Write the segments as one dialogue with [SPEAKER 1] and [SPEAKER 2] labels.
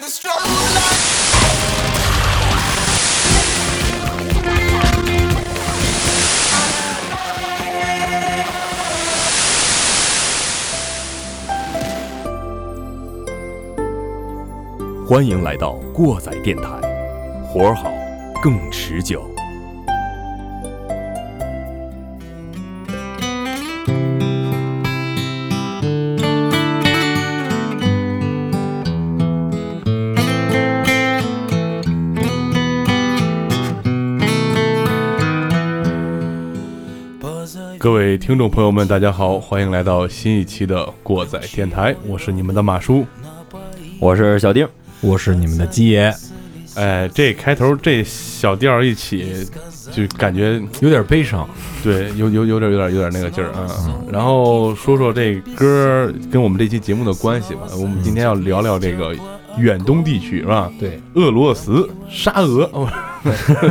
[SPEAKER 1] the strong light.
[SPEAKER 2] 欢迎来到过载电台，活儿好，更持久。
[SPEAKER 3] 各位听众朋友们，大家好，欢迎来到新一期的过载电台，我是你们的马叔。
[SPEAKER 4] 我是小丁，
[SPEAKER 5] 我是你们的鸡爷，
[SPEAKER 3] 哎，这开头这小调一起，就感觉
[SPEAKER 5] 有点悲伤。
[SPEAKER 3] 对，有有有点有点有点那个劲儿啊。然后说说这歌跟我们这期节目的关系吧。我们今天要聊聊这个远东地区是吧？
[SPEAKER 5] 对，
[SPEAKER 3] 俄罗斯、沙俄，哦，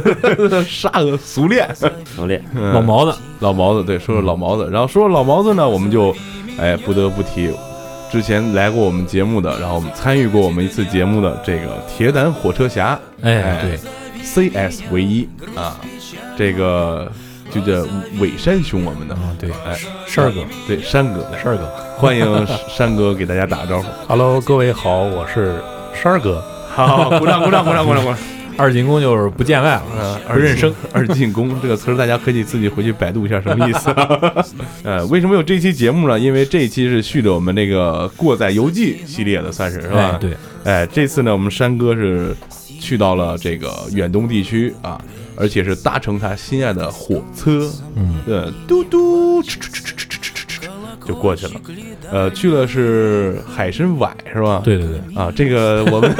[SPEAKER 3] 沙俄、苏联，
[SPEAKER 4] 能练。
[SPEAKER 5] 老毛子，
[SPEAKER 3] 老毛子，对，说说老毛子，然后说说老毛子呢，我们就，哎，不得不提之前来过我们节目的，然后我们参与过我们一次节目的这个铁胆火车侠，
[SPEAKER 5] 哎，对，
[SPEAKER 3] ，CS 唯一啊，这个就叫伪山兄我们的，
[SPEAKER 5] 啊，对，
[SPEAKER 3] 哎，
[SPEAKER 5] 山哥，
[SPEAKER 3] 对，山哥，
[SPEAKER 5] 山哥
[SPEAKER 3] 欢迎山哥给大家打个招呼，
[SPEAKER 5] ，Hello，各位好，我是山哥。
[SPEAKER 3] 好，鼓掌，鼓掌，鼓掌，鼓掌，鼓掌。
[SPEAKER 5] 二进宫就是不见外了，
[SPEAKER 3] 呃，不认 生二进宫这个词儿，大家可以自己回去百度一下什么意思。呃，为什么有这期节目呢？因为这一期是续着我们那个过载游记系列的，算是是吧、
[SPEAKER 5] 哎，对，
[SPEAKER 3] 哎，这次呢，我们山哥是去到了这个远东地区啊，而且是搭乘他心爱的火车，嗯，呃，嘟嘟，哧哧哧哧哧哧哧哧就过去了。呃，去了是海参崴是吧？
[SPEAKER 5] 对对对，
[SPEAKER 3] 啊，这个我们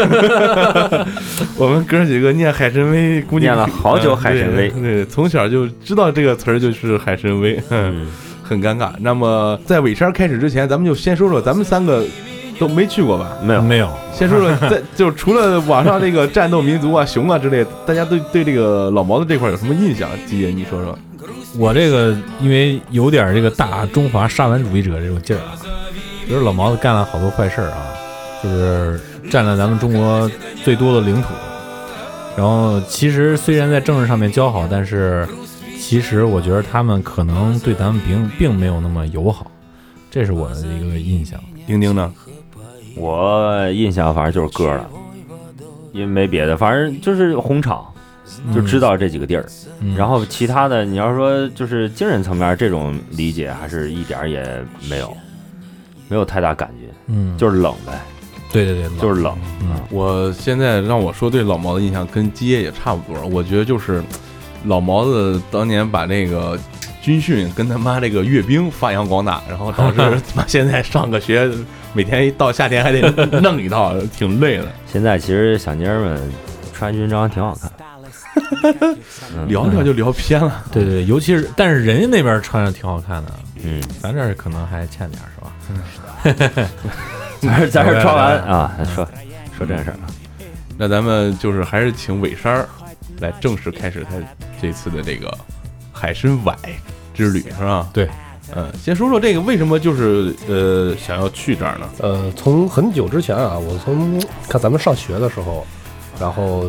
[SPEAKER 3] 我们哥几个念海参崴，估计
[SPEAKER 4] 念了好久
[SPEAKER 3] 呃
[SPEAKER 4] 海参崴
[SPEAKER 3] 对对，从小就知道这个词儿就是海参崴，嗯，很尴尬。那么在尾山开始之前，咱们就先说说咱们三个都没去过吧？
[SPEAKER 4] 没有，
[SPEAKER 5] 没有，
[SPEAKER 3] 先说说 在就除了网上这个战斗民族啊、熊啊之类的，大家对对这个老毛子这块有什么印象？基爷，你说说。
[SPEAKER 5] 我这个因为有点这个大中华沙文主义者这种劲儿啊，比如老毛子干了好多坏事儿啊，就是占了咱们中国最多的领土，然后其实虽然在政治上面交好，但是其实我觉得他们可能对咱们并并没有那么友好，这是我的一个印象。
[SPEAKER 3] 丁丁呢？
[SPEAKER 4] 我印象反正就是歌了，因为没别的，反正就是红场，就知道这几个地儿。
[SPEAKER 5] 嗯
[SPEAKER 4] 然后其他的，你要说就是精神层面这种理解，还是一点儿也没有，没有太大感觉，
[SPEAKER 5] 嗯，
[SPEAKER 4] 就是冷呗，
[SPEAKER 5] 对对对，
[SPEAKER 4] 就是冷。
[SPEAKER 5] 嗯
[SPEAKER 3] 我现在让我说对老毛的印象跟基爷也差不多，我觉得就是老毛子当年把那个军训跟他妈这个阅兵发扬光大，然后导致他妈现在上个学每天一到夏天还得弄一套，挺累的。
[SPEAKER 4] 现在其实小妮儿们穿军装挺好看，
[SPEAKER 3] 聊聊就聊偏了，
[SPEAKER 5] 对对，尤其是但是人家那边穿着挺好看的，
[SPEAKER 4] 嗯，
[SPEAKER 5] 咱这儿可能还欠点儿是吧？
[SPEAKER 4] 咱咱这穿完
[SPEAKER 5] 来来
[SPEAKER 4] 啊，说说正事儿啊，
[SPEAKER 3] 那咱们就是还是请伟山儿来正式开始他这次的这个海参崴之旅，是吧？
[SPEAKER 5] 对，
[SPEAKER 3] 嗯，先说说这个为什么就是呃想要去这儿呢？
[SPEAKER 6] 呃，从很久之前啊，我从看咱们上学的时候，然后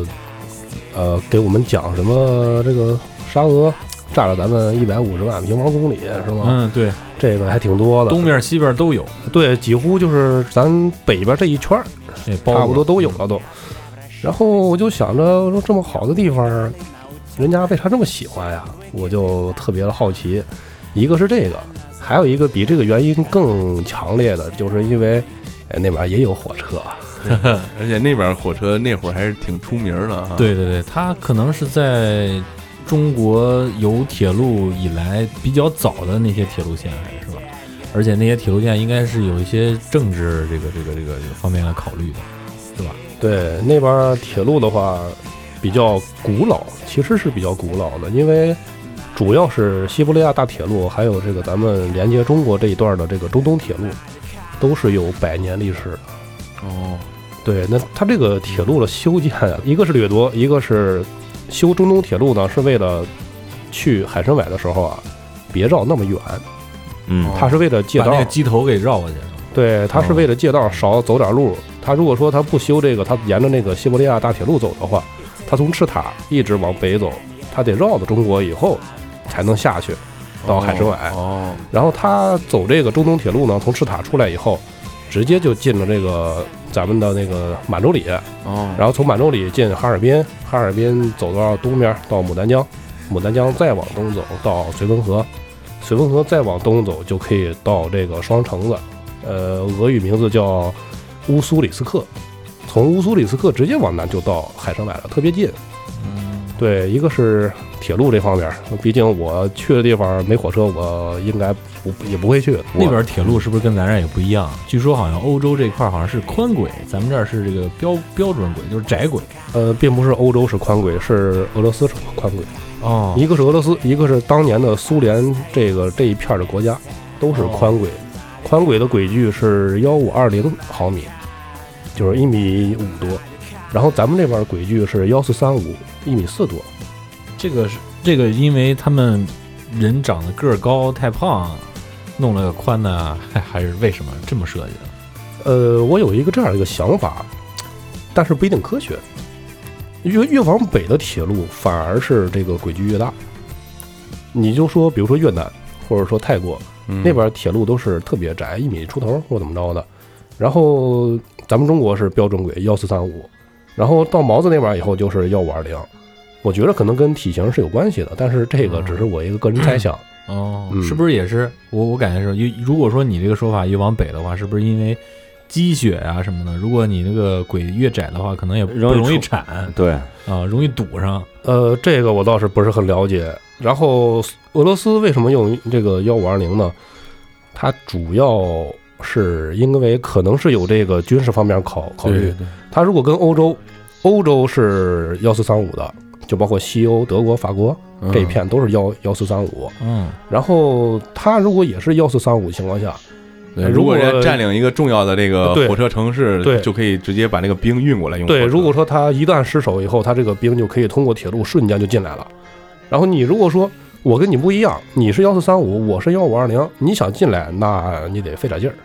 [SPEAKER 6] 呃给我们讲什么这个沙俄占了咱们一百五十万平方公里是吗？
[SPEAKER 5] 嗯，对，
[SPEAKER 6] 这个还挺多的，
[SPEAKER 5] 东边西边都有，
[SPEAKER 6] 对，几乎就是咱北边这一圈儿
[SPEAKER 5] 那包
[SPEAKER 6] 差不多
[SPEAKER 5] 括
[SPEAKER 6] 都有了都。然后我就想着，我说这么好的地方，人家为啥这么喜欢呀？我就特别的好奇。一个是这个，还有一个比这个原因更强烈的，就是因为，哎，那边也有火车，
[SPEAKER 3] 而且那边火车那会儿还是挺出名儿的啊。，
[SPEAKER 5] 对对对，它可能是在中国有铁路以来比较早的那些铁路线，还是吧？而且那些铁路线应该是有一些政治这个这个这个这个方面来考虑的，对吧？
[SPEAKER 6] 对，那边儿铁路的话比较古老，其实是比较古老的，因为主要是西伯利亚大铁路，还有这个咱们连接中国这一段的这个中东铁路，都是有百年历史的。
[SPEAKER 3] 哦，
[SPEAKER 6] 对，那它这个铁路的修建啊，一个是掠夺，一个是修中东铁路呢，是为了去海参崴的时候啊，别绕那么远，
[SPEAKER 4] 嗯
[SPEAKER 6] 它是为了借
[SPEAKER 3] 哦
[SPEAKER 5] 把
[SPEAKER 6] 道
[SPEAKER 5] 那个，鸡头给绕过去了。
[SPEAKER 6] 对，它是为了借道少走点路，他如果说他不修这个，他沿着那个西伯利亚大铁路走的话，他从赤塔一直往北走，他得绕到中国以后才能下去到海参崴。
[SPEAKER 3] 哦，
[SPEAKER 6] 然后他走这个中东铁路呢，从赤塔出来以后，直接就进了这个咱们的那个满洲里，
[SPEAKER 3] 哦，
[SPEAKER 6] 然后从满洲里进哈尔滨，哈尔滨走到东边到牡丹江，牡丹江再往东走到绥芬河，绥芬河再往东走就可以到这个双城子，呃，俄语名字叫乌苏里斯克，从乌苏里斯克直接往南就到海参崴了，特别近。
[SPEAKER 5] 嗯
[SPEAKER 6] 对，一个是铁路这方面，毕竟我去的地方没火车，我应该不也不会去。
[SPEAKER 5] 那边铁路是不是跟咱这儿也不一样？据说好像欧洲这块儿好像是宽轨，咱们这儿是这个标标准轨，就是窄轨。
[SPEAKER 6] 呃，并不是欧洲是宽轨，是俄罗斯是宽轨。
[SPEAKER 5] 哦
[SPEAKER 6] 一个是俄罗斯，一个是当年的苏联这个这一片儿的国家，都是宽轨。宽轨的轨距是幺五二零毫米，就是一米五多。然后咱们这边儿轨距是幺四三五，一米四多。
[SPEAKER 5] 这个是这个，因为他们人长得个儿高太胖，弄了个宽呢，还还是为什么这么设计的？
[SPEAKER 6] 呃，我有一个这样一个想法，但是不一定科学。越越往北的铁路反而是这个轨距越大。你就说，比如说越南，或者说泰国，那边铁路都是特别窄，一米出头或怎么着的。然后咱们中国是标准轨幺四三五，然后到毛子那边以后就是幺五二零。我觉得可能跟体型是有关系的，但是这个只是我一个个人猜想。
[SPEAKER 5] 哦
[SPEAKER 6] 嗯
[SPEAKER 5] 是不是也是我我感觉是，因如果说你这个说法越往北的话，是不是因为积雪啊什么的？如果你那个轨越窄的话，可能也不
[SPEAKER 4] 容易
[SPEAKER 5] 容易
[SPEAKER 4] 出
[SPEAKER 5] 铲
[SPEAKER 3] 嗯
[SPEAKER 4] 对，
[SPEAKER 5] 啊，容易堵上。
[SPEAKER 6] 呃，这个我倒是不是很了解。然后俄罗斯为什么用这个幺五二零呢？它主要是因为可能是有这个军事方面考考虑。
[SPEAKER 3] 对，
[SPEAKER 6] 它如果跟欧洲，欧洲是幺四三五的，就包括西欧、德国、法国这一片都是幺幺四三五。
[SPEAKER 5] 嗯，
[SPEAKER 6] 然后它如果也是幺四三五情况下，
[SPEAKER 3] 对，
[SPEAKER 6] 如
[SPEAKER 3] 如果
[SPEAKER 6] 果
[SPEAKER 3] 人家占领一个重要的这个
[SPEAKER 6] 对
[SPEAKER 3] 火车城市，
[SPEAKER 6] 对
[SPEAKER 3] 就可以直接把这个兵运过来用火车。
[SPEAKER 6] 对，如果说他一旦失守以后，他这个兵就可以通过铁路瞬间就进来了。然后你如果说我跟你不一样，你是幺四三五，我是幺五二零，你想进来，那你得费点劲儿。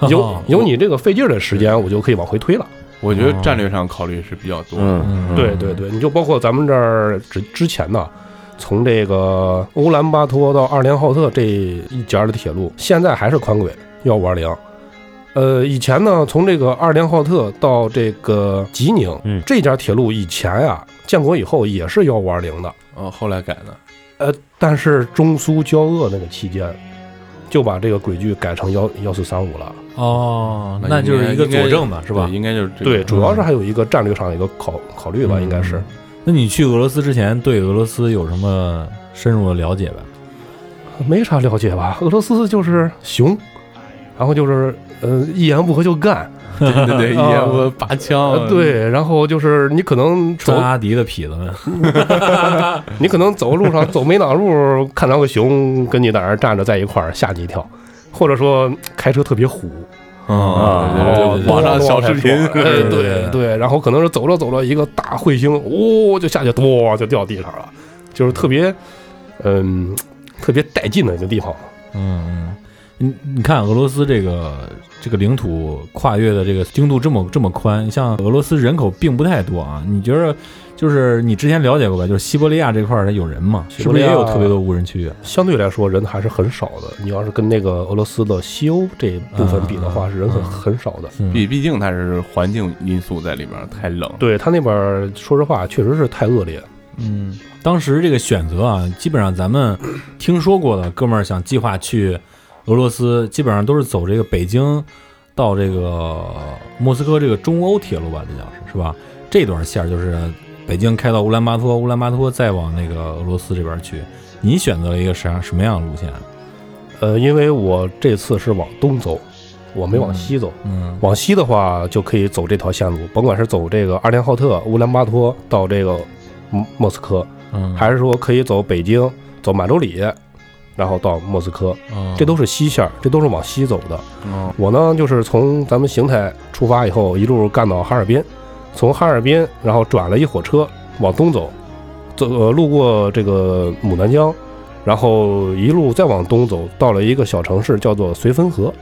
[SPEAKER 5] 哦
[SPEAKER 6] 有有你这个费劲儿的时间，我就可以往回推了。
[SPEAKER 3] 我觉得战略上考虑是比较多的。
[SPEAKER 4] 嗯，
[SPEAKER 5] 嗯
[SPEAKER 6] 对对对，你就包括咱们这儿之之前呢，从这个欧兰巴托到二连浩特这一截儿的铁路，现在还是宽轨幺五二零。呃，以前呢，从这个二连浩特到这个济宁，
[SPEAKER 4] 嗯
[SPEAKER 6] 这条铁路以前啊，建国以后也是幺五二零的，
[SPEAKER 3] 哦，后来改的。
[SPEAKER 6] 呃，但是中苏交恶那个期间，就把这个轨距改成幺幺四三五了。
[SPEAKER 5] 哦，
[SPEAKER 3] 那
[SPEAKER 5] 那就是一个
[SPEAKER 3] 应该
[SPEAKER 5] 佐证嘛，是吧
[SPEAKER 3] 对？应该就是这个
[SPEAKER 6] 对，主要是还有一个战略上一个考考虑
[SPEAKER 4] 嗯
[SPEAKER 6] 吧，应该是。
[SPEAKER 5] 那你去俄罗斯之前，对俄罗斯有什么深入的了解吧？
[SPEAKER 6] 没啥了解吧？俄罗斯就是熊，然后就是呃一言不合就干，
[SPEAKER 3] 对对对，一
[SPEAKER 6] 啊
[SPEAKER 3] 言我拔枪
[SPEAKER 6] 呃，，对，然后就是你可能走
[SPEAKER 5] 抓，阿迪的痞子们，
[SPEAKER 6] 你可能走路上走没两步，看到个熊跟你在那儿站着在一块儿，吓你一跳，或者说开车特别虎，
[SPEAKER 3] 啊，
[SPEAKER 4] 对
[SPEAKER 3] 对
[SPEAKER 5] 对
[SPEAKER 3] 对对网上小视频，
[SPEAKER 6] 哎
[SPEAKER 5] 对对
[SPEAKER 6] 对对，然后可能是走着走着一个大彗星，哦就下去，咚就掉地上了，就是特别嗯特别带劲的一个地方。
[SPEAKER 5] 嗯嗯，你你看俄罗斯这个这个领土跨越的这个经度这么这么宽，像俄罗斯人口并不太多啊。你觉得就是你之前了解过吧？就是西伯利亚这块儿它有人嘛，
[SPEAKER 6] 西
[SPEAKER 5] 是
[SPEAKER 6] 伯
[SPEAKER 5] 不
[SPEAKER 6] 利
[SPEAKER 5] 是
[SPEAKER 6] 亚
[SPEAKER 5] 也有特别多无人区啊？
[SPEAKER 6] 相对来说人还是很少的。你要是跟那个俄罗斯的西欧这一部分比的话，
[SPEAKER 5] 嗯
[SPEAKER 6] 是人很
[SPEAKER 5] 嗯
[SPEAKER 6] 很少的。
[SPEAKER 5] 嗯
[SPEAKER 3] 毕毕竟它是环境因素在里边儿，太冷。
[SPEAKER 6] 对他那边儿，说实话，确实是太恶劣。
[SPEAKER 5] 嗯，当时这个选择啊，基本上咱们听说过的哥们儿想计划去俄罗斯，基本上都是走这个北京到这个莫斯科这个中欧铁路吧，这叫是是吧？这段线儿就是北京开到乌兰巴托，乌兰巴托再往那个俄罗斯这边去。你选择了一个啥什么样的路线？
[SPEAKER 6] 呃，因为我这次是往东走，我没往西走。
[SPEAKER 5] 嗯，
[SPEAKER 6] 往西的话，就可以走这条线路，甭管是走这个阿连浩特、乌兰巴托到这个莫莫斯科，
[SPEAKER 5] 嗯
[SPEAKER 6] 还是说可以走北京、走满洲里，然后到莫斯科，
[SPEAKER 5] 嗯
[SPEAKER 6] 这都是西线儿，这都是往西走的。
[SPEAKER 3] 哦
[SPEAKER 6] 我呢，就是从咱们邢台出发以后，一路干到哈尔滨，从哈尔滨然后转了一火车往东走，走、呃、路过这个牡丹江，然后一路再往东走，到了一个小城市叫做绥芬河。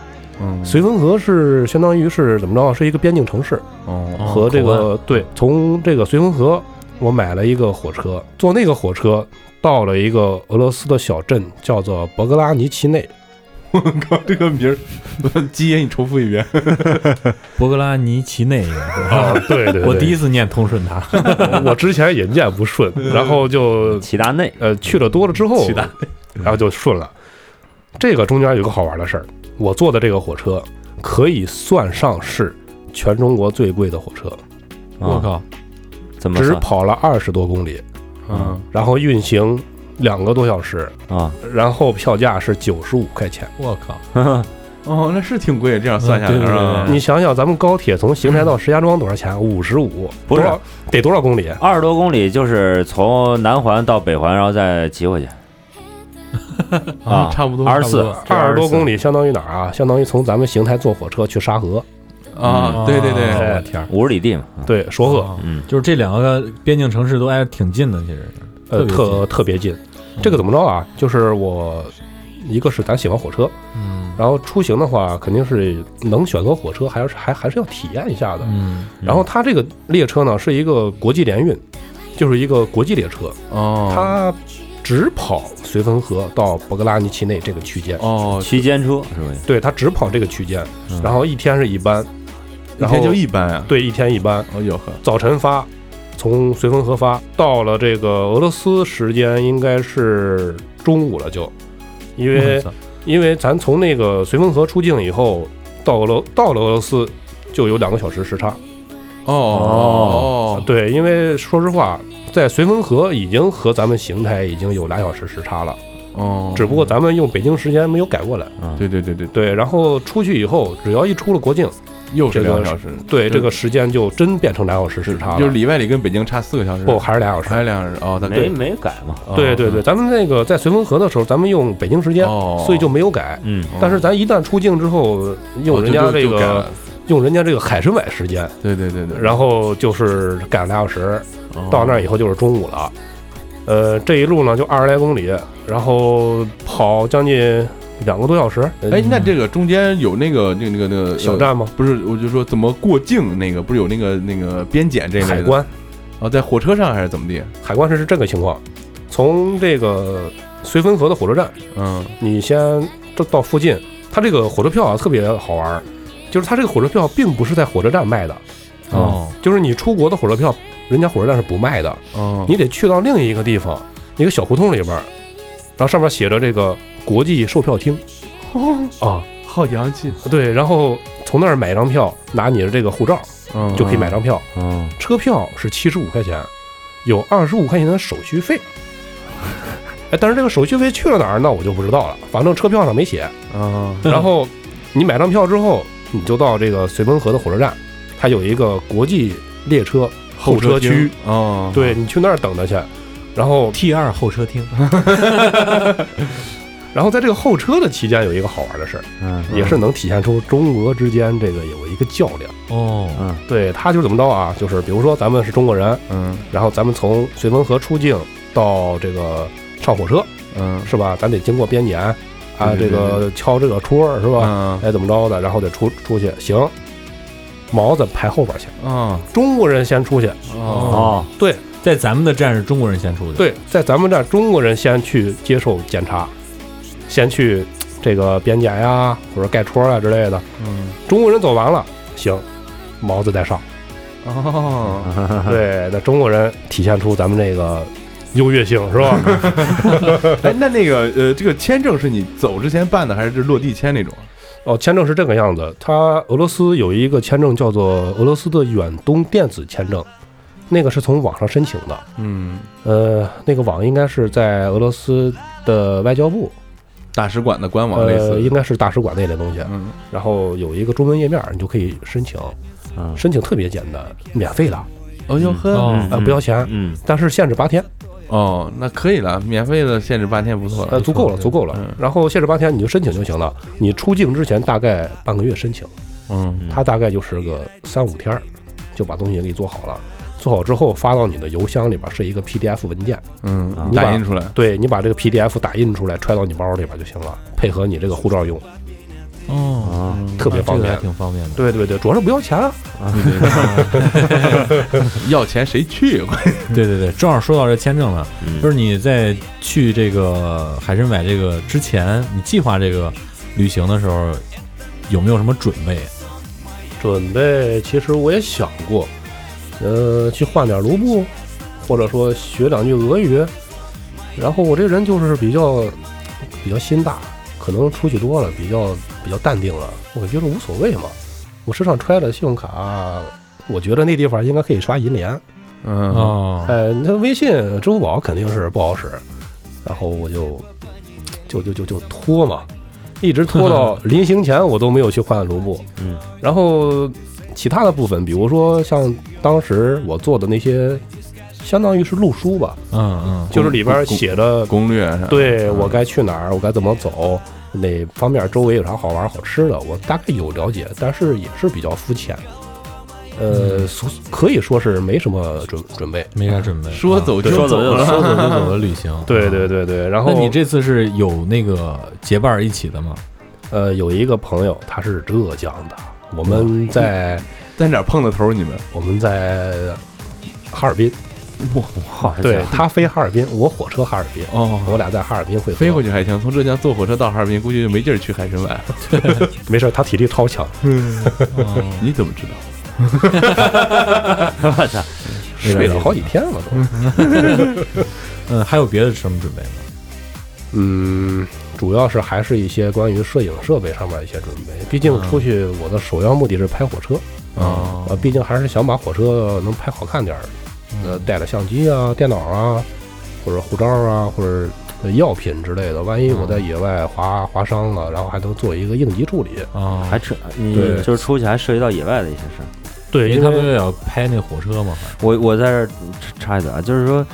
[SPEAKER 3] 嗯，
[SPEAKER 6] 绥芬河是相当于是怎么着啊？是一个边境城市，
[SPEAKER 3] 哦，
[SPEAKER 5] 哦
[SPEAKER 6] 和这
[SPEAKER 5] 口
[SPEAKER 6] 个对，从这个绥芬河，我买了一个火车，坐那个火车到了一个俄罗斯的小镇，叫做博格拉尼奇内。
[SPEAKER 3] 我靠，这个名儿，基爷你重复一遍，
[SPEAKER 5] 博格拉尼奇内也是。
[SPEAKER 6] 啊，对对
[SPEAKER 5] 我第一
[SPEAKER 6] 一，
[SPEAKER 5] 次念通顺达，
[SPEAKER 6] 我之前也念不顺， 然后就
[SPEAKER 4] 齐达内
[SPEAKER 6] 呃去了多了之后
[SPEAKER 3] 齐达，
[SPEAKER 6] 然后就顺了。这个中间有个好玩的事儿，我坐的这个火车可以算上是全中国最贵的火车，
[SPEAKER 5] 我
[SPEAKER 4] 啊，
[SPEAKER 5] 靠，
[SPEAKER 4] 怎么
[SPEAKER 6] 只
[SPEAKER 4] 算
[SPEAKER 6] 跑了二十多公里，
[SPEAKER 3] 嗯，
[SPEAKER 6] 然后运行两个多小时，
[SPEAKER 4] 啊？
[SPEAKER 6] 然后票价是九十五块钱。
[SPEAKER 5] 我靠，
[SPEAKER 4] 啊
[SPEAKER 3] 哦，那是挺贵，这样算下来
[SPEAKER 5] 嗯对
[SPEAKER 3] 是
[SPEAKER 5] 对
[SPEAKER 3] 吧
[SPEAKER 5] 对？
[SPEAKER 6] 你想想，咱们高铁从邢台到石家庄多少钱？五十五，
[SPEAKER 4] 不是
[SPEAKER 6] 多少得多少公里？
[SPEAKER 4] 二十多公里就是从南环到北环，然后再 骑回去啊，
[SPEAKER 3] 差不多
[SPEAKER 4] 二十四
[SPEAKER 5] 差不多
[SPEAKER 6] 二十多公
[SPEAKER 5] 里
[SPEAKER 6] 里相当于哪儿啊？相当于从咱们邢台坐火车去沙河，嗯哎
[SPEAKER 3] 啊，对对对，
[SPEAKER 5] 我天儿，
[SPEAKER 4] 五十里地嘛。嗯
[SPEAKER 6] 对，索河，
[SPEAKER 5] 哦
[SPEAKER 4] 嗯，
[SPEAKER 5] 就是这两个边境城市都挨着挺近的，其实
[SPEAKER 6] 呃，特
[SPEAKER 5] 特
[SPEAKER 6] 特别近。这个怎么着啊？就是我一个是咱喜欢火车，
[SPEAKER 5] 嗯
[SPEAKER 6] 然后出行的话肯定是能选择火车，还是还还是要体验一下的。
[SPEAKER 5] 嗯，
[SPEAKER 6] 然后它这个列车呢是一个国际联运，就是一个国际列车，
[SPEAKER 3] 哦，
[SPEAKER 6] 它只跑绥芬河到博格拉尼奇内这个区间。
[SPEAKER 3] 哦，
[SPEAKER 4] 啊区间车是不是？
[SPEAKER 6] 对，它只跑这个区间，
[SPEAKER 4] 嗯
[SPEAKER 6] 然后一天是一班，
[SPEAKER 3] 一
[SPEAKER 6] 然后
[SPEAKER 3] 天就一班啊，
[SPEAKER 6] 对，一天一班，
[SPEAKER 3] 哦哟呵，
[SPEAKER 6] 早晨发，从绥芬河发，到了这个俄罗斯时间应该是中午了就，因为因为咱从那个绥芬河出境以后，到俄罗到了俄罗斯就有两个小时时差，
[SPEAKER 3] 哦哦，
[SPEAKER 6] 对，因为说实话。在绥芬河已经和咱们邢台已经有俩小时时差了，
[SPEAKER 3] 哦，
[SPEAKER 6] 只不过咱们用北京时间没有改过来。
[SPEAKER 3] 对对对对，
[SPEAKER 6] 对，然后出去以后，只要一出了国境，
[SPEAKER 3] 又是
[SPEAKER 6] 这
[SPEAKER 3] 两
[SPEAKER 6] 个
[SPEAKER 3] 个小时，
[SPEAKER 6] 对，
[SPEAKER 3] 就
[SPEAKER 6] 这个时间就真变成俩小时时差了，
[SPEAKER 3] 就是里外里跟北京差四个小时，
[SPEAKER 6] 不还是俩小时
[SPEAKER 3] 还？是两个小时哦，他
[SPEAKER 4] 没
[SPEAKER 3] 对
[SPEAKER 4] 没改嘛？
[SPEAKER 6] 哦
[SPEAKER 3] 啊
[SPEAKER 6] 对对对，咱们那个在绥芬河的时候，咱们用北京时间，
[SPEAKER 3] 嗯哦，
[SPEAKER 6] 所以就没有改。
[SPEAKER 4] 嗯，
[SPEAKER 6] 但是咱一旦出境之后，用人家
[SPEAKER 3] 哦
[SPEAKER 6] 这个用人家这个海参崴时间，
[SPEAKER 3] 对对对对，哦
[SPEAKER 6] 然后就是改了俩小时，
[SPEAKER 3] 后
[SPEAKER 6] 到那儿以后就是中午了。呃，这一路呢就二十来公里，然后跑将近两个多小时。
[SPEAKER 3] 哎，那这个中间有那个那个那个那个呃
[SPEAKER 6] 小站吗？
[SPEAKER 3] 不是，我就说怎么过境那个，不是有那个呃那个边检这类的
[SPEAKER 6] 海关，
[SPEAKER 3] 哦，在火车上还是怎么地？
[SPEAKER 6] 海关是是这个情况，从这个绥芬河的火车站，
[SPEAKER 3] 嗯，
[SPEAKER 6] 你先到到附近，它这个火车票啊特别好玩儿，就是它这个火车票并不是在火车站卖的，
[SPEAKER 3] 哦
[SPEAKER 6] 就是你出国的火车票，人家火车站是不卖的，
[SPEAKER 3] 哦，
[SPEAKER 6] 你得去到另一个地方，一个小胡同里边儿，然后上面写着这个国际售票厅，啊，
[SPEAKER 3] 好洋气，
[SPEAKER 6] 对，然后从那儿买一张票，拿你的这个护照
[SPEAKER 3] 嗯，
[SPEAKER 6] 就可以买张票，
[SPEAKER 4] 嗯，
[SPEAKER 6] 车票是七十五块钱，有二十五块钱的手续费。哎，但是这个手续费去了哪儿，那我就不知道了，反正车票上没写。
[SPEAKER 3] 啊，
[SPEAKER 6] 然后你买张票之后，你就到这个绥芬河的火车站，它有一个国际列车候车区，
[SPEAKER 3] 哦，，
[SPEAKER 6] 对你去那儿等着去。然后，
[SPEAKER 5] T 二候车厅，
[SPEAKER 6] 然后在这个候车的期间，有一个好玩的事儿，
[SPEAKER 4] 嗯
[SPEAKER 6] 也是能体现出中俄之间这个有一个较量。
[SPEAKER 5] 哦，
[SPEAKER 6] 对，他就是怎么着啊？就是比如说咱们是中国人，
[SPEAKER 3] 嗯
[SPEAKER 6] 然后咱们从绥芬河出境到这个上火车
[SPEAKER 3] 嗯，
[SPEAKER 6] 是吧？咱得经过边检啊，
[SPEAKER 3] 对对
[SPEAKER 6] 这个敲这个戳儿是吧？
[SPEAKER 3] 啊
[SPEAKER 6] 哎，怎么着的？然后得出出去，行，毛子排后边去。
[SPEAKER 3] 啊
[SPEAKER 6] 中国人先出去，
[SPEAKER 3] 哦，
[SPEAKER 4] 哦，
[SPEAKER 6] 对
[SPEAKER 5] 在咱们的站是中国人先出的，，
[SPEAKER 6] 对，在咱们这儿中国人先去接受检查，先去嘖这个边检呀、或者盖戳啊之类的。
[SPEAKER 3] 嗯
[SPEAKER 6] 中国人走完了，行，毛子再上。
[SPEAKER 3] 哦，
[SPEAKER 6] 对，那中国人体现出咱们这个优越性是吧？
[SPEAKER 3] 哎，那那个呃，这个签证是你走之前办的，还是落地签那种？啊
[SPEAKER 6] 哦，签证是这个样子，它俄罗斯有一个签证叫做俄罗斯的远东电子签证，那个是从网上申请的。
[SPEAKER 3] 嗯，
[SPEAKER 6] 呃，那个网应该是在俄罗斯的外交部，
[SPEAKER 3] 大使馆的官网类
[SPEAKER 6] 呃，
[SPEAKER 3] 似
[SPEAKER 6] 应，该是大使馆那类东西。
[SPEAKER 3] 嗯，
[SPEAKER 6] 然后有一个中文页面，你就可以申请，
[SPEAKER 4] 嗯
[SPEAKER 6] 申请特别简单，免费的，
[SPEAKER 3] 哦哟呵，
[SPEAKER 5] 哦
[SPEAKER 6] 呃，不要钱，
[SPEAKER 4] 嗯，
[SPEAKER 6] 但是限制八天，
[SPEAKER 3] 哦，那可以了，免费的限制八天不错
[SPEAKER 6] 呃，
[SPEAKER 3] 了，
[SPEAKER 6] 足够了，足够了
[SPEAKER 3] 嗯。
[SPEAKER 6] 然后限制八天你就申请就行了，你出境之前大概半个月申请。
[SPEAKER 3] 嗯
[SPEAKER 6] 它大概就是个三五天儿，就把东西给你做好了。做好之后发到你的邮箱里边是一个 PDF 文件，
[SPEAKER 3] 嗯，打印出来，
[SPEAKER 6] 对你把这个 PDF 打印出来揣到你包里边就行了，配合你这个护照用。
[SPEAKER 5] 哦，
[SPEAKER 6] 特别方
[SPEAKER 5] 这个
[SPEAKER 6] 便
[SPEAKER 5] 还。挺方便的。
[SPEAKER 6] 对对对，主要是不要钱啊。
[SPEAKER 3] 要钱谁去？啊
[SPEAKER 5] 对对对，正好说到这签证了，
[SPEAKER 4] 嗯
[SPEAKER 5] 就是你在去这个海参崴这个之前，你计划这个旅行的时候，有没有什么准备？
[SPEAKER 6] 准备其实我也想过，呃，去换点卢布，或者说学两句俄语。然后我这人就是比较比较心大，可能出去多了，比较比较淡定了，我感觉得无所谓嘛。我身上揣着信用卡，我觉得那地方应该可以刷银联。
[SPEAKER 3] 嗯，
[SPEAKER 5] 哦，
[SPEAKER 6] 呃，你看微信、支付宝肯定是不好使，然后我就就就就就拖嘛，一直拖到临行前，我都没有去换卢布。
[SPEAKER 4] 嗯，
[SPEAKER 6] 然后其他的部分，比如说像当时我做的那些，相当于是路书吧，
[SPEAKER 5] 嗯
[SPEAKER 6] 就是里边写着
[SPEAKER 3] 攻略是吧
[SPEAKER 6] 对我该去哪儿，我该怎么走，哪方面周围有啥好玩好吃的，我大概有了解，但是也是比较肤浅。呃，所可以说是没什么准准备，
[SPEAKER 5] 嗯，没啥准备，
[SPEAKER 3] 说
[SPEAKER 5] 啊
[SPEAKER 3] 走
[SPEAKER 4] 对
[SPEAKER 3] 就
[SPEAKER 4] 说
[SPEAKER 3] 走
[SPEAKER 4] 走就
[SPEAKER 5] 说
[SPEAKER 3] 了。
[SPEAKER 5] 走就走的旅行。
[SPEAKER 6] 对对
[SPEAKER 5] 啊。
[SPEAKER 6] 对对，然后
[SPEAKER 5] 那你这次是有那个结伴儿一起的吗？
[SPEAKER 6] 呃有一个朋友他是浙江的，我们在
[SPEAKER 3] 在哪儿碰的头？你们
[SPEAKER 6] 我们在哈尔滨，
[SPEAKER 4] 好
[SPEAKER 6] 对
[SPEAKER 4] 家伙
[SPEAKER 6] 他飞哈尔滨，我火车哈尔滨，
[SPEAKER 3] 哦，
[SPEAKER 6] 我俩在哈尔滨会合
[SPEAKER 3] 飞回去还行，从浙江坐火车到哈尔滨，估计就没劲儿去海参崴。
[SPEAKER 6] 没事儿，他体力超强，
[SPEAKER 5] 哦
[SPEAKER 3] 你怎么知道？
[SPEAKER 4] 我操！
[SPEAKER 6] 睡了好几天了都。
[SPEAKER 5] 嗯，还有别的什么准备吗？
[SPEAKER 6] 嗯，主要是还是一些关于摄影设备上面一些准备，毕竟出去我的首要目的是拍火车，
[SPEAKER 5] 哦
[SPEAKER 6] 呃，毕竟还是想把火车能拍好看点儿，呃，带着相机啊、电脑啊，或者护照啊，或者呃药品之类的，万一我在野外划划伤了，然后还能做一个应急处理。
[SPEAKER 5] 哦，
[SPEAKER 4] 还扯你
[SPEAKER 6] 对
[SPEAKER 4] 就是出去还涉及到野外的一些事儿。
[SPEAKER 6] 对
[SPEAKER 5] 因为他们也要拍那火车嘛，反
[SPEAKER 4] 我我在这儿插一嘴啊，就是说，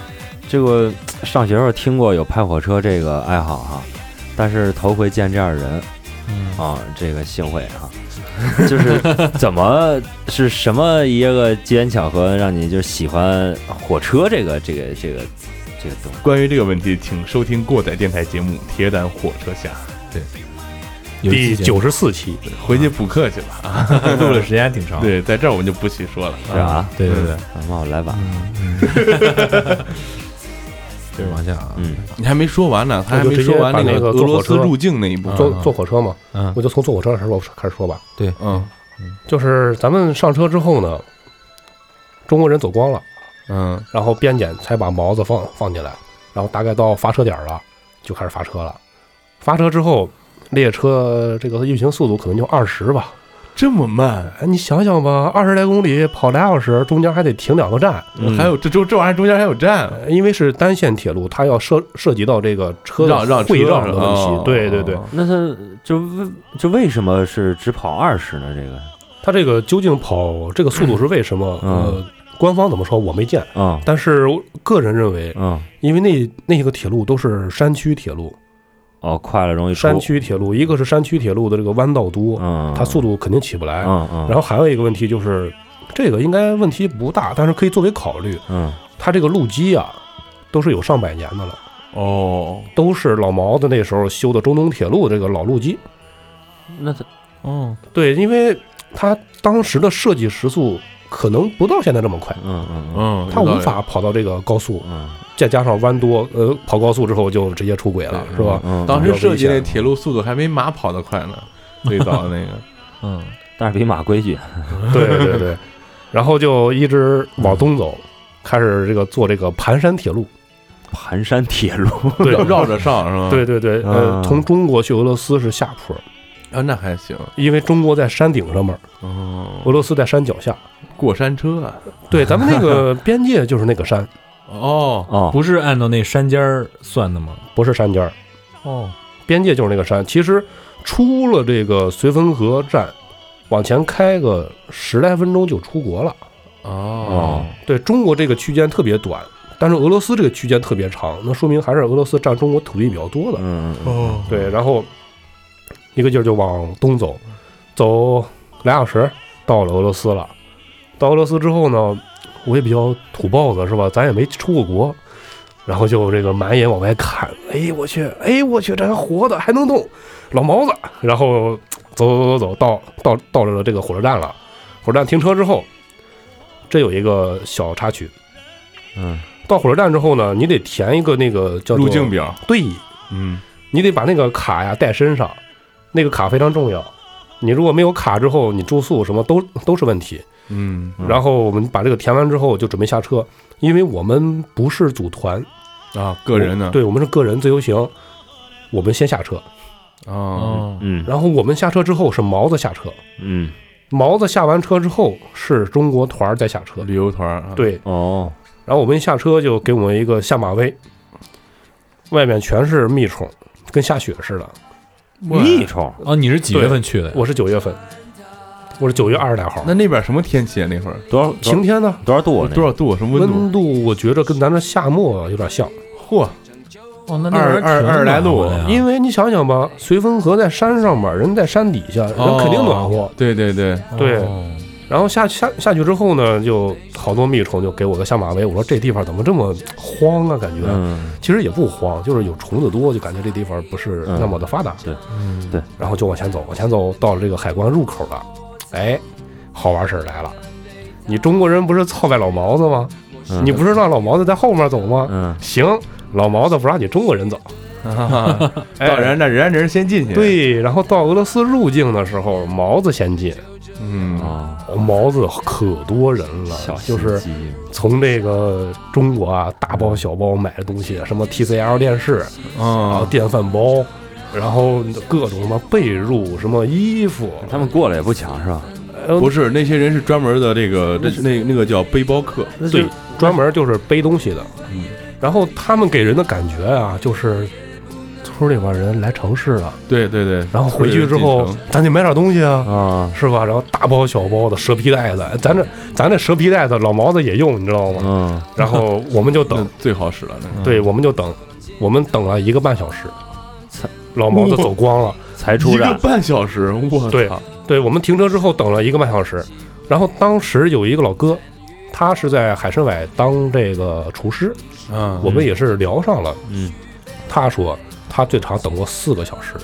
[SPEAKER 4] 这个上学时候听过有拍火车这个爱好哈，但是头回见这样的人
[SPEAKER 5] 正
[SPEAKER 4] 啊，这个幸会啊， 就是怎么是什么一个机缘巧合让你就喜欢火车这个这个这个这个东西？
[SPEAKER 3] 关于这个问题，请收听过载电台节目《铁胆火车侠
[SPEAKER 5] 有一
[SPEAKER 6] 第
[SPEAKER 5] 期节
[SPEAKER 6] 九
[SPEAKER 5] 目
[SPEAKER 6] 十四期，》，
[SPEAKER 3] 回去补课去吧。啊，
[SPEAKER 5] 录 的时间还挺长，
[SPEAKER 3] 对，在这儿我们就不细说了。
[SPEAKER 4] 是吧？啊
[SPEAKER 5] 对对对，
[SPEAKER 4] 那么我来吧，
[SPEAKER 5] 接着往下啊，
[SPEAKER 4] 嗯，
[SPEAKER 3] 你还没说完呢，他还没说完
[SPEAKER 6] 那
[SPEAKER 3] 个俄
[SPEAKER 6] 就直接把那个
[SPEAKER 3] 罗斯
[SPEAKER 6] 坐火车
[SPEAKER 3] 入境那一部分。
[SPEAKER 6] 坐坐火车嘛，
[SPEAKER 5] 嗯
[SPEAKER 6] 我就从坐火车的时候开始说吧。
[SPEAKER 3] 嗯
[SPEAKER 6] 就是咱们上车之后呢，中国人走光了，
[SPEAKER 3] 嗯，
[SPEAKER 6] 然后边检才把毛子放放进来，然后大概到发车点儿了，就开始发车了。发车之后，列车这个运行速度可能就二十吧。
[SPEAKER 3] 这么慢，
[SPEAKER 6] 哎，你想想吧，二十来公里跑俩小时，中间还得停两个站，
[SPEAKER 4] 嗯
[SPEAKER 3] 还有这这这玩意儿中间还有站。
[SPEAKER 6] 呃因为是单线铁路，它要涉涉及到这个车
[SPEAKER 3] 让让
[SPEAKER 6] 的
[SPEAKER 3] 车哦
[SPEAKER 6] 会让的
[SPEAKER 3] 是
[SPEAKER 6] 问
[SPEAKER 3] 吧
[SPEAKER 6] 题。对对对，，
[SPEAKER 4] 那他就为就为什么是只跑二十呢？这个
[SPEAKER 6] 它这个究竟跑这个速度是为什么？
[SPEAKER 3] 嗯
[SPEAKER 6] 呃，官方怎么说我没见，
[SPEAKER 4] 啊
[SPEAKER 6] 但是我个人认为，
[SPEAKER 4] 嗯
[SPEAKER 6] 因为那那个铁路都是山区铁路，
[SPEAKER 4] 哦，快了容易出
[SPEAKER 6] 山区铁路一个是山区铁路的这个弯道多，
[SPEAKER 4] 嗯，
[SPEAKER 6] 它速度肯定起不来。
[SPEAKER 4] 嗯嗯，
[SPEAKER 6] 然后还有一个问题就是，这个应该问题不大，但是可以作为考虑。
[SPEAKER 4] 嗯
[SPEAKER 6] 它这个路基啊，都是有上百年的了，
[SPEAKER 3] 哦，
[SPEAKER 6] 都是老毛子那时候修的中东铁路这个老路基。
[SPEAKER 4] 那他
[SPEAKER 5] 哦，
[SPEAKER 6] 对，因为它当时的设计时速可能不到现在这么快，
[SPEAKER 4] 嗯嗯嗯
[SPEAKER 3] 嗯，
[SPEAKER 6] 它无法跑到这个高速，
[SPEAKER 4] 嗯，
[SPEAKER 6] 再加上弯多，呃，跑高速之后就直接出轨了，是 吧？
[SPEAKER 4] 嗯，
[SPEAKER 3] 当时设计那铁路速度还没马跑得快 呢，最早的那个，
[SPEAKER 5] 嗯，
[SPEAKER 4] 但是比马规矩，
[SPEAKER 6] 对对对，然后就一直往东走，开始这个坐这个盘山铁路，
[SPEAKER 4] 盘山铁路，
[SPEAKER 6] 对
[SPEAKER 3] 绕
[SPEAKER 6] 嗯
[SPEAKER 3] 绕着上是吧？
[SPEAKER 6] 对对对，呃
[SPEAKER 4] 啊，
[SPEAKER 6] 从中国去俄罗斯是下坡，
[SPEAKER 3] 啊，那还行。
[SPEAKER 6] 因为中国在山顶上面，俄
[SPEAKER 3] 哦，
[SPEAKER 6] 罗斯在山脚下。
[SPEAKER 3] 过山车啊，
[SPEAKER 6] 对，咱们那个边界就是那个山，
[SPEAKER 3] 哦，
[SPEAKER 4] 哦，
[SPEAKER 5] 不是按照那山尖儿算的吗？
[SPEAKER 6] 不是山尖儿，
[SPEAKER 5] 哦，
[SPEAKER 6] 边界就是那个山。其实出了这个绥芬河站，往前开个十来分钟就出国了。
[SPEAKER 3] 哦，
[SPEAKER 6] 对中国这个区间特别短，但是俄罗斯这个区间特别长，那说明还是俄罗斯占中国土地比较多的。
[SPEAKER 4] 嗯嗯
[SPEAKER 3] 哦，
[SPEAKER 6] 对，然后一个劲儿就往东走，走俩小时到了俄罗斯了。到俄罗斯之后呢，我也比较土包子是吧？咱也没出过国，然后就这个满眼往外看，哎我去，哎我去，这还活的，还能动，老毛子。然后走走走走走，到到到了这个火车站了，火车站停车之后，这有一个小插曲。
[SPEAKER 4] 嗯，
[SPEAKER 6] 到火车站之后呢，你得填一个那个叫做
[SPEAKER 3] 入境，表，
[SPEAKER 6] 对
[SPEAKER 3] 嗯，
[SPEAKER 6] 你得把那个卡呀带身上，那个卡非常重要。你如果没有卡之后，你住宿什么都都是问题。
[SPEAKER 3] 嗯
[SPEAKER 4] 嗯
[SPEAKER 6] 然后我们把这个填完之后就准备下车，因为我们不是组团，
[SPEAKER 3] 啊，个人呢，
[SPEAKER 6] 对我们是个人自由行。我们先下车，
[SPEAKER 3] 啊，
[SPEAKER 4] 嗯
[SPEAKER 6] 然后我们下车之后是毛子下车，
[SPEAKER 4] 嗯，
[SPEAKER 6] 毛子下完车之后是中国团儿再下车。
[SPEAKER 3] 旅游团儿，啊
[SPEAKER 6] 对，
[SPEAKER 4] 哦，
[SPEAKER 6] 然后我们一下车就给我们一个下马威，外面全是蜜虫，跟下雪似的。
[SPEAKER 4] 蜜虫，
[SPEAKER 5] 哦，你是几月份去的呀？
[SPEAKER 6] 我是九月份，我是九月二十来号，
[SPEAKER 3] 那那边什么天气啊？那会儿
[SPEAKER 4] 多少
[SPEAKER 6] 晴天呢，
[SPEAKER 4] 多少度啊？那
[SPEAKER 3] 多少度？什么温度？
[SPEAKER 6] 温度我觉着跟咱这夏末有点像，
[SPEAKER 3] 嚯，
[SPEAKER 5] 哦，那
[SPEAKER 3] 二二二十来度
[SPEAKER 5] 啊
[SPEAKER 6] 因为你想想吧，绥芬河在山上面，人在山底下，人
[SPEAKER 3] 哦
[SPEAKER 6] 肯定暖和。
[SPEAKER 3] 对对对，
[SPEAKER 6] 对
[SPEAKER 5] 哦
[SPEAKER 6] 然后下下下去之后呢，就好多蜜虫就给我个下马威，我说这地方怎么这么荒啊？感觉、
[SPEAKER 4] 嗯，
[SPEAKER 6] 其实也不荒，就是有虫子多，就感觉这地方不是那么的发达。
[SPEAKER 5] 嗯
[SPEAKER 4] 对
[SPEAKER 6] 然后就往前走，往前走到了这个海关入口了，哎，好玩事儿来了。你中国人不是操败老毛子吗？
[SPEAKER 4] 嗯
[SPEAKER 6] 你不是让老毛子在后面走吗？
[SPEAKER 4] 嗯
[SPEAKER 6] 行，老毛子不让你中国人走，
[SPEAKER 3] 啊
[SPEAKER 6] 哎
[SPEAKER 3] 到人那人家人先进去，，
[SPEAKER 6] 对，然后到俄罗斯入境的时候，毛子先进，
[SPEAKER 3] 嗯，
[SPEAKER 4] 哦，
[SPEAKER 6] 哦毛子可多人了
[SPEAKER 4] 小，心
[SPEAKER 6] 就是
[SPEAKER 4] 机
[SPEAKER 6] 从这个中国啊，大包小包买的东西，什么 TCL 电视，然后
[SPEAKER 3] 啊，
[SPEAKER 6] 电饭煲，然后各种什么被褥、什么衣服，
[SPEAKER 4] 他们过来也不强是吧？
[SPEAKER 3] 不是那些人是专门的这个这那那个叫背包客，
[SPEAKER 6] 对，专门就是背东西的。
[SPEAKER 3] 嗯，
[SPEAKER 6] 然后他们给人的感觉啊，就是村里边人来城市了，
[SPEAKER 3] 对对对，
[SPEAKER 6] 然后回去之后
[SPEAKER 3] 进城，
[SPEAKER 6] 咱得买点东西啊，
[SPEAKER 4] 啊，
[SPEAKER 6] 是吧？然后大包小包的蛇皮袋子，咱这咱这蛇皮袋子老毛子也用，你知道吗？
[SPEAKER 4] 嗯，
[SPEAKER 6] 然后我们就
[SPEAKER 3] 那
[SPEAKER 6] 等，
[SPEAKER 3] 最好使了，那个
[SPEAKER 6] 对，我们就等，我们等了一个半小时
[SPEAKER 4] 操，
[SPEAKER 6] 老毛子走光了。
[SPEAKER 4] 才出
[SPEAKER 3] 一个
[SPEAKER 4] 站，
[SPEAKER 3] 半小时，我
[SPEAKER 6] 对
[SPEAKER 3] 操，
[SPEAKER 6] 对我们停车之后等了一个半小时，然后当时有一个老哥，他是在海参崴当这个厨师，
[SPEAKER 3] 啊，
[SPEAKER 6] 我们也是聊上了。
[SPEAKER 4] 嗯，
[SPEAKER 6] 他说他最长等过四个小时，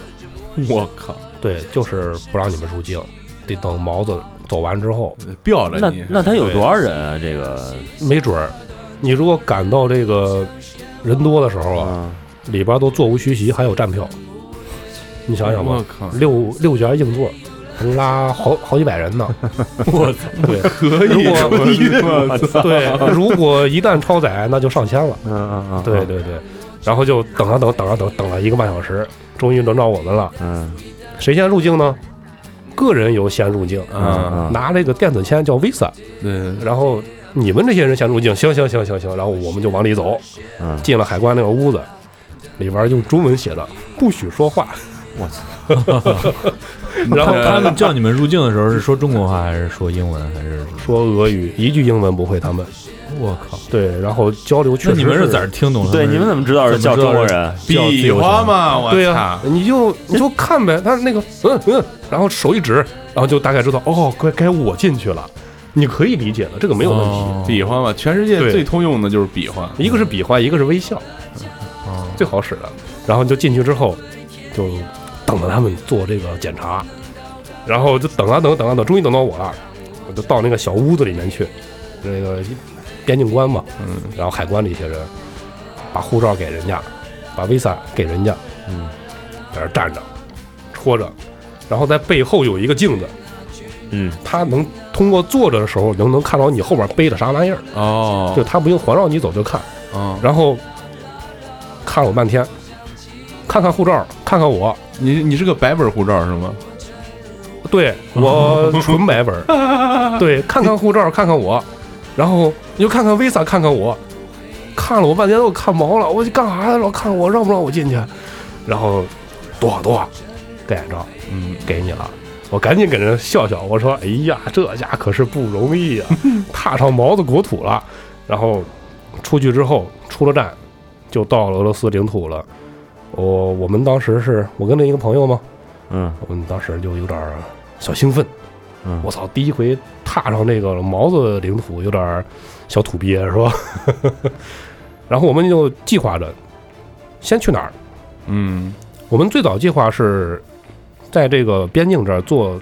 [SPEAKER 3] 我靠，
[SPEAKER 6] 对，就是不让你们入境，得等毛子走完之后，
[SPEAKER 3] 吊
[SPEAKER 4] 那
[SPEAKER 3] 着你，
[SPEAKER 4] 那他有多少人啊？这个
[SPEAKER 6] 没准儿你如果赶到这个人多的时候啊，
[SPEAKER 4] 啊，
[SPEAKER 6] 里边都座无虚席，还有站票，你想想
[SPEAKER 3] 我
[SPEAKER 6] 吧，
[SPEAKER 3] 靠，
[SPEAKER 6] 六六节硬座。能拉好好几百 人呢，
[SPEAKER 5] 我
[SPEAKER 6] 对
[SPEAKER 3] 可以，
[SPEAKER 6] 如果
[SPEAKER 3] 我操，
[SPEAKER 6] 对，如果一旦超载，那就上千 了。
[SPEAKER 4] 嗯嗯嗯，
[SPEAKER 6] 对，对对，然后就等啊等，等啊等，等了一个半小时，终于轮到我们了。
[SPEAKER 4] 嗯
[SPEAKER 6] 谁先入境呢？个人游先入境，
[SPEAKER 3] 啊，
[SPEAKER 4] 嗯
[SPEAKER 6] 拿这个电子签叫 Visa，
[SPEAKER 3] 对，
[SPEAKER 6] 然后你们这些人先入境，行行行行行，然后我们就往里走，
[SPEAKER 4] 嗯，
[SPEAKER 6] 进了海关那个屋子，里边用中文写的“不许说话
[SPEAKER 4] 我操，”，
[SPEAKER 6] 然后
[SPEAKER 5] 他们叫你们入境的时候是说中国话还是说英文还是？
[SPEAKER 6] 说俄语，一句英文不会。他们
[SPEAKER 5] 我靠！
[SPEAKER 6] 对，然后交流确
[SPEAKER 5] 那
[SPEAKER 6] 实
[SPEAKER 5] 你们是咋儿听懂的？
[SPEAKER 4] 对，你们怎么知道是叫中国
[SPEAKER 5] 怎
[SPEAKER 4] 人？
[SPEAKER 5] 叫自
[SPEAKER 3] 比
[SPEAKER 5] 由
[SPEAKER 3] 划
[SPEAKER 5] 行
[SPEAKER 3] 嘛，我
[SPEAKER 6] 对啊呀、
[SPEAKER 3] 操，
[SPEAKER 6] 你就 你就看呗，他那个嗯嗯，然后手一指，然后就大概知道哦，该该我进去了，你可以理解的，这个没有问题。
[SPEAKER 5] 哦
[SPEAKER 3] 比划嘛，全世界
[SPEAKER 6] 对
[SPEAKER 3] 最通用的就是比划，
[SPEAKER 6] 一个是比划，一个是微笑，嗯
[SPEAKER 5] 哦
[SPEAKER 6] 最好使的。然后你就进去之后，就等着他们做这个检查，然后就等啊等啊等啊等，终于等到我了，我就到那个小屋子里面去，那个边境关嘛，
[SPEAKER 3] 嗯，
[SPEAKER 6] 然后海关这些人把护照给人家，把 visa 给人家，
[SPEAKER 4] 嗯，
[SPEAKER 6] 在那儿站着，戳着，然后在背后有一个镜子，
[SPEAKER 4] 嗯，
[SPEAKER 6] 他能通过坐着的时候能能看到你后边背着啥玩意儿，
[SPEAKER 3] 哦，
[SPEAKER 6] 就他不用环绕你走就看。
[SPEAKER 3] 哦，
[SPEAKER 6] 然后看了我半天，看看护照，看看我，
[SPEAKER 3] 你你是个白本护照是吗？
[SPEAKER 6] 对我纯白本儿，对，看看护照，看看我，然后又看看 Visa，看看我，看了我半天都看毛了，我去干啥呀？老看我让不让我进去？然后多少多少，盖章
[SPEAKER 3] 嗯，
[SPEAKER 6] 给你了。我赶紧给人笑笑，我说：“哎呀，这家可是不容易呀、踏上毛子国土了。”然后出去之后，出了站，就到了俄罗斯领土了。我我们当时是我跟另一个朋友嘛，
[SPEAKER 4] 嗯
[SPEAKER 6] 我们当时就有点儿小兴奋，
[SPEAKER 4] 嗯，
[SPEAKER 6] 我操，第一回踏上这个毛子领土，有点儿小土鳖是吧？ 然后我们就计划着先去哪儿。
[SPEAKER 3] 嗯
[SPEAKER 6] 我们最早计划是在这个边境这儿坐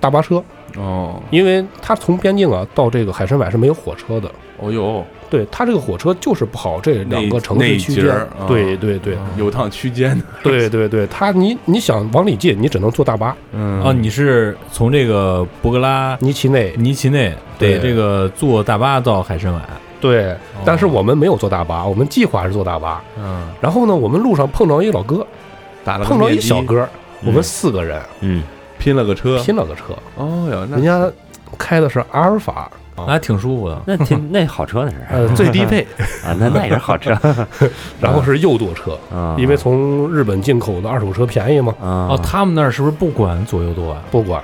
[SPEAKER 6] 大巴车，
[SPEAKER 3] 哦，
[SPEAKER 6] 因为它从边境啊到这个海参崴是没有火车的。
[SPEAKER 3] 哦哟，
[SPEAKER 6] 对，它这个火车就是不好这两
[SPEAKER 3] 那
[SPEAKER 6] 个城
[SPEAKER 3] 那一
[SPEAKER 6] 市区
[SPEAKER 3] 节
[SPEAKER 6] 间
[SPEAKER 3] 儿啊。
[SPEAKER 6] 对对 对
[SPEAKER 3] 有趟区间的，
[SPEAKER 6] 对对对，它你你想往里进，你只能坐大巴。
[SPEAKER 3] 嗯
[SPEAKER 5] 哦，你是从这个博格拉
[SPEAKER 6] 尼奇内
[SPEAKER 5] 尼奇内得
[SPEAKER 6] 对
[SPEAKER 5] 这个坐大巴到海参崴，
[SPEAKER 6] 对，但是我们没有坐大巴，我们计划是坐大巴。
[SPEAKER 3] 哦嗯
[SPEAKER 6] 然后呢，我们路上碰着一老哥，
[SPEAKER 3] 打了个
[SPEAKER 6] 碰着
[SPEAKER 3] 面
[SPEAKER 6] 一
[SPEAKER 3] 的
[SPEAKER 6] 小，哥，
[SPEAKER 4] 嗯
[SPEAKER 6] 我们四个人
[SPEAKER 4] 嗯，
[SPEAKER 3] 拼了个车，
[SPEAKER 6] 拼了个车，
[SPEAKER 3] 哦哟，那
[SPEAKER 6] 人家开的是阿尔法，
[SPEAKER 5] 还挺舒服的。
[SPEAKER 4] 那挺那好车那 是
[SPEAKER 6] 呃，最 低配，
[SPEAKER 4] 啊，那那也是好 车
[SPEAKER 6] 然后是右舵车，
[SPEAKER 4] 啊，
[SPEAKER 6] 因为从日本进口的二手车便宜嘛，
[SPEAKER 4] 啊
[SPEAKER 5] 哦，他们那儿是不是不管左右舵啊？
[SPEAKER 6] 不管。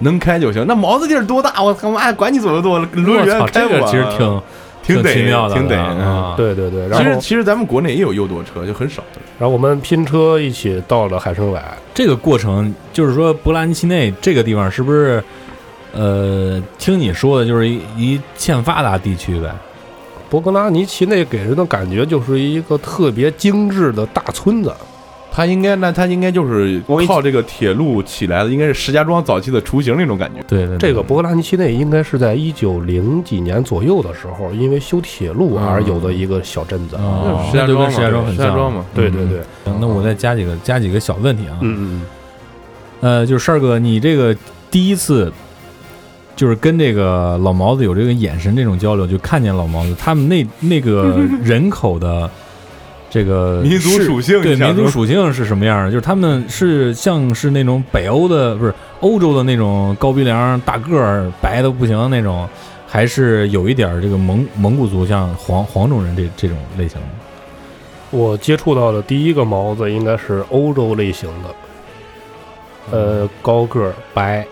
[SPEAKER 3] 能开就行。那毛子地儿多大？我他妈哎管你左右舵，轮
[SPEAKER 5] 我
[SPEAKER 3] 圆
[SPEAKER 5] 操，
[SPEAKER 3] 开
[SPEAKER 5] 这个
[SPEAKER 3] 我
[SPEAKER 5] 其实挺
[SPEAKER 3] 挺
[SPEAKER 5] 奇妙
[SPEAKER 3] 得
[SPEAKER 5] 的，
[SPEAKER 3] 挺得
[SPEAKER 5] 啊。
[SPEAKER 3] 嗯
[SPEAKER 5] 对，
[SPEAKER 6] 对对对，然
[SPEAKER 3] 其
[SPEAKER 6] 后
[SPEAKER 3] 实其实咱们国内也有右舵车，就很少。
[SPEAKER 6] 然后我们拼车一起到了海参崴，
[SPEAKER 5] 这个过程就是说，博拉尼奇内这个地方是不是？呃，听你说的就是一一欠发达地区呗，
[SPEAKER 6] 博格拉尼奇内给人的感觉就是一个特别精致的大村子，
[SPEAKER 3] 他应该那他应该就是
[SPEAKER 4] 我一
[SPEAKER 3] 靠这个铁路起来的，应该是石家庄早期的雏形那种感觉。
[SPEAKER 5] 对对，对
[SPEAKER 6] 这个博格拉尼奇内应该是在一九零几年左右的时候，因为修铁路而有的一个小镇子。啊
[SPEAKER 5] 哦
[SPEAKER 3] 石家
[SPEAKER 5] 那就
[SPEAKER 3] 庄
[SPEAKER 5] 跟
[SPEAKER 3] 嘛
[SPEAKER 5] 石家庄很
[SPEAKER 3] 石家
[SPEAKER 5] 像
[SPEAKER 3] 庄嘛
[SPEAKER 6] 对对对，
[SPEAKER 5] 行，那我再加几个加几个小问题啊，
[SPEAKER 6] 嗯嗯
[SPEAKER 5] 呃，就是帅哥，你这个第一次就是跟这个老毛子有这个眼神这种交流，就看见老毛子他们那那个 人口的这个
[SPEAKER 3] 民族
[SPEAKER 5] 是
[SPEAKER 3] 属性
[SPEAKER 5] 对
[SPEAKER 3] 你想
[SPEAKER 5] 民族
[SPEAKER 3] 说
[SPEAKER 5] 属性是什么样的？ 就是他们是像是那种北欧的，不是欧洲的那种高鼻梁、大个儿、白的不行的那种，还是有一点儿这个蒙蒙古族，像黄黄种人这这种类型的？
[SPEAKER 6] 我接触到的第一个毛子应该是欧洲类型的，
[SPEAKER 5] 嗯
[SPEAKER 6] 呃，高个儿白，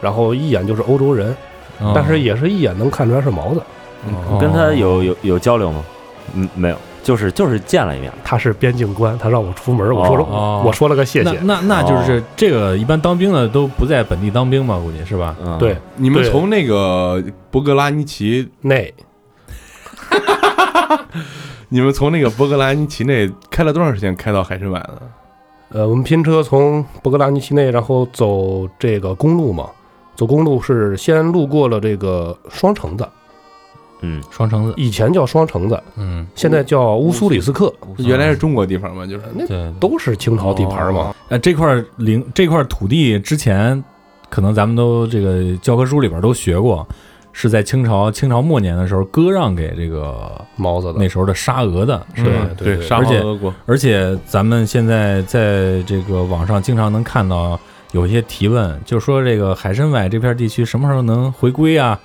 [SPEAKER 6] 然后一眼就是欧洲人，
[SPEAKER 5] 嗯，
[SPEAKER 6] 但是也是一眼能看出来是毛子，
[SPEAKER 5] 哦
[SPEAKER 4] 嗯跟他有有有交流吗？嗯，没有，就是就是见了一面，
[SPEAKER 6] 他是边境官，他让我出门，我说了，
[SPEAKER 5] 哦
[SPEAKER 6] 我说了个谢谢。
[SPEAKER 5] 那那那就是、这个，一般当兵的都不在本地当兵吧？估计是吧？
[SPEAKER 4] 嗯，
[SPEAKER 6] 对，
[SPEAKER 3] 你们
[SPEAKER 6] 对
[SPEAKER 3] 从那个博格拉尼奇，
[SPEAKER 6] 那
[SPEAKER 3] 你们从那个博格拉尼奇那开了多长时间开到海参崴的？
[SPEAKER 6] 呃，我们拼车从博格拉尼奇内，然后走这个公路嘛，走公路是先路过了这个双城子，
[SPEAKER 4] 嗯，
[SPEAKER 5] 双橙子，
[SPEAKER 6] 以前叫双城子，
[SPEAKER 5] 嗯，
[SPEAKER 6] 现在叫乌苏里斯克，
[SPEAKER 3] 原来是中国地方嘛，就是
[SPEAKER 6] 那
[SPEAKER 5] 对，
[SPEAKER 6] 都是清朝地盘嘛。
[SPEAKER 5] 呃，这块儿领这块儿土地之前，可能咱们都这个教科书里边都学过，是在清朝清朝末年的时候割让给这个
[SPEAKER 6] 毛子的
[SPEAKER 5] 那时候的沙俄的，是吧？
[SPEAKER 3] 嗯
[SPEAKER 6] 对对
[SPEAKER 3] 对，
[SPEAKER 6] 对
[SPEAKER 3] 沙
[SPEAKER 5] 而且
[SPEAKER 3] 皇俄国，
[SPEAKER 5] 而且咱们现在在这个网上经常能看到有一些提问，就说这个海参崴这片地区什么时候能回归啊？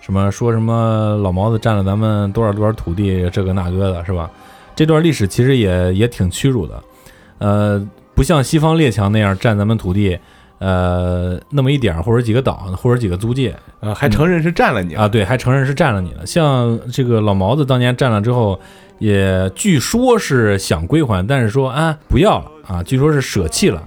[SPEAKER 5] 什么说什么老毛子占了咱们多少多少土地，这个那个的，是吧？这段历史其实也也挺屈辱的，呃，不像西方列强那样占咱们土地，呃，那么一点儿或者几个岛或者几个租界，
[SPEAKER 3] 呃，还承认是占了你
[SPEAKER 5] 啊，，对，还承认是占了你了。像这个老毛子当年占了之后，也据说是想归还，但是说啊不要了啊，据说是舍弃了。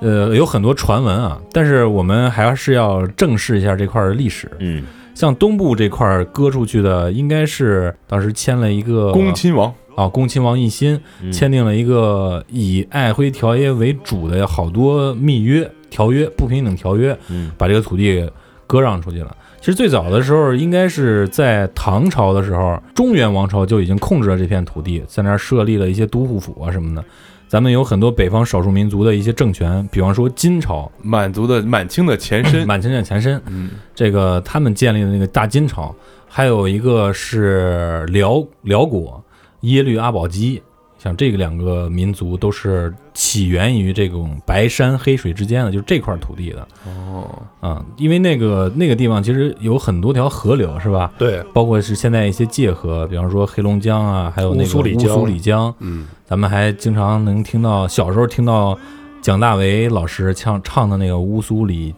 [SPEAKER 5] 呃，有很多传闻啊，但是我们还是要正视一下这块儿的历史。
[SPEAKER 4] 嗯，
[SPEAKER 5] 像东部这块儿割出去的，应该是当时签了一个
[SPEAKER 3] 恭亲王，
[SPEAKER 5] 啊，恭亲王奕欣
[SPEAKER 4] 嗯
[SPEAKER 5] 签订了一个以瑷珲条约为主的好多密约条约、不平等条约。
[SPEAKER 4] 嗯
[SPEAKER 5] 把这个土地割让出去了。其实最早的时候，应该是在唐朝的时候，中原王朝就已经控制了这片土地，在那儿设立了一些都护府啊什么的。咱们有很多北方少数民族的一些政权，比方说金朝、
[SPEAKER 3] 满族的满清的前身，
[SPEAKER 5] 满清的前身，
[SPEAKER 3] 嗯，
[SPEAKER 5] 这个他们建立的那个大金朝，还有一个是辽辽国耶律阿保机，像这个两个民族都是起源于这种白山黑水之间的，就是这块土地的。
[SPEAKER 3] 哦，
[SPEAKER 5] 啊、因为那个那个地方其实有很多条河流，是吧？
[SPEAKER 6] 对，
[SPEAKER 5] 包括是现在一些界河，比方说黑龙江啊，还有那个
[SPEAKER 6] 乌苏里
[SPEAKER 5] 乌
[SPEAKER 6] 江
[SPEAKER 5] 苏里江，
[SPEAKER 6] 嗯，
[SPEAKER 5] 咱们还经常能听到，小时候听到蒋大为老师唱唱的那个乌苏里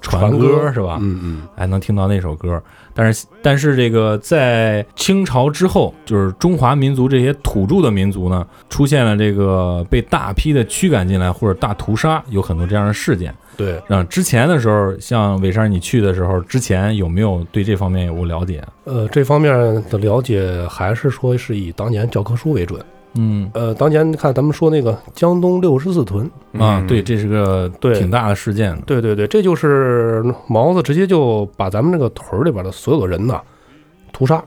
[SPEAKER 5] 船
[SPEAKER 6] 船
[SPEAKER 5] 歌，
[SPEAKER 6] 歌
[SPEAKER 5] 是吧？
[SPEAKER 6] 嗯嗯，
[SPEAKER 5] 还能听到那首歌。但是，但是这个在清朝之后，就是中华民族这些土著的民族呢，出现了这个被大批的驱赶进来或者大屠杀，有很多这样的事件。
[SPEAKER 6] 对，
[SPEAKER 5] 啊，之前的时候，像伟山你去的时候，之前有没有对这方面有过了解？
[SPEAKER 6] 呃，这方面的了解还是说是以当年教科书为准。
[SPEAKER 5] 嗯
[SPEAKER 6] 呃，当年看咱们说那个江东六十四屯，
[SPEAKER 5] 啊
[SPEAKER 3] 嗯，
[SPEAKER 5] 对，这是个
[SPEAKER 6] 对
[SPEAKER 5] 挺大的事件的。
[SPEAKER 6] 对对对，这就是毛子直接就把咱们这个屯儿里边的所有人呐屠杀，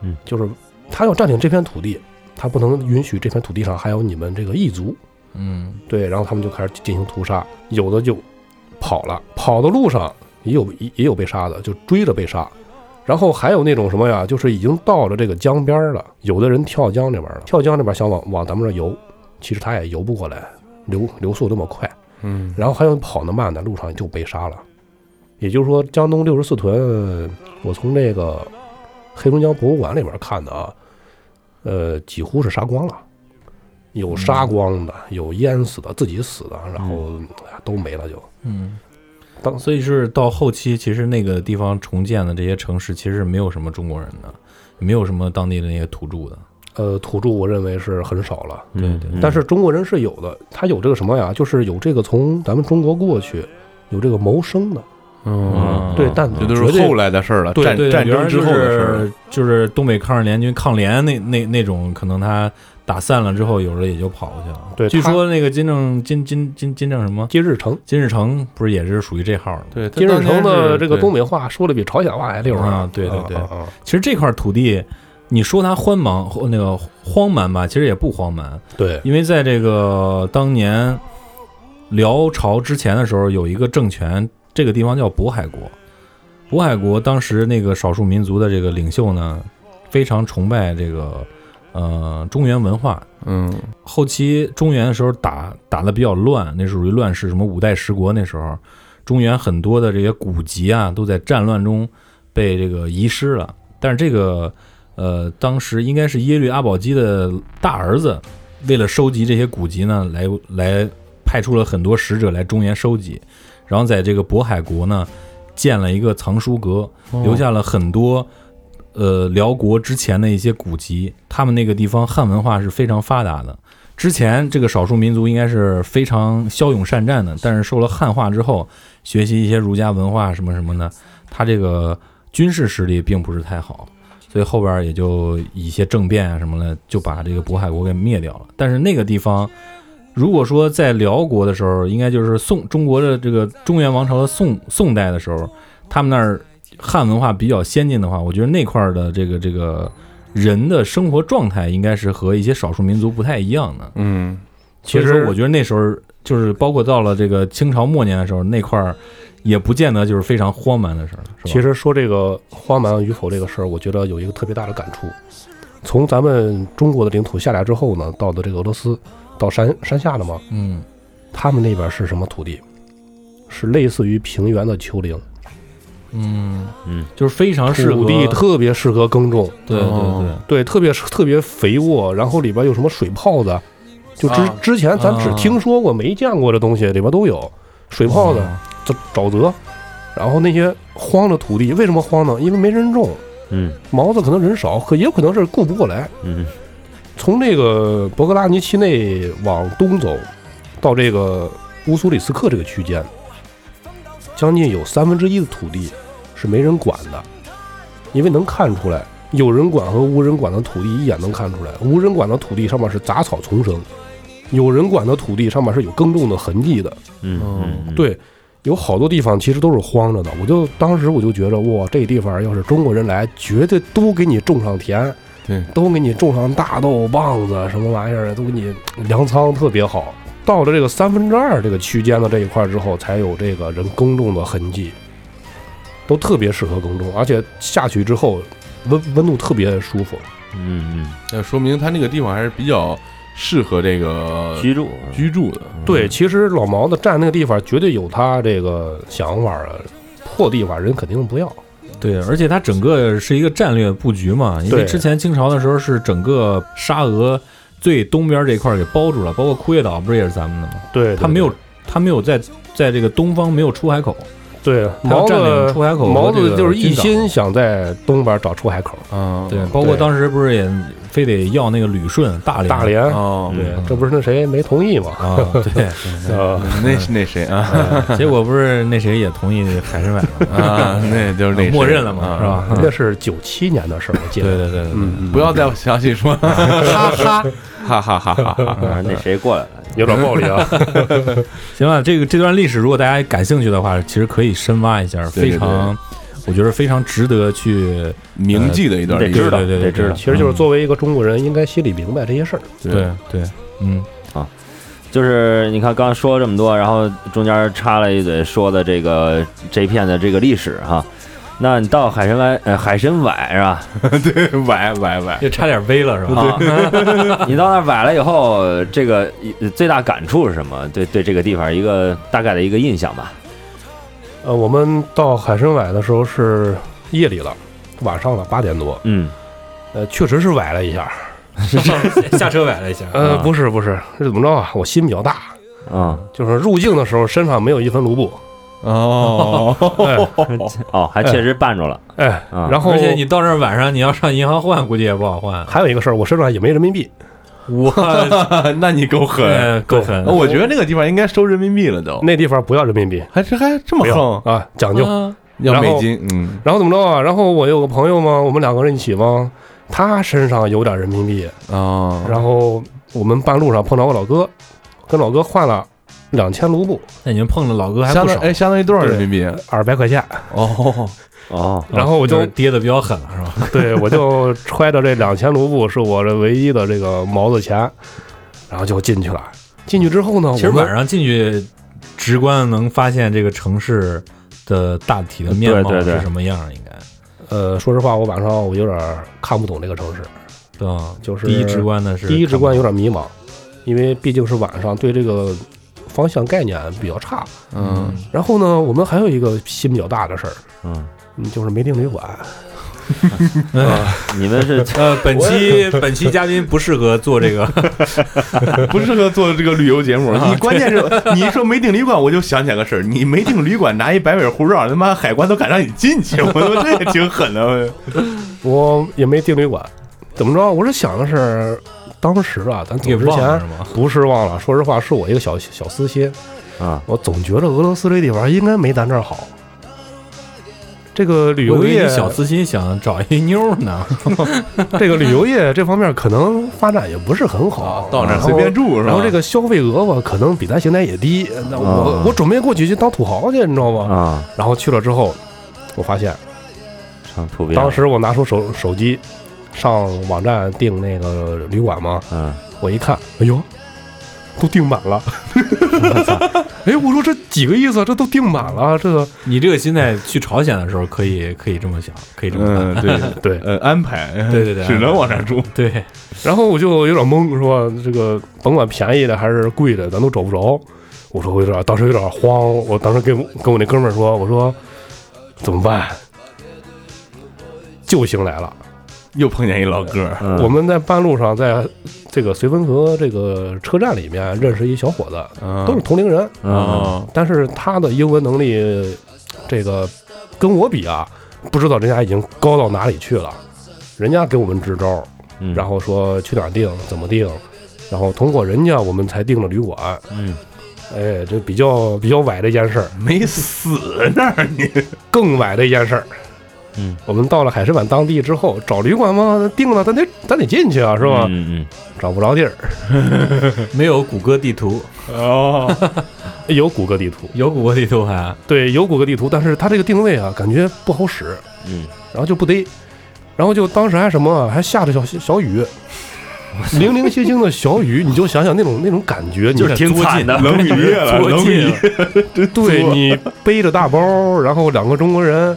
[SPEAKER 4] 嗯，
[SPEAKER 6] 就是他要占领这片土地，他不能允许这片土地上还有你们这个异族，
[SPEAKER 5] 嗯
[SPEAKER 6] 对，然后他们就开始进行屠杀，有的就跑了，跑的路上也有也也有被杀的，就追着被杀，然后还有那种什么呀，就是已经到了这个江边儿了，有的人跳江这边儿了，跳江这边儿想往往咱们这儿游，其实他也游不过来，流流速那么快，
[SPEAKER 3] 嗯
[SPEAKER 6] 然后还有跑得慢的，路上就被杀了。也就是说，江东六十四屯，我从这个黑龙江博物馆里边看的啊，呃，几乎是杀光了，有杀光的，有淹死的，自己死的，然后哎呀都没了就。
[SPEAKER 5] 嗯，
[SPEAKER 6] 当
[SPEAKER 5] 所以是到后期，其实那个地方重建的这些城市，其实没有什么中国人的，没有什么当地的那些土著的。
[SPEAKER 6] 呃，土著我认为是很少了，
[SPEAKER 5] 对
[SPEAKER 4] 嗯
[SPEAKER 5] 对
[SPEAKER 4] 嗯
[SPEAKER 6] 但是中国人是有的，他有这个什么呀？就是有这个从咱们中国过去，有这个谋生的，
[SPEAKER 3] 嗯，
[SPEAKER 6] 对，但
[SPEAKER 3] 这都
[SPEAKER 6] 啊绝
[SPEAKER 3] 是后来的事儿了，
[SPEAKER 5] 对
[SPEAKER 3] 战
[SPEAKER 5] 对，
[SPEAKER 3] 战
[SPEAKER 5] 比方
[SPEAKER 3] 争之后的事儿
[SPEAKER 5] 就
[SPEAKER 3] 了。
[SPEAKER 5] 是就是东北抗日联军抗联那那那种，可能他打散了之后，有的也就跑过去了。
[SPEAKER 6] 对
[SPEAKER 5] 据
[SPEAKER 6] 他
[SPEAKER 5] 说那个金正金金金金正什么
[SPEAKER 6] 金日成。
[SPEAKER 5] 金日成，不是也是属于这号的吗？
[SPEAKER 3] 对，他
[SPEAKER 6] 金日
[SPEAKER 3] 当年
[SPEAKER 6] 成的
[SPEAKER 3] 是
[SPEAKER 6] 这个
[SPEAKER 3] 对
[SPEAKER 6] 东北话说的比朝鲜话还溜儿
[SPEAKER 5] 啊对对对
[SPEAKER 6] 啊啊啊
[SPEAKER 5] 其实这块土地，你说它荒蛮或那个荒蛮吧，其实也不荒蛮，
[SPEAKER 6] 对，
[SPEAKER 5] 因为在这个当年辽朝之前的时候，有一个政权，这个地方叫渤海国。渤海国当时那个少数民族的这个领袖呢，非常崇拜这个呃中原文化。
[SPEAKER 3] 嗯
[SPEAKER 5] 后期中原的时候打打的比较乱，那属于乱世，什么五代十国那时候，中原很多的这些古籍啊，都在战乱中被这个遗失了。但是这个呃，当时应该是耶律阿保机的大儿子，为了收集这些古籍呢，来来派出了很多使者来中原收集，然后在这个渤海国呢建了一个藏书阁，留下了很多呃辽国之前的一些古籍。他们那个地方汉文化是非常发达的。之前这个少数民族应该是非常骁勇善战的，但是受了汉化之后，学习一些儒家文化什么什么的，他这个军事实力并不是太好，所以后边也就以一些政变啊什么的，就把这个渤海国给灭掉了。但是那个地方，如果说在辽国的时候，应该就是宋中国的这个中原王朝的宋宋代的时候，他们那儿汉文化比较先进的话，我觉得那块儿的这个这个人的生活状态应该是和一些少数民族不太一样的。
[SPEAKER 3] 嗯，
[SPEAKER 5] 其
[SPEAKER 6] 其
[SPEAKER 5] 实
[SPEAKER 6] 实
[SPEAKER 5] 我觉得那时候就是包括到了这个清朝末年的时候，那块儿也不见得就是非常荒蛮的事儿，是吧？
[SPEAKER 6] 其实说这个荒蛮与否这个事儿，我觉得有一个特别大的感触。从咱们中国的领土下来之后呢，到的这个俄罗斯，到山山下了嘛，
[SPEAKER 5] 嗯，
[SPEAKER 6] 他们那边是什么土地？是类似于平原的丘陵，
[SPEAKER 5] 嗯
[SPEAKER 4] 嗯，
[SPEAKER 5] 就是非常适合
[SPEAKER 6] 土地特别适合耕种，
[SPEAKER 5] 对对对
[SPEAKER 3] 哦，
[SPEAKER 6] 对，特别特别肥沃，然后里边有什么水泡子，就之、
[SPEAKER 3] 啊
[SPEAKER 6] 之前咱只
[SPEAKER 5] 啊
[SPEAKER 6] 听说过、没见过的东西，里边都有水泡
[SPEAKER 5] 哦嗯
[SPEAKER 6] 子、沼沼泽，然后那些荒的土地，为什么荒呢？因为没人种，
[SPEAKER 4] 嗯
[SPEAKER 6] 毛子可能人少，可也有可能是顾不过来。
[SPEAKER 4] 嗯
[SPEAKER 6] 从这个博格拉尼奇内往东走，到这个乌苏里斯克这个区间，将近有三分之一的土地是没人管的，因为能看出来，有人管和无人管的土地一眼能看出来，无人管的土地上面是杂草丛生，有人管的土地上面是有耕种的痕迹的。
[SPEAKER 4] 嗯嗯，
[SPEAKER 6] 对，有好多地方其实都是荒着的。我就当时我就觉着，哇，这地方要是中国人来，绝对都给你种上田，
[SPEAKER 3] 对，
[SPEAKER 6] 都给你种上大豆、棒子什么玩意儿的，都给你粮仓特别好。到了这个三分之二这个区间的这一块之后，才有这个人耕种的痕迹，都特别适合耕种，而且下去之后温温度特别舒服。
[SPEAKER 4] 嗯
[SPEAKER 3] 那说明他那个地方还是比较适合这个
[SPEAKER 4] 嗯，居住
[SPEAKER 3] 居住的。
[SPEAKER 6] 对，其实老毛子占那个地方，绝对有他这个想法啊。破地方人肯定不要，
[SPEAKER 5] 对，而且它整个是一个战略布局嘛，因为
[SPEAKER 6] 对
[SPEAKER 5] 之前清朝的时候是整个沙俄最东边这块儿给包住了，包括库页岛不是也是咱们的吗？
[SPEAKER 6] 对
[SPEAKER 5] 它没有，它没有在在这个东方没有出海口，
[SPEAKER 6] 对，
[SPEAKER 5] 他要
[SPEAKER 6] 毛
[SPEAKER 5] 占领出
[SPEAKER 6] 子
[SPEAKER 5] 海口
[SPEAKER 6] 毛
[SPEAKER 5] 和这
[SPEAKER 6] 子
[SPEAKER 5] 个啊
[SPEAKER 6] 就是一
[SPEAKER 5] 金岛
[SPEAKER 6] 心想在东边找出海口，
[SPEAKER 3] 嗯，
[SPEAKER 5] 对，包括
[SPEAKER 6] 对
[SPEAKER 5] 当时不是也非得要那个旅顺、大连、
[SPEAKER 6] 大连，
[SPEAKER 3] 哦，
[SPEAKER 6] 对
[SPEAKER 5] 嗯，
[SPEAKER 6] 这不是那谁没同意吗？
[SPEAKER 5] 啊， 对，
[SPEAKER 6] 啊，
[SPEAKER 3] 那是那谁啊
[SPEAKER 5] 哎结果不是那谁也同意海参崴了吗，
[SPEAKER 3] 啊，那就是那谁
[SPEAKER 5] 默认了嘛，
[SPEAKER 3] 啊
[SPEAKER 5] 是吧？
[SPEAKER 6] 那是九七年的事儿，我 记
[SPEAKER 5] 对对
[SPEAKER 6] 得。
[SPEAKER 5] 对对，
[SPEAKER 6] 嗯，嗯
[SPEAKER 3] 不要再详细说，
[SPEAKER 6] 哈哈，
[SPEAKER 3] 哈哈哈哈哈。
[SPEAKER 4] 啊，那谁过来了？
[SPEAKER 6] 有点暴力 啊。
[SPEAKER 5] 行吧，这个这段历史，如果大家感兴趣的话，其实可以深挖一下，
[SPEAKER 3] 对对
[SPEAKER 5] 非常，我觉得非常值得去
[SPEAKER 3] 铭记的一段
[SPEAKER 4] 得
[SPEAKER 3] 历史
[SPEAKER 4] 知，道，
[SPEAKER 5] 对对对
[SPEAKER 4] 得知道。
[SPEAKER 6] 其实就是作为一个中国人，应该心里明白这些事儿。
[SPEAKER 5] 对对，嗯，
[SPEAKER 4] 就是你看刚刚说了这么多，然后中间插了一嘴说的这个这一片的这个历史哈。那你到海参崴，呃，海参崴是吧？
[SPEAKER 3] 对，崴崴崴，
[SPEAKER 5] 就差点微了是吧？
[SPEAKER 4] 啊， 你到那儿崴了以后，这个呃最大感触是什么？对对，这个地方一个大概的一个印象吧。
[SPEAKER 6] 呃，我们到海参崴的时候是夜里了，晚上了八点多，
[SPEAKER 4] 嗯，
[SPEAKER 6] 呃，确实是崴了一下。
[SPEAKER 5] 下车崴了一下，
[SPEAKER 6] 呃，
[SPEAKER 4] 啊
[SPEAKER 6] 不是不是，这怎么着啊？我心比较大，
[SPEAKER 4] 啊、
[SPEAKER 6] 就是入境的时候身上没有一分卢布，
[SPEAKER 3] 哦，
[SPEAKER 6] 哎，
[SPEAKER 4] 哦，还确实绊住了。
[SPEAKER 6] 哎
[SPEAKER 4] 啊
[SPEAKER 6] 然后
[SPEAKER 5] 而且你到那儿晚上你要上银行换，估计也不好换。
[SPEAKER 6] 还有一个事儿，我身上也没人民币，
[SPEAKER 5] 我
[SPEAKER 3] 那你够 狠，哦
[SPEAKER 5] 呃够
[SPEAKER 6] 哦
[SPEAKER 5] 狠，
[SPEAKER 3] 我觉得那个地方应该收人民币了
[SPEAKER 5] 哦
[SPEAKER 3] 都，
[SPEAKER 6] 那地方不要人民币，
[SPEAKER 3] 还这还这么
[SPEAKER 6] 不要
[SPEAKER 3] 横，
[SPEAKER 6] 啊，讲究。
[SPEAKER 5] 啊
[SPEAKER 3] 要
[SPEAKER 6] 然
[SPEAKER 3] 美
[SPEAKER 6] 后
[SPEAKER 3] 金，嗯，
[SPEAKER 6] 然后怎么着啊？然后我有个朋友嘛，我们两个人一起嘛，他身上有点人民币，
[SPEAKER 5] 嗯
[SPEAKER 3] 哦，
[SPEAKER 6] 然后我们半路上碰着我老哥，跟老哥换了两千卢布，
[SPEAKER 5] 那你们碰着老哥还
[SPEAKER 3] 相
[SPEAKER 5] 不
[SPEAKER 3] 当
[SPEAKER 5] 少，
[SPEAKER 3] 哎，相当于多少人民币？
[SPEAKER 6] 二百块钱。
[SPEAKER 3] 哦，
[SPEAKER 4] 哦，
[SPEAKER 6] 然后我就啊
[SPEAKER 5] 就是跌的比较狠了是吧？
[SPEAKER 6] 对 我就揣着这两千卢布是我这唯一的这个毛子钱，然后就进去了。进去之后呢，
[SPEAKER 5] 其实
[SPEAKER 6] 我们
[SPEAKER 5] 晚上进去，直观能发现这个城市的大体的面貌
[SPEAKER 4] 对对对
[SPEAKER 5] 是什么样儿，应该
[SPEAKER 6] 呃，说实话，我晚上我有点儿看不懂这个城市，
[SPEAKER 5] 对吧？
[SPEAKER 6] 就是
[SPEAKER 5] 啊第一直，观的是
[SPEAKER 6] 第一直观有点迷茫，因为毕竟是晚上，对这个方向概念比较差。
[SPEAKER 3] 嗯，
[SPEAKER 6] 然后呢，我们还有一个心比较大的事儿，
[SPEAKER 4] 嗯，
[SPEAKER 6] 嗯，就是没订旅馆。
[SPEAKER 4] 你们是
[SPEAKER 5] 呃，本期 本期嘉宾不适合做这 个，
[SPEAKER 3] 不适合做这个旅游节目。你关键是， 你一说没订旅馆，我就想起来个事儿，你没订旅馆，拿一白尾护照，他妈海关都敢让你进去， 我他妈这也挺狠的。
[SPEAKER 6] 我也没订旅馆，怎么着？我是想的是，当时啊，咱
[SPEAKER 5] 给
[SPEAKER 6] 走之
[SPEAKER 5] 忘了
[SPEAKER 6] 前
[SPEAKER 5] 是吗？
[SPEAKER 6] 不是忘了，说实话，是我一个小小私心，
[SPEAKER 4] 啊，
[SPEAKER 6] 我总觉得俄罗斯这地方应该没咱这儿好。这个旅
[SPEAKER 5] 我
[SPEAKER 6] 游
[SPEAKER 5] 以为
[SPEAKER 6] 业
[SPEAKER 5] 你，小私心想找一妞 呢，
[SPEAKER 6] 这个旅游业这方面可能发展也不是很
[SPEAKER 5] 啊
[SPEAKER 6] 好，
[SPEAKER 3] 到那儿
[SPEAKER 6] 然后
[SPEAKER 3] 随便。住是吧？
[SPEAKER 6] 然后这个消费额吧，可能比咱邢台也低。那我、
[SPEAKER 4] 啊
[SPEAKER 6] 我准备过去去当土豪去，你知道吗？
[SPEAKER 4] 啊，
[SPEAKER 6] 然后去了之后，我发现
[SPEAKER 4] 上图标，
[SPEAKER 6] 当时我拿出手手机，上网站订那个旅馆嘛，
[SPEAKER 4] 嗯，
[SPEAKER 6] 我一看，哎呦，都订满了。哎，我说这几个意思？这都订满了，这个
[SPEAKER 5] 你这个心态去朝鲜的时候可以可以这么想，可以这么想，
[SPEAKER 3] 嗯， 对
[SPEAKER 6] 对。
[SPEAKER 3] 呃，安排，
[SPEAKER 5] 对对对
[SPEAKER 3] 只能往上住。
[SPEAKER 5] 对，
[SPEAKER 6] 然后我就有点懵，说这个甭管便宜的还是贵的，咱都找不着。我说我有点，当时有点慌。我当时跟我跟我那哥们儿说，我说怎么办？救星来了！
[SPEAKER 3] 又碰见一老哥儿，
[SPEAKER 4] 嗯
[SPEAKER 6] 我们在半路上，在这个绥芬河这个车站里面认识一小伙子，都是同龄人。
[SPEAKER 4] 嗯
[SPEAKER 3] 啊，
[SPEAKER 6] 但是他的英文能力，这个跟我比啊，不知道人家已经高到哪里去了。人家给我们支招，
[SPEAKER 4] 嗯，
[SPEAKER 6] 然后说去哪儿订，怎么订，然后通过人家我们才订了旅馆。
[SPEAKER 4] 嗯，
[SPEAKER 6] 哎，这比较比较崴的一件事儿，
[SPEAKER 3] 没死那儿你
[SPEAKER 6] 更崴的一件事儿。
[SPEAKER 4] 嗯，
[SPEAKER 6] 我们到了海参崴当地之后，找旅馆嘛，订了，咱得咱得进去啊，是吧？
[SPEAKER 4] 嗯嗯
[SPEAKER 6] 找不着地儿，
[SPEAKER 5] 没有谷歌地图，
[SPEAKER 3] 哦，
[SPEAKER 6] 有谷歌地图，
[SPEAKER 5] 有谷歌地图 还
[SPEAKER 6] 对，有谷歌地图，但是它这个定位啊，感觉不好使。
[SPEAKER 4] 嗯，
[SPEAKER 6] 然后就不逮，然后就当时还什么啊还下着小小 雨，零零星星的小雨，你就想想那种那种感觉，你
[SPEAKER 4] 就是挺 惨 的，
[SPEAKER 3] 冷雨夜了，
[SPEAKER 5] 捉
[SPEAKER 3] 冷雨
[SPEAKER 5] 奸
[SPEAKER 3] 夜，
[SPEAKER 6] 对
[SPEAKER 4] 啊
[SPEAKER 3] 作
[SPEAKER 6] 你背着大包，然后两个中国人，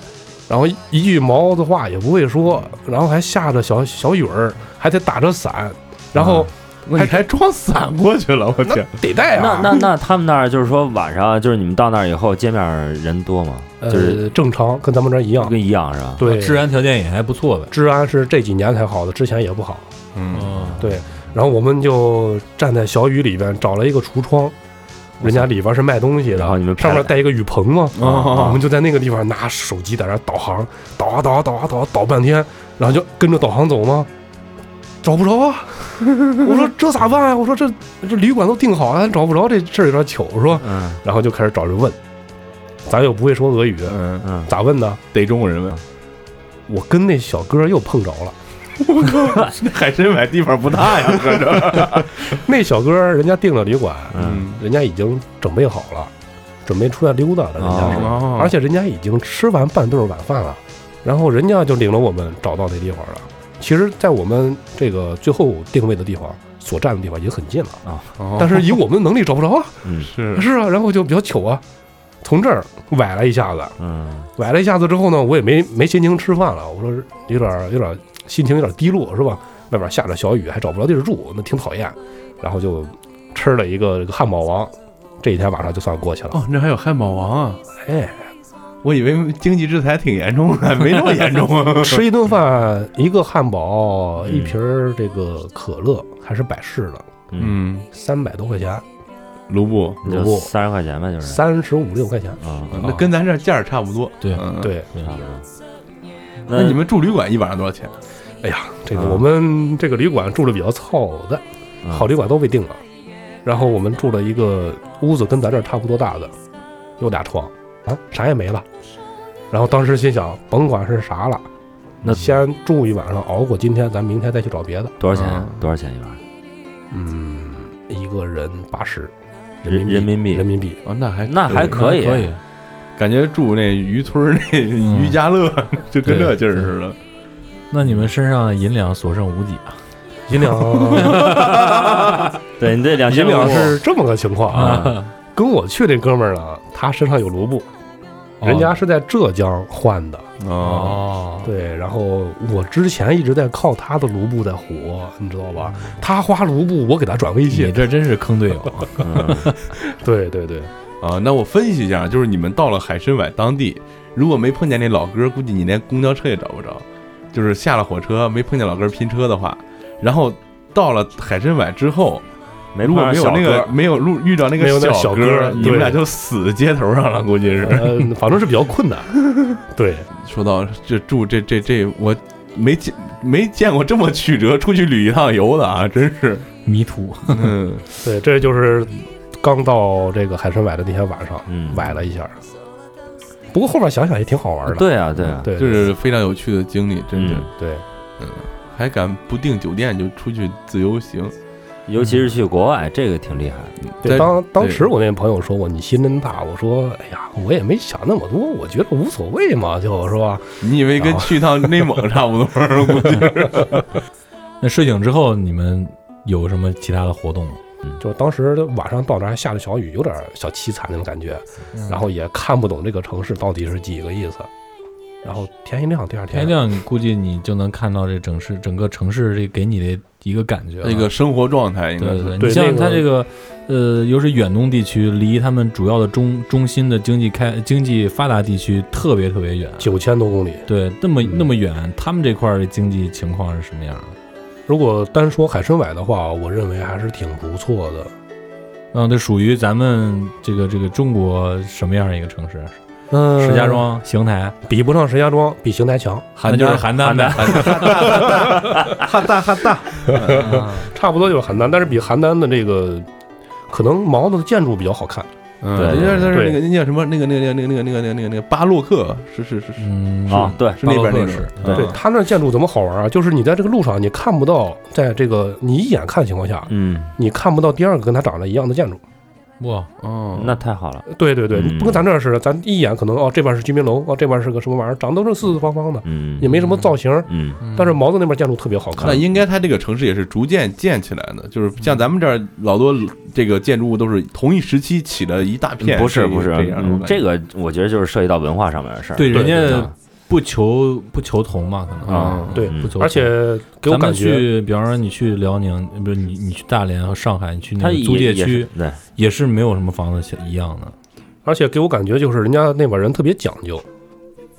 [SPEAKER 6] 然后一句毛子话也不会说，然后还下着小小雨儿，还得打着伞，然后
[SPEAKER 4] 啊
[SPEAKER 3] 我哦你还装伞 过去了，我天！
[SPEAKER 6] 得带
[SPEAKER 4] 那
[SPEAKER 6] 啊，
[SPEAKER 4] 那那他们那儿就是说晚上就是你们到那儿以后街面儿人多吗？就是
[SPEAKER 6] 呃正常，跟咱们这儿一样，
[SPEAKER 4] 跟一样是吧？
[SPEAKER 6] 对，
[SPEAKER 5] 治安条件也还不错呗。
[SPEAKER 6] 治安是这几年才好的，之前也不好。
[SPEAKER 3] 嗯，
[SPEAKER 5] 哦，
[SPEAKER 6] 对，然后我们就站在小雨里边找了一个橱窗，人家里边是卖东西的，
[SPEAKER 4] 然后你们拍啊
[SPEAKER 6] 上面带一个雨棚嘛，
[SPEAKER 3] 哦
[SPEAKER 6] 我们就在那个地方拿手机在那儿导航，导啊导啊导啊导啊导半天，然后就跟着导航走吗？找不着 啊！我说这咋办啊？我说这这旅馆都订好了，还找不着，这事儿有点糗，是吧？
[SPEAKER 4] 嗯
[SPEAKER 6] 然后就开始找人问，咱又不会说俄语，
[SPEAKER 3] 嗯，
[SPEAKER 4] 嗯，
[SPEAKER 6] 咋问呢？
[SPEAKER 3] 逮中国人呗，
[SPEAKER 6] 我跟那小哥又碰着了，
[SPEAKER 3] 那海参崴地方不大呀，合着。
[SPEAKER 6] 那小哥人家订了旅馆，
[SPEAKER 4] 嗯，
[SPEAKER 6] 人家已经准备好了，准备出来溜达了，人家 是。
[SPEAKER 3] 哦
[SPEAKER 6] 而且人家已经吃完半顿晚饭了，然后人家就领着我们找到那地方了。其实，在我们这个最后定位的地方所站的地方已经很近了，
[SPEAKER 3] 哦
[SPEAKER 6] 但是以我们的能力找不着啊，
[SPEAKER 3] 是
[SPEAKER 6] 是啊，然后就比较糗啊。从这儿崴了一下子，
[SPEAKER 4] 嗯
[SPEAKER 6] 崴了一下子之后呢，我也没没心情吃饭了，我说有点有点心情有点低落是吧？外边下着小雨，还找不着地儿住，那挺讨厌。然后就吃了一个这个汉堡王，这一天晚上就算过去了。
[SPEAKER 3] 哦，那还有汉堡王啊！
[SPEAKER 6] 哎，
[SPEAKER 3] 我以为经济制裁挺严重的，没那么严重 啊。
[SPEAKER 6] 吃一顿饭，一个汉堡，一瓶儿这个可乐，还是百事的，
[SPEAKER 4] 嗯，
[SPEAKER 3] 嗯，哦
[SPEAKER 6] 三百多块钱，
[SPEAKER 3] 卢布，
[SPEAKER 4] 你就
[SPEAKER 6] 卢布
[SPEAKER 4] 三十块钱吧，就是
[SPEAKER 6] 三十五六块钱。
[SPEAKER 4] 啊，
[SPEAKER 3] 那跟咱这儿价儿差不多。
[SPEAKER 5] 对
[SPEAKER 3] 嗯，
[SPEAKER 6] 对，
[SPEAKER 4] 差不多。
[SPEAKER 3] 那你们住旅馆一晚上多少钱？啊
[SPEAKER 6] 哎呀，这个
[SPEAKER 4] 啊
[SPEAKER 6] 我们这个旅馆住的比较糙的，
[SPEAKER 4] 嗯
[SPEAKER 6] 好旅馆都被订了。然后我们住了一个屋子，跟咱这儿差不多大的，有俩床啊，啥也没了。然后当时心想，甭管是啥了，
[SPEAKER 4] 那
[SPEAKER 6] 先住一晚上，熬过今天，咱明天再去找别的。
[SPEAKER 4] 多少钱啊
[SPEAKER 3] 嗯？
[SPEAKER 4] 多少钱一晚？
[SPEAKER 6] 嗯，一个人八十
[SPEAKER 4] 人人民币
[SPEAKER 6] 人民币，
[SPEAKER 3] 啊，那还
[SPEAKER 4] 哎那还可以，
[SPEAKER 5] 嗯可以，
[SPEAKER 3] 感觉住那渔村儿那
[SPEAKER 5] 嗯
[SPEAKER 3] 渔家乐，就跟那劲儿似的。
[SPEAKER 5] 那你们身上银两所剩无几啊？
[SPEAKER 6] 银两
[SPEAKER 4] 对你这两
[SPEAKER 6] 银
[SPEAKER 4] 千
[SPEAKER 6] 两
[SPEAKER 4] 两
[SPEAKER 6] 是这么个情况啊，
[SPEAKER 4] 啊，
[SPEAKER 6] 跟我去这哥们儿呢，他身上有卢布，人家是在浙江换的，
[SPEAKER 3] 哦，
[SPEAKER 5] 哦，
[SPEAKER 6] 对，然后我之前一直在靠他的卢布在活，你知道吧？他花卢布，我给他转微
[SPEAKER 5] 你
[SPEAKER 6] 信，
[SPEAKER 5] 这真是坑队友啊，
[SPEAKER 4] 嗯
[SPEAKER 6] 对对对，
[SPEAKER 3] 啊，那我分析一下，就是你们到了海参崴当地，如果没碰见那老哥，估计你连公交车也找不着。就是下了火车没碰见老哥拼车的话，然后到了海参崴之后，
[SPEAKER 4] 没
[SPEAKER 3] 如
[SPEAKER 4] 碰
[SPEAKER 3] 果没有
[SPEAKER 4] 上小
[SPEAKER 3] 那
[SPEAKER 4] 哥
[SPEAKER 3] 个没有路遇到那
[SPEAKER 6] 没有
[SPEAKER 3] 个
[SPEAKER 6] 那
[SPEAKER 3] 小
[SPEAKER 6] 小
[SPEAKER 3] 哥，
[SPEAKER 6] 哥
[SPEAKER 3] 你们
[SPEAKER 6] 对
[SPEAKER 3] 俩就死街头上了，估计是。
[SPEAKER 6] 呃，反正是比较困难，对，
[SPEAKER 3] 说到这住这这这，我没见没见过这么曲折，出去旅一趟游的啊，真 是。
[SPEAKER 5] 迷途。
[SPEAKER 3] 嗯，
[SPEAKER 6] 对，这就是刚到这个海参崴的那天晚上，
[SPEAKER 4] 嗯，
[SPEAKER 6] 崴了一下。不过后边想想也挺好玩的，
[SPEAKER 4] 对啊对啊，
[SPEAKER 6] 嗯对，
[SPEAKER 3] 这是非常有趣的经历，真是、
[SPEAKER 4] 嗯
[SPEAKER 6] 对，
[SPEAKER 3] 还敢不订酒店就出去自由行，
[SPEAKER 4] 尤其是去国外，这个挺厉害。
[SPEAKER 3] 在
[SPEAKER 6] 对，当当
[SPEAKER 3] 对
[SPEAKER 6] 时我那朋友说我你心真大，我说哎呀，我也没想那么多，我觉得无所谓嘛，就是吧？
[SPEAKER 3] 你以为跟
[SPEAKER 6] 啊
[SPEAKER 3] 去一趟内蒙差不多？估计
[SPEAKER 5] 那睡醒之后，你们有什么其他的活动吗？
[SPEAKER 6] 就是当时晚上到那儿还下着小雨，有点小凄惨那种感觉，然后也看不懂这个城市到底是几个意思。然后天一亮，第二
[SPEAKER 5] 天
[SPEAKER 6] 天
[SPEAKER 5] 一亮，估计你就能看到这整市整个城市这给你的一个感觉了。
[SPEAKER 3] 那个生活状态应该
[SPEAKER 5] 对
[SPEAKER 3] 是
[SPEAKER 5] 对，
[SPEAKER 6] 对
[SPEAKER 5] 你像
[SPEAKER 6] 那
[SPEAKER 5] 它
[SPEAKER 6] 个
[SPEAKER 5] 这个，呃，尤其是远东地区，离他们主要的中中心的经济开经济发达地区特别特别远。
[SPEAKER 6] 九千多公里。
[SPEAKER 5] 对，那么
[SPEAKER 6] 嗯
[SPEAKER 5] 那么远，他们这块儿的经济情况是什么样的？
[SPEAKER 6] 如果单说海参崴的话，我认为还是挺不错的。
[SPEAKER 5] 嗯，这属于咱们这个这个中国什么样的一个城市？
[SPEAKER 6] 嗯
[SPEAKER 5] 石家庄、邢台，
[SPEAKER 6] 比不上石家庄，比邢台强，
[SPEAKER 5] 那就是邯郸呗。
[SPEAKER 3] 哈大哈大，
[SPEAKER 5] 嗯
[SPEAKER 6] 差不多就是邯郸，但是比邯郸的这个可能毛的建筑比较好看。
[SPEAKER 3] 嗯，
[SPEAKER 4] 对
[SPEAKER 3] 人家他是那
[SPEAKER 6] 对
[SPEAKER 3] 个那叫什么那个那个那个那个那个那个那个那个巴洛克，是是是是
[SPEAKER 5] 嗯
[SPEAKER 4] 啊，对，
[SPEAKER 3] 是那边那
[SPEAKER 5] 巴洛
[SPEAKER 3] 个
[SPEAKER 5] 克
[SPEAKER 3] 是
[SPEAKER 5] 是，
[SPEAKER 3] 嗯
[SPEAKER 6] 对他那建筑怎么好玩啊？就是你在这个路上你看不到，在这个你一眼看的情况下，
[SPEAKER 4] 嗯，
[SPEAKER 6] 你看不到第二个跟它长得一样的建筑。
[SPEAKER 5] 哇，
[SPEAKER 3] 哦，
[SPEAKER 4] 那太好了，
[SPEAKER 6] 对对对，
[SPEAKER 4] 嗯
[SPEAKER 6] 不跟咱这儿似的，咱一眼可能哦这边是居民楼，哦这边是个什么玩意儿，长得都是四四方方的，
[SPEAKER 4] 嗯，
[SPEAKER 6] 也没什么造型。
[SPEAKER 4] 嗯
[SPEAKER 6] 但是毛子那边建筑特别好
[SPEAKER 3] 那
[SPEAKER 6] 看，
[SPEAKER 3] 应该它这个城市也是逐渐建起来的，就是像咱们这儿老多这个建筑物都是同一时期起了一大片，
[SPEAKER 4] 嗯不是不是，
[SPEAKER 3] 这样的我
[SPEAKER 4] 嗯
[SPEAKER 3] 感觉
[SPEAKER 4] 这个我觉得就是涉及到文化上面的事儿。
[SPEAKER 5] 对人
[SPEAKER 4] 对对
[SPEAKER 5] 家不求不求同嘛，可
[SPEAKER 3] 嗯
[SPEAKER 5] 能
[SPEAKER 4] 啊
[SPEAKER 6] 对
[SPEAKER 5] 不求同。
[SPEAKER 6] 而且给我
[SPEAKER 5] 嗯咱
[SPEAKER 6] 感
[SPEAKER 5] 们
[SPEAKER 6] 觉，
[SPEAKER 5] 去，比方说你去辽宁，不是你你去大连和上海，你去那
[SPEAKER 4] 它
[SPEAKER 5] 个
[SPEAKER 4] 也
[SPEAKER 5] 嗯租界
[SPEAKER 4] 也
[SPEAKER 5] 区
[SPEAKER 4] 是对，
[SPEAKER 5] 也是没有什么房子一样的。
[SPEAKER 6] 而且给我感觉就是人家那边人特别讲究，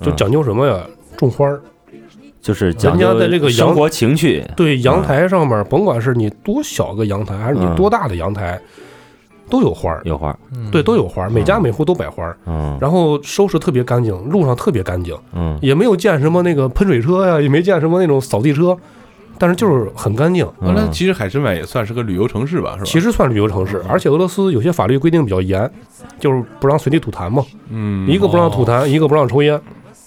[SPEAKER 6] 就
[SPEAKER 4] 嗯
[SPEAKER 6] 讲究什么呀？种花儿，
[SPEAKER 4] 就是讲
[SPEAKER 6] 人
[SPEAKER 4] 究
[SPEAKER 6] 家在这个
[SPEAKER 4] 生
[SPEAKER 6] 洋
[SPEAKER 4] 活情趣，
[SPEAKER 6] 对，阳台上面，甭管是你多小个阳台，还是你多大的阳台，都有花儿，
[SPEAKER 4] 有花，
[SPEAKER 6] 对，都有花儿，每家每户都摆花儿，
[SPEAKER 4] 嗯
[SPEAKER 6] 然后收拾特别干净，路上特别干净，
[SPEAKER 4] 嗯
[SPEAKER 6] 也没有见什么那个喷水车呀，也没见什么那种扫地车，但是就是很干净。
[SPEAKER 3] 完了，其实海参崴也算是个旅游城市吧，是吧？
[SPEAKER 6] 其实算是旅游城市，而且俄罗斯有些法律规定比较严，就是不让随地吐痰嘛，
[SPEAKER 3] 嗯，
[SPEAKER 6] 一个不让吐痰，一个不让抽烟。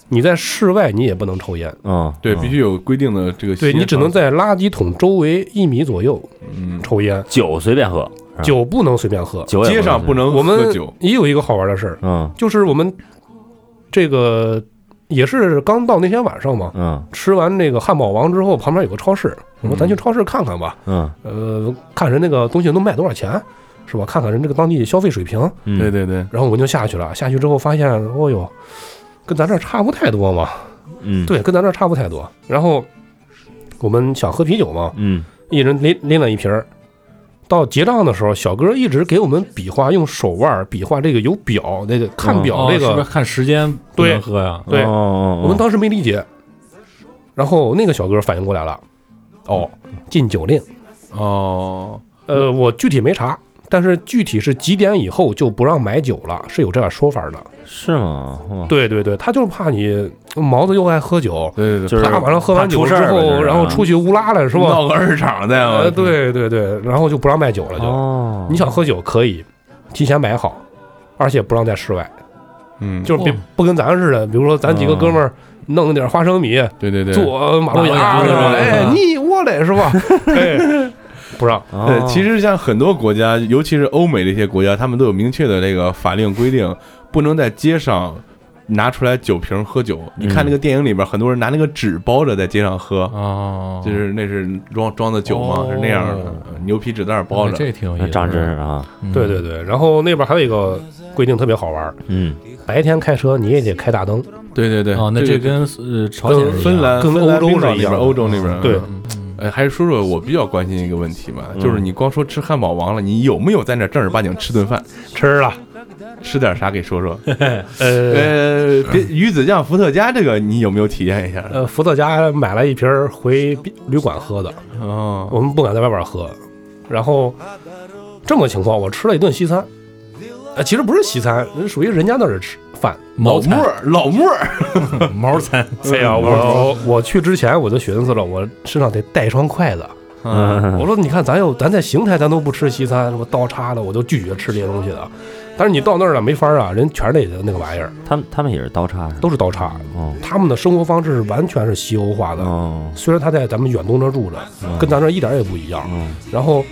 [SPEAKER 6] 你在室外你也不能抽烟，
[SPEAKER 4] 嗯，
[SPEAKER 3] 对，
[SPEAKER 4] 嗯
[SPEAKER 3] 必须有规定的这个吸
[SPEAKER 6] 对
[SPEAKER 3] 烟
[SPEAKER 6] 你只能
[SPEAKER 3] 方式
[SPEAKER 6] 在垃圾桶周围一米左右
[SPEAKER 3] 嗯
[SPEAKER 6] 抽烟，
[SPEAKER 4] 酒随便喝，是吧
[SPEAKER 6] 啊酒不能随便喝。
[SPEAKER 4] 酒也
[SPEAKER 3] 街上不
[SPEAKER 4] 能
[SPEAKER 3] 能
[SPEAKER 6] 我们
[SPEAKER 3] 喝酒，
[SPEAKER 6] 也有一个好玩的事儿
[SPEAKER 4] 是，，嗯
[SPEAKER 6] 就是我们这个也是刚到那天晚上嘛，
[SPEAKER 4] 嗯
[SPEAKER 6] 吃完那个汉堡王之后，旁边有个超市，我说咱去超市看看吧，
[SPEAKER 4] 嗯
[SPEAKER 6] 呃，看人那个东西能卖多少钱，是吧？看看人这个当地消费水平。
[SPEAKER 4] 嗯，
[SPEAKER 3] 对对对，
[SPEAKER 6] 然后我们就下去了，下去之后发现，哦哟，跟咱这儿差不太多嘛，
[SPEAKER 4] 嗯
[SPEAKER 6] 对，跟咱这儿差不太多。然后我们想喝啤酒嘛，
[SPEAKER 4] 嗯
[SPEAKER 6] 一人拎拎了一瓶儿。到结账的时候，小哥一直给我们比划，用手腕儿比划这个有表，那
[SPEAKER 4] 嗯
[SPEAKER 6] 个看表
[SPEAKER 5] 哦
[SPEAKER 6] 这
[SPEAKER 5] 是不
[SPEAKER 6] 个
[SPEAKER 5] 是，看时间不能喝呀？
[SPEAKER 6] 对
[SPEAKER 4] 哦哦
[SPEAKER 6] 我们当时没理解。然后那个小哥反应过来了，哦，禁酒令。
[SPEAKER 3] 哦，
[SPEAKER 6] 呃，我具体没查，但是具体是几点以后就不让买酒了，是有这样说法的。
[SPEAKER 4] 是吗？哇
[SPEAKER 6] 对对对，他就是怕你毛子又爱喝酒，
[SPEAKER 3] 对对对，
[SPEAKER 4] 就是
[SPEAKER 6] 啪完了喝完
[SPEAKER 4] 怕出
[SPEAKER 6] 酒
[SPEAKER 4] 事
[SPEAKER 6] 之
[SPEAKER 4] 儿了就是
[SPEAKER 6] 后，
[SPEAKER 4] 啊
[SPEAKER 6] 然后出去乌拉来是吧？
[SPEAKER 3] 闹个二场的，
[SPEAKER 5] 啊
[SPEAKER 6] 呃，对对对，然后就不让卖酒了就，
[SPEAKER 4] 哦，
[SPEAKER 6] 你想喝酒可以提前买好，而且不让在室外，
[SPEAKER 3] 嗯，
[SPEAKER 6] 就是别
[SPEAKER 5] 哦
[SPEAKER 6] 不跟咱似的，比如说咱几个哥们儿弄点花生米，
[SPEAKER 3] 对对对，
[SPEAKER 6] 坐马路牙
[SPEAKER 5] 马
[SPEAKER 6] 子
[SPEAKER 5] 路
[SPEAKER 6] 上，
[SPEAKER 5] 牙子
[SPEAKER 6] 哎，
[SPEAKER 5] 上
[SPEAKER 6] 你我嘞是 吧？哎，不让，
[SPEAKER 4] 哦
[SPEAKER 3] 对，其实像很多国家，尤其是欧美这些国家，他们都有明确的这个法令规定，不能在街上拿出来酒瓶喝酒。你看那个电影里边，很多人拿那个纸包着在街上喝，
[SPEAKER 5] 哦，
[SPEAKER 3] 就是那是装装的酒嘛，
[SPEAKER 5] 哦
[SPEAKER 3] 是那样的呃牛皮纸袋包
[SPEAKER 5] 哎
[SPEAKER 3] 着。
[SPEAKER 5] 这挺有意
[SPEAKER 4] 那
[SPEAKER 5] 思，
[SPEAKER 4] 长知识啊，
[SPEAKER 5] 嗯，
[SPEAKER 6] 对对对，然后那边还有一个规定特别好玩儿，
[SPEAKER 4] 嗯
[SPEAKER 6] 白天开车你也得开大灯，
[SPEAKER 3] 对对对，
[SPEAKER 5] 哦，那
[SPEAKER 3] 这
[SPEAKER 5] 这
[SPEAKER 3] 个
[SPEAKER 5] 跟呃朝鲜是一样
[SPEAKER 3] 芬兰、
[SPEAKER 6] 跟
[SPEAKER 3] 芬兰
[SPEAKER 6] 欧洲
[SPEAKER 3] 冰岛那
[SPEAKER 6] 是一
[SPEAKER 3] 边
[SPEAKER 6] 样的
[SPEAKER 3] 欧洲那边
[SPEAKER 6] 对。
[SPEAKER 5] 嗯嗯
[SPEAKER 3] 哎，还是说说我比较关心一个问题吧，
[SPEAKER 4] 嗯
[SPEAKER 3] 就是你光说吃汉堡王了，你有没有在那正儿八经吃顿饭？
[SPEAKER 6] 吃了，
[SPEAKER 3] 吃点啥给说说？
[SPEAKER 6] 呃
[SPEAKER 3] 呃，别鱼子酱伏特加这个你有没有体验一下？
[SPEAKER 6] 呃，伏特加买了一瓶儿回旅馆喝的，
[SPEAKER 3] 哦，
[SPEAKER 6] 我们不敢在外边儿喝。然后这么个情况，我吃了一顿西餐，呃，其实不是西餐，属于人家那儿吃饭。
[SPEAKER 5] 毛
[SPEAKER 3] 老莫
[SPEAKER 5] 菜
[SPEAKER 3] 儿，老莫儿，
[SPEAKER 5] 毛菜，
[SPEAKER 6] 哎呀，我我去之前我就寻思了，我身上得带一双筷子。
[SPEAKER 4] 嗯
[SPEAKER 3] 啊
[SPEAKER 6] 我说，你看咱又咱在邢台咱都不吃西餐，什么刀叉的，我就拒绝吃这些东西的。但是你到那儿了没法儿啊，人全是那个那个玩意儿，
[SPEAKER 4] 他们他们也是刀叉是吧？
[SPEAKER 6] 都是刀叉。
[SPEAKER 4] 哦
[SPEAKER 6] 他们的生活方式完全是西欧化的，
[SPEAKER 4] 哦
[SPEAKER 6] 虽然他在咱们远东这住着，跟咱这一点也不一样。
[SPEAKER 4] 嗯
[SPEAKER 6] 然后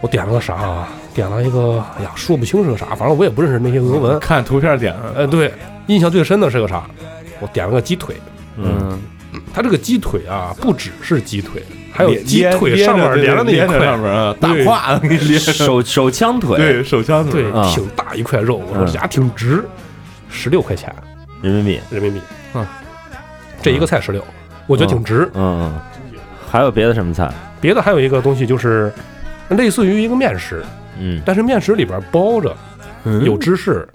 [SPEAKER 6] 我点了个啥啊？点了一个，哎呀，说不清是个啥，反正我也不认识那些俄文。
[SPEAKER 3] 看图片点了，
[SPEAKER 6] 呃，对，印象最深的是个啥？我点了个鸡腿，
[SPEAKER 4] 嗯
[SPEAKER 6] 它这个鸡腿啊，不只是鸡腿，还有
[SPEAKER 3] 连
[SPEAKER 6] 鸡腿上面连着那一
[SPEAKER 3] 连着
[SPEAKER 6] 块
[SPEAKER 3] 上，面啊，大
[SPEAKER 6] 对
[SPEAKER 3] 胯给你连上，
[SPEAKER 4] 手手枪腿，
[SPEAKER 3] 对手枪
[SPEAKER 6] 对
[SPEAKER 3] 腿，，
[SPEAKER 4] 啊
[SPEAKER 6] 挺大一块肉，我说
[SPEAKER 4] 嗯
[SPEAKER 6] 这家挺值，十六块钱
[SPEAKER 4] 人民币，
[SPEAKER 6] 人民币，
[SPEAKER 3] 嗯，
[SPEAKER 6] 这一个菜十六，我觉得挺值。
[SPEAKER 4] 嗯，嗯还有别的什么菜？
[SPEAKER 6] 别的还有一个东西就是。类似于一个面食，
[SPEAKER 4] 嗯，
[SPEAKER 6] 但是面食里边包着
[SPEAKER 3] 嗯
[SPEAKER 6] 有芝士，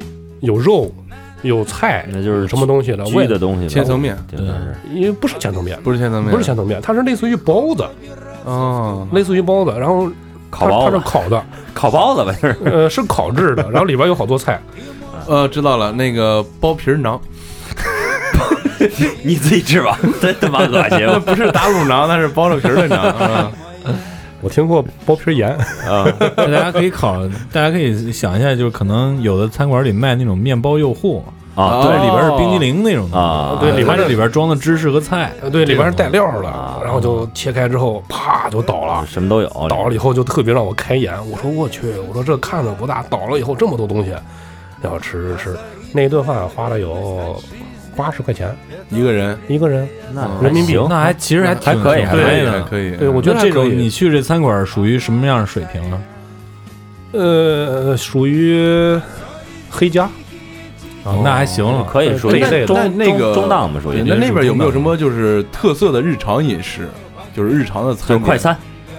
[SPEAKER 6] 有肉，有菜，
[SPEAKER 4] 那就是
[SPEAKER 6] 什么东西了？啊我
[SPEAKER 4] 居
[SPEAKER 6] 也
[SPEAKER 4] 嗯的东西吧，
[SPEAKER 3] 千层面，
[SPEAKER 4] 对，算是
[SPEAKER 6] 因为不是千层面，
[SPEAKER 3] 不是千层面，
[SPEAKER 6] 不是千层面，它是类似于包子，
[SPEAKER 3] 哦，
[SPEAKER 5] 嗯
[SPEAKER 6] 类似于包子，然后它
[SPEAKER 4] 烤包
[SPEAKER 6] 它
[SPEAKER 4] 子
[SPEAKER 6] 是，烤的，
[SPEAKER 4] 烤包子吧，就是
[SPEAKER 6] 呃，是烤制的，然后里边有好多菜，
[SPEAKER 3] 呃，知道了，那个包皮儿馕，
[SPEAKER 4] 你自己吃 吧，真他妈恶心
[SPEAKER 3] 那 不是打乳馕，那是包着皮儿的 馕，啊
[SPEAKER 6] 我听过包皮盐，
[SPEAKER 4] 啊！
[SPEAKER 5] 大家可以考， 大家可以想一下，就是可能有的餐馆里卖那种面包诱惑，
[SPEAKER 4] 啊，
[SPEAKER 5] 对，
[SPEAKER 4] 对
[SPEAKER 3] 哦
[SPEAKER 5] 里边是冰激凌那种的
[SPEAKER 4] 啊
[SPEAKER 6] 对里边
[SPEAKER 5] 它
[SPEAKER 6] 是
[SPEAKER 5] 这里边装的芝士和菜，
[SPEAKER 6] 呃对，里边是带料的
[SPEAKER 4] 啊，
[SPEAKER 6] 然后就切开之后，啪就倒了。
[SPEAKER 4] 什么都有，里
[SPEAKER 6] 倒了以后就特别让我开眼，我说我去，我说这看着不大，倒了以后这么多东西，然后吃吃吃，那一顿饭花了有八十块钱
[SPEAKER 3] 一个人，
[SPEAKER 6] 一个人，
[SPEAKER 4] 那
[SPEAKER 6] 人民币
[SPEAKER 4] 还行
[SPEAKER 5] 那还其实还
[SPEAKER 4] 还
[SPEAKER 5] 挺
[SPEAKER 4] 可以
[SPEAKER 5] 挺
[SPEAKER 4] 还可
[SPEAKER 5] 便
[SPEAKER 4] 以
[SPEAKER 5] 宜
[SPEAKER 3] 还
[SPEAKER 5] 的。
[SPEAKER 3] 可以，
[SPEAKER 6] 对我
[SPEAKER 5] 我
[SPEAKER 6] 觉得这种
[SPEAKER 5] 你去这餐馆属于什么样的水平啊？
[SPEAKER 6] 呃属于黑家，
[SPEAKER 5] 啊，那还行了，
[SPEAKER 4] 可以属于
[SPEAKER 6] 这一类的
[SPEAKER 4] 中
[SPEAKER 3] 那那个
[SPEAKER 4] 中中档吧，属
[SPEAKER 3] 对
[SPEAKER 4] 于
[SPEAKER 3] 那那边有没有什么就是特色的日常饮食，就是日常的餐
[SPEAKER 4] 就
[SPEAKER 3] 点
[SPEAKER 4] 快，餐，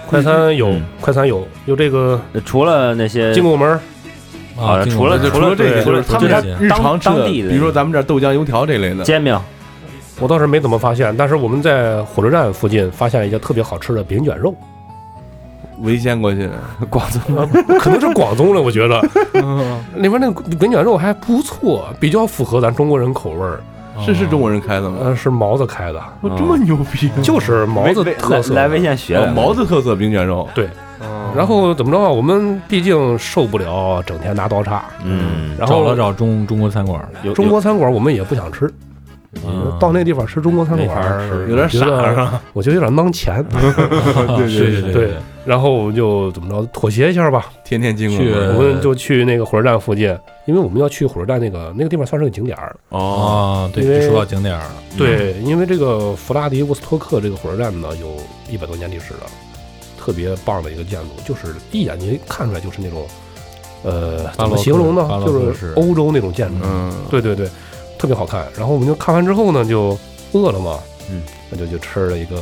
[SPEAKER 6] 快餐有
[SPEAKER 4] 嗯
[SPEAKER 6] 快餐有有这个
[SPEAKER 4] 除了那些
[SPEAKER 6] 进贡门儿，
[SPEAKER 5] 啊
[SPEAKER 4] 啊，除了
[SPEAKER 3] 就
[SPEAKER 4] 除
[SPEAKER 3] 除了这些，
[SPEAKER 4] 除
[SPEAKER 3] 就
[SPEAKER 4] 了
[SPEAKER 3] 是他
[SPEAKER 5] 这
[SPEAKER 3] 们家
[SPEAKER 5] 些
[SPEAKER 3] 日常吃
[SPEAKER 4] 当
[SPEAKER 3] 的，
[SPEAKER 4] 当地的
[SPEAKER 3] 比如说咱们这儿豆浆油条这类的，
[SPEAKER 4] 煎饼
[SPEAKER 6] 我倒是没 怎么发现，但是我们在火车站附近发现了一家特别好吃的饼卷肉，
[SPEAKER 3] 围歼过去的。
[SPEAKER 4] 广宗
[SPEAKER 6] 可能是广东的，我觉得
[SPEAKER 3] 嗯
[SPEAKER 6] 里面那个饼卷肉还不错，比较符合咱中国人口味儿。
[SPEAKER 3] 是是中国人开的吗？
[SPEAKER 6] 呃，是毛子开的，
[SPEAKER 3] 我
[SPEAKER 4] 嗯
[SPEAKER 3] 哦这么牛逼，啊
[SPEAKER 6] 就是毛子
[SPEAKER 4] 来
[SPEAKER 6] 特色
[SPEAKER 4] 来微信学
[SPEAKER 3] 嗯哦
[SPEAKER 4] 来
[SPEAKER 3] 毛子特色冰卷肉。
[SPEAKER 6] 对，
[SPEAKER 3] 哦
[SPEAKER 6] 然后怎么着啊？我们毕竟受不了整天拿刀叉，
[SPEAKER 4] 嗯，
[SPEAKER 6] 然
[SPEAKER 5] 找
[SPEAKER 6] 后
[SPEAKER 5] 了找中中国餐馆儿，
[SPEAKER 4] 有
[SPEAKER 6] 中国餐馆我们也不想吃，
[SPEAKER 5] 嗯
[SPEAKER 6] 到那地方吃中国餐
[SPEAKER 5] 没
[SPEAKER 6] 馆
[SPEAKER 5] 法
[SPEAKER 6] 儿
[SPEAKER 5] 吃
[SPEAKER 3] 有点傻
[SPEAKER 6] 觉得
[SPEAKER 3] 是吧？
[SPEAKER 6] 我觉得有点囊钱。
[SPEAKER 5] 对对
[SPEAKER 6] 对然后我们就怎么着妥协一下吧，
[SPEAKER 3] 天天经
[SPEAKER 5] 去
[SPEAKER 3] 过
[SPEAKER 6] 我们就去那个火车站附近，因为我们要去火车站那个那个地方算是个景点儿。
[SPEAKER 3] 哦，
[SPEAKER 5] 啊，对，
[SPEAKER 6] 因为
[SPEAKER 5] 这说到景点儿了，
[SPEAKER 6] 对，因为这个弗拉迪沃斯托克这个火车站呢，有一百多年历史了，特别棒的一个建筑，就是一眼你看出来就是那种，呃，
[SPEAKER 5] 巴洛克
[SPEAKER 6] 怎么形容呢
[SPEAKER 5] 巴？洛克
[SPEAKER 6] 就
[SPEAKER 5] 式
[SPEAKER 6] 是欧洲那种建筑。
[SPEAKER 3] 嗯，
[SPEAKER 6] 对对对，特别好看。然后我们就看完之后呢，就饿了嘛，
[SPEAKER 4] 嗯，
[SPEAKER 6] 那就就吃了一个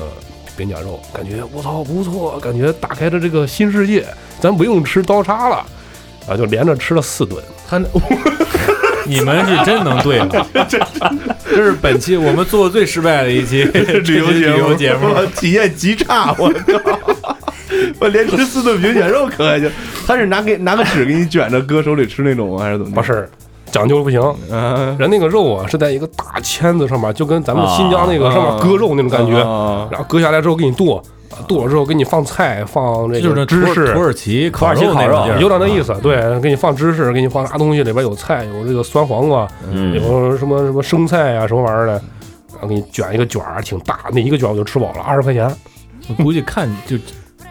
[SPEAKER 6] 饼夹肉，感觉我操不错，感觉打开了这个新世界，咱不用吃刀叉了。然后就连着吃了四顿，
[SPEAKER 5] 他那你们是真能对付，这是本期我们做的最失败的一期旅旅游节目，
[SPEAKER 3] 体验极差，我操！我连吃四顿饼卷肉可还行？他是拿给拿个纸给你卷着，搁手里吃那种吗还啊是怎么？
[SPEAKER 6] 不，是讲究不行，
[SPEAKER 5] 嗯
[SPEAKER 3] 啊，
[SPEAKER 6] 人那个肉啊是在一个大签子上面，就跟咱们新
[SPEAKER 5] 啊
[SPEAKER 6] 疆那个上面割肉那种感觉，
[SPEAKER 3] 啊
[SPEAKER 6] 然后割下来之后给你剁，剁了之后给你放菜，放这
[SPEAKER 5] 就是
[SPEAKER 6] 个
[SPEAKER 5] 那
[SPEAKER 6] 芝
[SPEAKER 5] 土
[SPEAKER 6] 士
[SPEAKER 5] 土，耳其
[SPEAKER 4] 土耳其
[SPEAKER 5] 那
[SPEAKER 4] 烤
[SPEAKER 5] 种
[SPEAKER 4] 肉
[SPEAKER 5] 地儿，啊
[SPEAKER 6] 有点那意思，对，给你放芝士，给你放啥东西，里边有菜，有这个酸黄瓜，
[SPEAKER 4] 嗯，
[SPEAKER 6] 有什么什么生菜啊，什么玩意儿的，然后给你卷一个卷儿，挺大，那一个卷儿我就吃饱了，二十块钱。
[SPEAKER 5] 我估计看就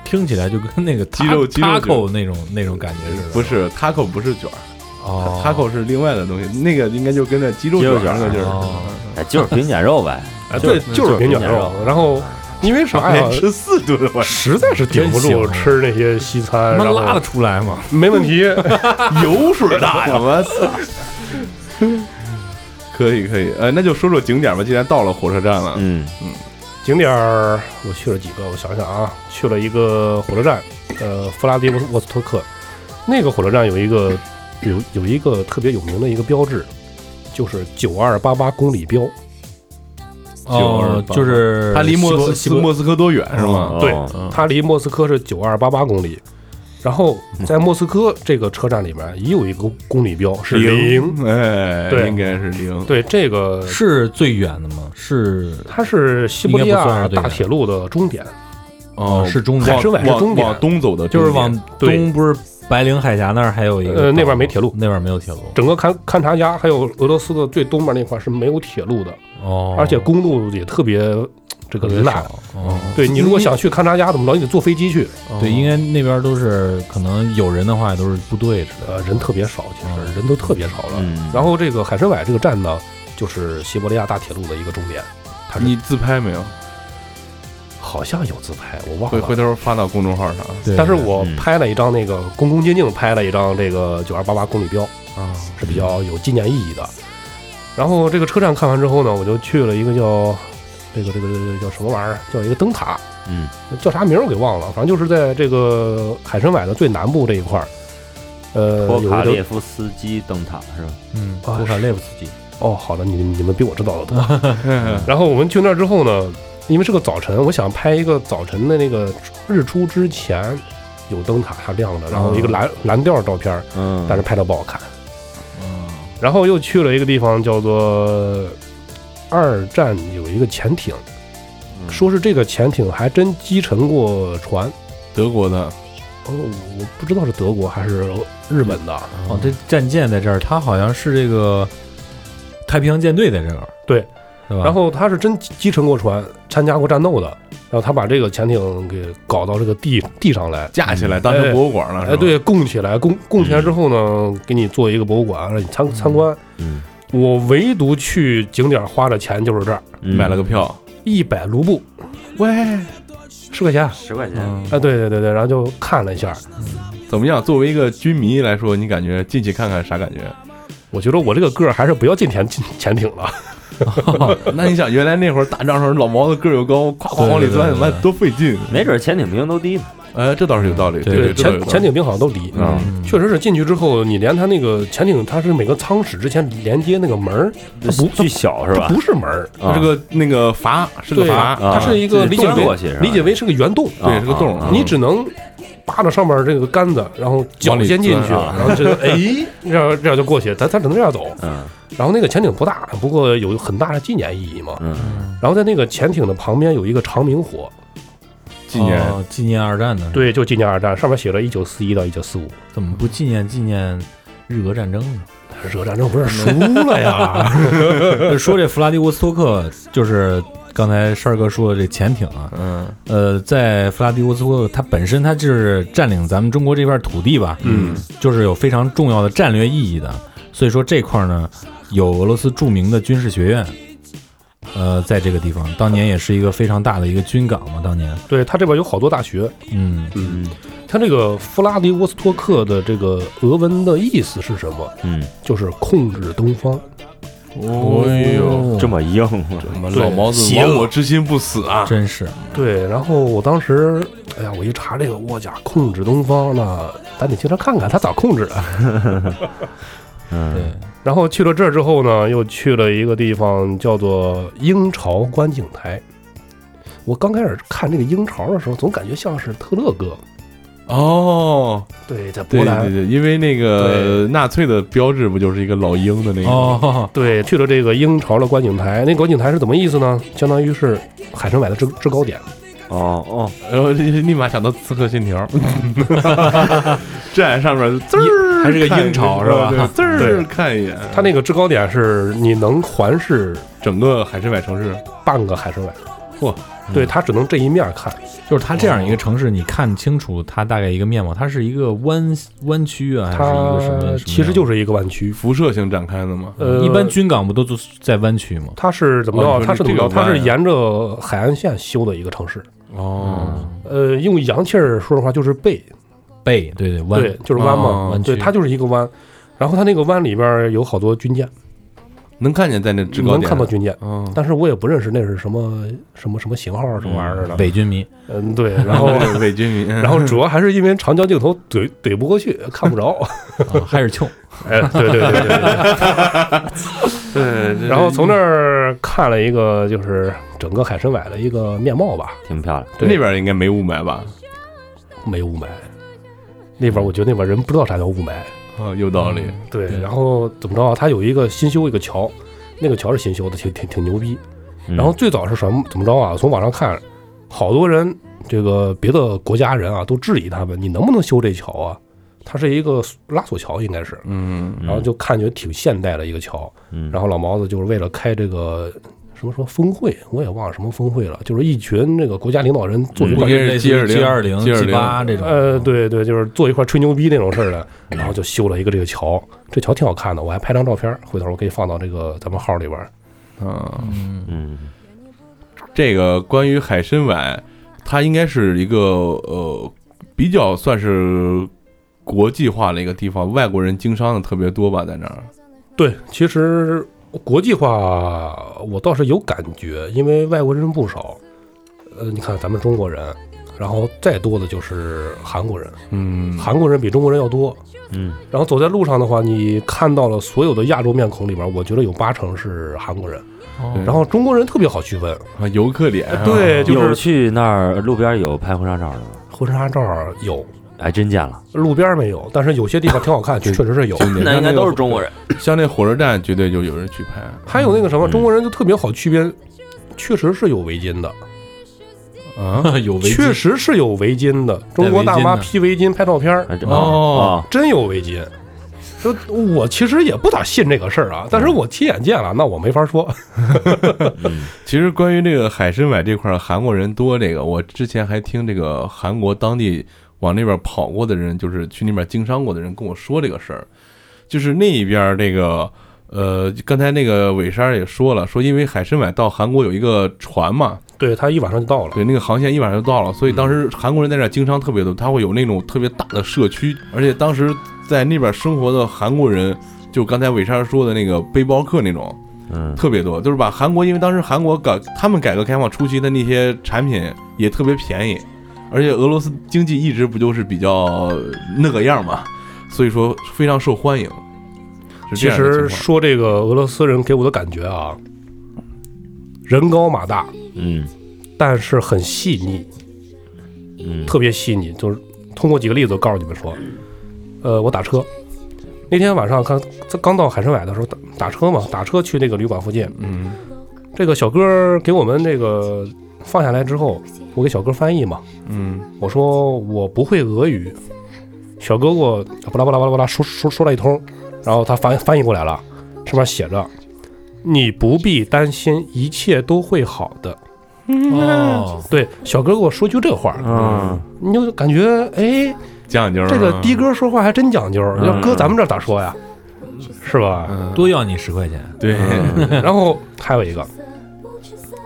[SPEAKER 5] 听起来就跟那个
[SPEAKER 3] 鸡肉鸡肉卷
[SPEAKER 5] taco 那种那种感觉似的，
[SPEAKER 3] 不是 taco 不是卷儿
[SPEAKER 5] 哦
[SPEAKER 3] ，taco 是另外的东西，那个应该就跟那鸡肉
[SPEAKER 4] 鸡肉
[SPEAKER 3] 卷儿那个劲
[SPEAKER 5] 哦
[SPEAKER 3] 儿。
[SPEAKER 4] 哎就是饼卷肉呗，
[SPEAKER 6] 哎，对，就是
[SPEAKER 4] 饼
[SPEAKER 6] 饼
[SPEAKER 4] 卷
[SPEAKER 6] 卷
[SPEAKER 4] 肉
[SPEAKER 6] 肉。然后因为啥呀
[SPEAKER 3] 连？吃四顿，我
[SPEAKER 6] 实在是顶不
[SPEAKER 5] 真
[SPEAKER 6] 住
[SPEAKER 5] 行
[SPEAKER 6] 吃那些西餐，
[SPEAKER 5] 他妈
[SPEAKER 6] 然后
[SPEAKER 5] 拉得出来 吗？
[SPEAKER 6] 没问题。
[SPEAKER 3] 油水大呀！ 我操！可以可以，呃，那就说说景点吧。既然到了火车站了，
[SPEAKER 4] 嗯
[SPEAKER 6] 景点儿我去了几个，我想想啊，去了一个火车站，呃，弗拉迪沃斯沃斯托克，那个火车站有一个有有一个特别有名的一个标志，就是九二八八公里标。
[SPEAKER 5] 哦，
[SPEAKER 3] 就是
[SPEAKER 5] 就是
[SPEAKER 3] 它离
[SPEAKER 5] 西
[SPEAKER 3] 莫
[SPEAKER 5] 伯
[SPEAKER 3] 斯
[SPEAKER 5] 西伯
[SPEAKER 3] 莫斯科多远是吗？
[SPEAKER 6] 对
[SPEAKER 4] 哦
[SPEAKER 3] 嗯
[SPEAKER 6] 它离莫斯科是九二八八公里，然后在莫斯科这个车站里边也有一个公里标是零，，
[SPEAKER 3] 哎，
[SPEAKER 6] 对
[SPEAKER 3] 应该是零。
[SPEAKER 6] 对这个
[SPEAKER 5] 是最远的吗？是
[SPEAKER 6] 它是西伯利
[SPEAKER 5] 应该不算
[SPEAKER 6] 亚
[SPEAKER 5] 是对的
[SPEAKER 6] 大铁路的终点，
[SPEAKER 3] 哦，
[SPEAKER 5] 呃是中
[SPEAKER 3] 往
[SPEAKER 5] 间
[SPEAKER 6] 海，参崴是
[SPEAKER 3] 往
[SPEAKER 6] 终点
[SPEAKER 3] 往东走的终
[SPEAKER 5] 就
[SPEAKER 3] 点，
[SPEAKER 5] 是往
[SPEAKER 6] 对
[SPEAKER 5] 东不是白令海峡那儿还有一个
[SPEAKER 6] 呃那边
[SPEAKER 5] 岛吗
[SPEAKER 6] 没铁路
[SPEAKER 5] 那边没有铁路
[SPEAKER 6] 整个勘勘察加还有俄罗斯的最东边那块是没有铁路的，
[SPEAKER 5] 哦，
[SPEAKER 6] 而且公路也特别
[SPEAKER 5] 特
[SPEAKER 6] 这个
[SPEAKER 5] 别
[SPEAKER 6] 烂。
[SPEAKER 5] 少哦。
[SPEAKER 6] 对你如果想去勘察加怎么着，你得坐飞机去，
[SPEAKER 5] 对，应该那边都是可能有人的话都是部队之类的。
[SPEAKER 6] 呃，人特别少，其
[SPEAKER 5] 嗯
[SPEAKER 6] 实人都特别少了。
[SPEAKER 4] 嗯，
[SPEAKER 6] 然后这个海参崴这个站呢，就是西伯利亚大铁路的一个终点，它是
[SPEAKER 3] 你自拍没有？
[SPEAKER 6] 好像有自拍，我忘
[SPEAKER 3] 回
[SPEAKER 6] 了。
[SPEAKER 3] 回头发到公众号上。
[SPEAKER 5] 对
[SPEAKER 6] 但是我
[SPEAKER 4] 嗯
[SPEAKER 6] 拍了一张那个恭恭敬敬拍了一张这个九二八八公里标啊，是比较
[SPEAKER 4] 嗯
[SPEAKER 6] 有纪念意义的。然后这个车站看完之后呢，我就去了一个叫这个这个这个叫什么玩意儿，叫一个灯塔，
[SPEAKER 4] 嗯，
[SPEAKER 6] 叫啥名儿我给忘了，反正就是在这个海参崴的最南部这一块儿。呃，
[SPEAKER 4] 托
[SPEAKER 6] 有一
[SPEAKER 4] 卡
[SPEAKER 6] 个
[SPEAKER 4] 列夫斯基灯塔是吧？
[SPEAKER 5] 嗯，
[SPEAKER 6] 啊
[SPEAKER 5] 波卡列夫斯基
[SPEAKER 6] 哦，好的，你你们比我知道的多。
[SPEAKER 3] 嗯
[SPEAKER 6] 然后我们去那儿之后呢，因为是个早晨，我想拍一个早晨的那个日出之前有灯塔它亮着，然后一个蓝蓝调照片儿，
[SPEAKER 4] 嗯，
[SPEAKER 6] 但是拍的不好看。然后又去了一个地方，叫做二战有一个潜艇，
[SPEAKER 4] 嗯
[SPEAKER 6] 说是这个潜艇还真击沉过船。
[SPEAKER 3] 德国的
[SPEAKER 6] 哦，我不知道是德国还是日本的，啊
[SPEAKER 4] 嗯
[SPEAKER 5] 哦，这战舰在这儿，它好像是这个太平洋舰队在这儿，
[SPEAKER 6] 对
[SPEAKER 5] 对吧？
[SPEAKER 6] 然后他是真击沉过船，参加过战斗的，然后他把这个潜艇给搞到这个地地上来，
[SPEAKER 3] 架起来当成博物馆了，是
[SPEAKER 6] 哎，
[SPEAKER 3] 吧，
[SPEAKER 6] 对，供起来，供供起来之后呢，给你做一个博物馆让你参参观。
[SPEAKER 4] 嗯
[SPEAKER 6] 我唯独去景点花的钱就是这儿，
[SPEAKER 4] 嗯
[SPEAKER 3] 买了个票，
[SPEAKER 6] 一百卢布，
[SPEAKER 3] 喂，
[SPEAKER 6] 十块钱。
[SPEAKER 4] 十块钱，
[SPEAKER 3] 嗯
[SPEAKER 6] 哎，对对对对，然后就看了一下，
[SPEAKER 3] 怎么样？作为一个军迷来说，你感觉进去看看啥感觉？
[SPEAKER 6] 我觉得我这个个儿还是不要进潜进潜艇了。
[SPEAKER 3] 那你想，原来那会儿打仗时候，老毛子个儿又高，夸夸往里
[SPEAKER 5] 对对
[SPEAKER 3] 钻，
[SPEAKER 5] 对对
[SPEAKER 3] 妈多费劲
[SPEAKER 4] 没准儿潜艇名都低呢，
[SPEAKER 3] 哎，这倒是有道理，对，这倒有
[SPEAKER 6] 潜
[SPEAKER 3] 道理
[SPEAKER 6] 潜艇兵好像都离。
[SPEAKER 3] 啊，
[SPEAKER 6] 确实是进去之后，你连它那个潜艇，它是每个舱室之前连接那个门儿，它不
[SPEAKER 4] 巨小是
[SPEAKER 6] 它
[SPEAKER 4] 吧？
[SPEAKER 6] 不是门儿，
[SPEAKER 3] 它是个那个阀，是个啊
[SPEAKER 6] 对，
[SPEAKER 3] 阀，
[SPEAKER 4] 啊
[SPEAKER 6] 它是一个理解
[SPEAKER 4] 钻过
[SPEAKER 6] 为
[SPEAKER 4] 去是吧
[SPEAKER 6] 理解为是个圆洞，
[SPEAKER 3] 对，是个洞
[SPEAKER 4] 啊
[SPEAKER 3] 儿，
[SPEAKER 6] 你只能扒着上面这个杆子，然后脚
[SPEAKER 3] 往里
[SPEAKER 6] 先进去，
[SPEAKER 3] 钻啊
[SPEAKER 6] 然后觉得哎，这样这样就过去，咱咱只能这样走。
[SPEAKER 4] 嗯
[SPEAKER 6] 然后那个潜艇不大，不过有很大的纪念意义嘛。
[SPEAKER 4] 嗯，
[SPEAKER 6] 然后在那个潜艇的旁边有一个长明火，
[SPEAKER 3] 纪念
[SPEAKER 5] 哦纪念二战的，，
[SPEAKER 6] 对，就纪念二战，上面写着一九四一到一九四五。
[SPEAKER 5] 怎么不纪念纪念日俄战争呢？
[SPEAKER 6] 热战争不是输 了呀？
[SPEAKER 5] 就呃说这弗拉迪沃斯托克，就是刚才帅哥说的这潜艇啊，
[SPEAKER 3] 嗯
[SPEAKER 5] 呃，在弗拉迪沃斯托克，它本身它就是占领咱们中国这片土地吧，
[SPEAKER 6] 嗯，
[SPEAKER 5] 就是有非常重要的战略意义的。所以说这块儿呢，有俄罗斯著名的军事学院，呃，在这个地方，当年也是一个非常大的一个军港嘛，当年，
[SPEAKER 6] 对，它这边有好多大学。
[SPEAKER 5] 嗯
[SPEAKER 6] 嗯，它这个弗拉迪沃斯托克的这个俄文的意思是什么？
[SPEAKER 4] 嗯，
[SPEAKER 6] 就是控制东方。哦
[SPEAKER 3] 哎呦，
[SPEAKER 4] 这么硬啊吗？
[SPEAKER 6] 对
[SPEAKER 3] 老毛子亡我之心不死啊，
[SPEAKER 5] 真是，
[SPEAKER 6] 对，然后我当时，哎呀，我一查这个，我家控制东方呢，咱得经常看看他咋控制的。
[SPEAKER 5] 对
[SPEAKER 4] 嗯，，
[SPEAKER 6] 然后去了这儿之后呢，又去了一个地方叫做鹰巢观景台。我刚开始看这个鹰巢的时候，总感觉像是特勒哥。
[SPEAKER 3] 哦，
[SPEAKER 6] 对，在波
[SPEAKER 3] 对
[SPEAKER 6] 兰。
[SPEAKER 3] 对对，因为那个纳粹的标志不就是一个老鹰的那个，
[SPEAKER 5] 哦，
[SPEAKER 6] 对，去了这个鹰巢的观景台，那观景台是怎么意思呢？相当于是海参崴的制制高点。
[SPEAKER 4] 哦哦，
[SPEAKER 3] 然后立马想到《刺客信条》， 站在上面滋儿，
[SPEAKER 5] 还是个鹰巢是吧
[SPEAKER 3] 看一 眼对滋儿
[SPEAKER 6] 对
[SPEAKER 3] 看一眼，
[SPEAKER 6] 它那个制高点是你能环视
[SPEAKER 3] 整个海参崴城市，
[SPEAKER 6] 半个海参崴。
[SPEAKER 3] 嚯！
[SPEAKER 6] 对，它只能这一面看。
[SPEAKER 5] 就是它这样一个城市，你看清楚它大概一个面貌，它是一个湾湾区啊，还是一个什么？什么
[SPEAKER 6] 它
[SPEAKER 5] 样
[SPEAKER 6] 其实就是一个湾区。
[SPEAKER 3] 辐射性展开的嘛，
[SPEAKER 6] 呃，
[SPEAKER 5] 一般军港不都都在湾区吗？
[SPEAKER 6] 它是怎么着
[SPEAKER 3] 哦
[SPEAKER 6] 啊？
[SPEAKER 3] 你说
[SPEAKER 6] 它是怎么着？
[SPEAKER 3] 这个
[SPEAKER 6] 它
[SPEAKER 3] 湾啊
[SPEAKER 6] 是沿着海岸线修的一个城市。
[SPEAKER 3] 哦，
[SPEAKER 6] 呃，用洋气儿说的话就是背，
[SPEAKER 5] 背，对对，湾
[SPEAKER 6] 对，就是湾
[SPEAKER 3] 哦
[SPEAKER 6] 嘛
[SPEAKER 5] 湾。
[SPEAKER 6] 对，
[SPEAKER 5] 区
[SPEAKER 6] 它就是一个湾。然后它那个湾里边有好多军舰，
[SPEAKER 3] 能看见在那制高
[SPEAKER 6] 能
[SPEAKER 3] 点，
[SPEAKER 6] 看到，军舰，
[SPEAKER 3] 嗯，
[SPEAKER 6] 但是我也不认识那是什么什么什么型号什么玩意儿的。
[SPEAKER 5] 伪军迷，
[SPEAKER 6] 嗯，对。然 后
[SPEAKER 3] 对伪军民，
[SPEAKER 6] 然后主要还是因为长焦镜头怼怼不 过去，看不着。
[SPEAKER 5] 啊还是穷，
[SPEAKER 6] 哎，对对对对对
[SPEAKER 3] 对，
[SPEAKER 6] 对。 然后从那儿看了一个，就是整个海参崴的一个面貌吧，
[SPEAKER 4] 挺漂亮。
[SPEAKER 3] 那边应该没雾霾吧？
[SPEAKER 6] 没雾霾。那边我觉得那边人不知道啥叫雾霾。
[SPEAKER 3] 啊，有道理，
[SPEAKER 6] 对
[SPEAKER 5] 对，
[SPEAKER 6] 然后怎么着啊？它有一个新修一个桥，那个桥是新修的，挺挺挺牛逼。
[SPEAKER 4] 嗯
[SPEAKER 6] 然后最早是什么怎么着啊？从网上看，好多人这个别的国家人啊都质疑他们，你能不能修这桥啊？它是一个拉索桥，应该是。
[SPEAKER 3] 嗯，
[SPEAKER 4] 嗯，
[SPEAKER 6] 然后就看觉挺现代的一个桥。
[SPEAKER 4] 嗯，
[SPEAKER 6] 然后老毛子就是为了开这个什么什么峰会，我也忘了什么峰会了，就是一群这个国家领导人坐一
[SPEAKER 3] 不嗯
[SPEAKER 6] 块儿，
[SPEAKER 3] 应该是 G20
[SPEAKER 5] G 二零、G 八这种，
[SPEAKER 6] 呃，，对对，就是坐一块儿吹牛逼那种事儿的，然后就修了一个这个桥，这桥挺好看的，我还拍张照片儿，回头我可以放到这个咱们号里边儿。
[SPEAKER 3] 啊，
[SPEAKER 4] 嗯
[SPEAKER 3] 这个关于海参崴，它应该是一个呃比较算是国际化的一个地方，外国人经商的特别多吧，在那儿。
[SPEAKER 6] 对，其实国际化我倒是有感觉，因为外国人不少，呃，你看咱们中国人，然后再多的就是韩国人，
[SPEAKER 3] 嗯
[SPEAKER 6] 韩国人比中国人要多，
[SPEAKER 4] 嗯
[SPEAKER 6] 然后走在路上的话，你看到了所有的亚洲面孔里边，我觉得有八成是韩国人。
[SPEAKER 3] 对
[SPEAKER 6] 然后中国人特别好区分，
[SPEAKER 3] 啊游客脸啊，
[SPEAKER 6] 对就
[SPEAKER 4] 有
[SPEAKER 6] 是
[SPEAKER 4] 去那儿路边有拍婚纱照的吗？
[SPEAKER 6] 婚纱照有，
[SPEAKER 4] 还真见了，
[SPEAKER 6] 路边没有，但是有些地方挺好看，确实是有。
[SPEAKER 3] 那应该都是中
[SPEAKER 4] 国人。
[SPEAKER 3] 像那火车站绝对就有人去拍。
[SPEAKER 6] 还有那个什么，
[SPEAKER 4] 嗯
[SPEAKER 6] 中国人就特别好区别，确实是有围巾的，
[SPEAKER 3] 啊，
[SPEAKER 5] 有围
[SPEAKER 6] 确
[SPEAKER 5] 巾，
[SPEAKER 6] 实是有围巾的。中国大妈披围巾拍照片儿，
[SPEAKER 4] 啊这
[SPEAKER 3] 哦
[SPEAKER 4] 啊
[SPEAKER 6] 真有围巾。就我其实也不咋信这个事儿啊，但是我亲眼见了，那我没法说。
[SPEAKER 3] 其实关于这个海参崴这块儿韩国人多，这个我之前还听这个韩国当地往那边跑过的人，就是去那边经商过的人跟我说这个事儿，就是那一边儿这个呃，刚才那个伟山也说了，说因为海参崴到韩国有一个船嘛，
[SPEAKER 6] 对他一晚上就到了，
[SPEAKER 3] 对，那个航线一晚上就到了，所以当时韩国人在这儿经商特别多，他会有那种特别大的社区，而且当时在那边生活的韩国人，就刚才伟山说的那个背包客那种。
[SPEAKER 4] 嗯
[SPEAKER 3] 特别多，就是把韩国，因为当时韩国改他们改革开放初期的那些产品也特别便宜，而且俄罗斯经济一直不就是比较那个样嘛，所以说非常受欢迎。是这
[SPEAKER 6] 其
[SPEAKER 3] 样的情
[SPEAKER 6] 实
[SPEAKER 3] 况
[SPEAKER 6] 说这个俄罗斯人给我的感觉啊，人高马大，
[SPEAKER 4] 嗯
[SPEAKER 6] 但是很细腻，
[SPEAKER 4] 嗯，
[SPEAKER 6] 特别细腻。就是通过几个例子我告诉你们说，呃，我打车那天晚上刚刚到海参崴的时候打打车嘛，打车去那个旅馆附近，
[SPEAKER 3] 嗯
[SPEAKER 6] 这个小哥儿给我们这个放下来之后，我给小哥翻译嘛，
[SPEAKER 3] 嗯
[SPEAKER 6] 我说我不会俄语，小哥给我巴拉巴拉巴拉巴拉说说说了一通，然后他翻翻译过来了，上面写着：“你不必担心，一切都会好的。
[SPEAKER 5] 哦，”
[SPEAKER 6] 对，小哥给我说句这话，
[SPEAKER 4] 嗯，
[SPEAKER 6] 你就感觉哎，
[SPEAKER 3] 讲究
[SPEAKER 6] 这个
[SPEAKER 3] 啊
[SPEAKER 6] 的哥说话还真讲究，
[SPEAKER 4] 嗯
[SPEAKER 6] 要搁咱们这儿咋说呀？是吧？
[SPEAKER 3] 嗯
[SPEAKER 5] 多要你十块钱，
[SPEAKER 3] 对，
[SPEAKER 6] 然后还有一个，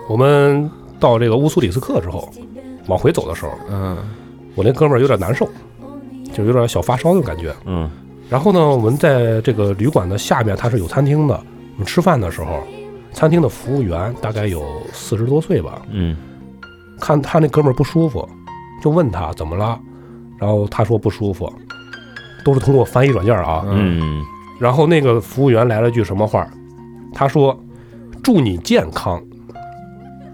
[SPEAKER 6] 我们到这个乌苏里斯克之后，往回走的时候，
[SPEAKER 3] 嗯
[SPEAKER 6] 我那哥们儿有点难受，就有点小发烧那种感觉。
[SPEAKER 4] 嗯
[SPEAKER 6] 然后呢，我们在这个旅馆的下面，它是有餐厅的。我们吃饭的时候，餐厅的服务员大概有四十多岁吧，
[SPEAKER 4] 嗯
[SPEAKER 6] 看他那哥们儿不舒服，就问他怎么了，然后他说不舒服，都是通过翻译软件啊。
[SPEAKER 3] 嗯
[SPEAKER 4] 嗯
[SPEAKER 6] 然后那个服务员来了句什么话儿？他说：“祝你健康。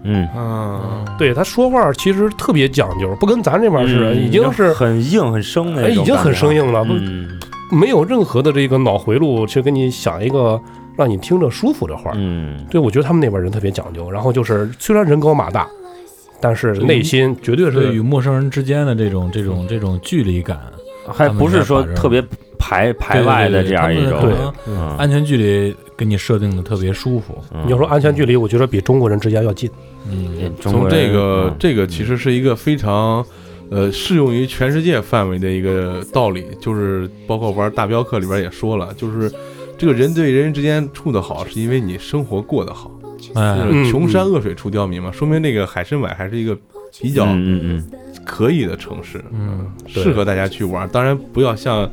[SPEAKER 4] 嗯，
[SPEAKER 3] 嗯，”
[SPEAKER 6] 对他说话其实特别讲究，不跟咱这边似的，
[SPEAKER 5] 嗯
[SPEAKER 6] 已经是
[SPEAKER 4] 很硬很生的
[SPEAKER 6] 哎，
[SPEAKER 4] 那种感觉啊，
[SPEAKER 6] 已经很生硬了，不
[SPEAKER 4] 嗯
[SPEAKER 6] 没有任何的这个脑回路去给你想一个让你听着舒服的话儿。
[SPEAKER 4] 嗯
[SPEAKER 6] 对，我觉得他们那边人特别讲究，然后就是虽然人高马大，但是内心绝对
[SPEAKER 5] 嗯对于
[SPEAKER 6] 是
[SPEAKER 5] 陌生人之间的这种这种这种距离感，
[SPEAKER 4] 还不是说特别排排外的这样一种，
[SPEAKER 5] 对对对
[SPEAKER 6] 对
[SPEAKER 5] 他们可能
[SPEAKER 4] 嗯
[SPEAKER 5] 安全距离给你设定的特别舒服，
[SPEAKER 4] 嗯
[SPEAKER 6] 你要说安全距离，我觉得比中国人之间要近。
[SPEAKER 5] 嗯，
[SPEAKER 4] 中
[SPEAKER 3] 从
[SPEAKER 4] 国人
[SPEAKER 3] 这个
[SPEAKER 4] 嗯
[SPEAKER 3] 这个其实是一个非常。呃，适用于全世界范围的一个道理，就是包括玩大镖客里边也说了，就是这个人对人之间处的好，是因为你生活过得好，
[SPEAKER 5] 哎
[SPEAKER 3] 就，
[SPEAKER 6] 嗯
[SPEAKER 3] 是穷山恶水出刁民嘛，说明这个海参崴还是一个比较
[SPEAKER 4] 嗯嗯嗯，
[SPEAKER 3] 可以的城市，
[SPEAKER 5] 嗯，
[SPEAKER 6] 对
[SPEAKER 3] 适合大家去玩。当然不要像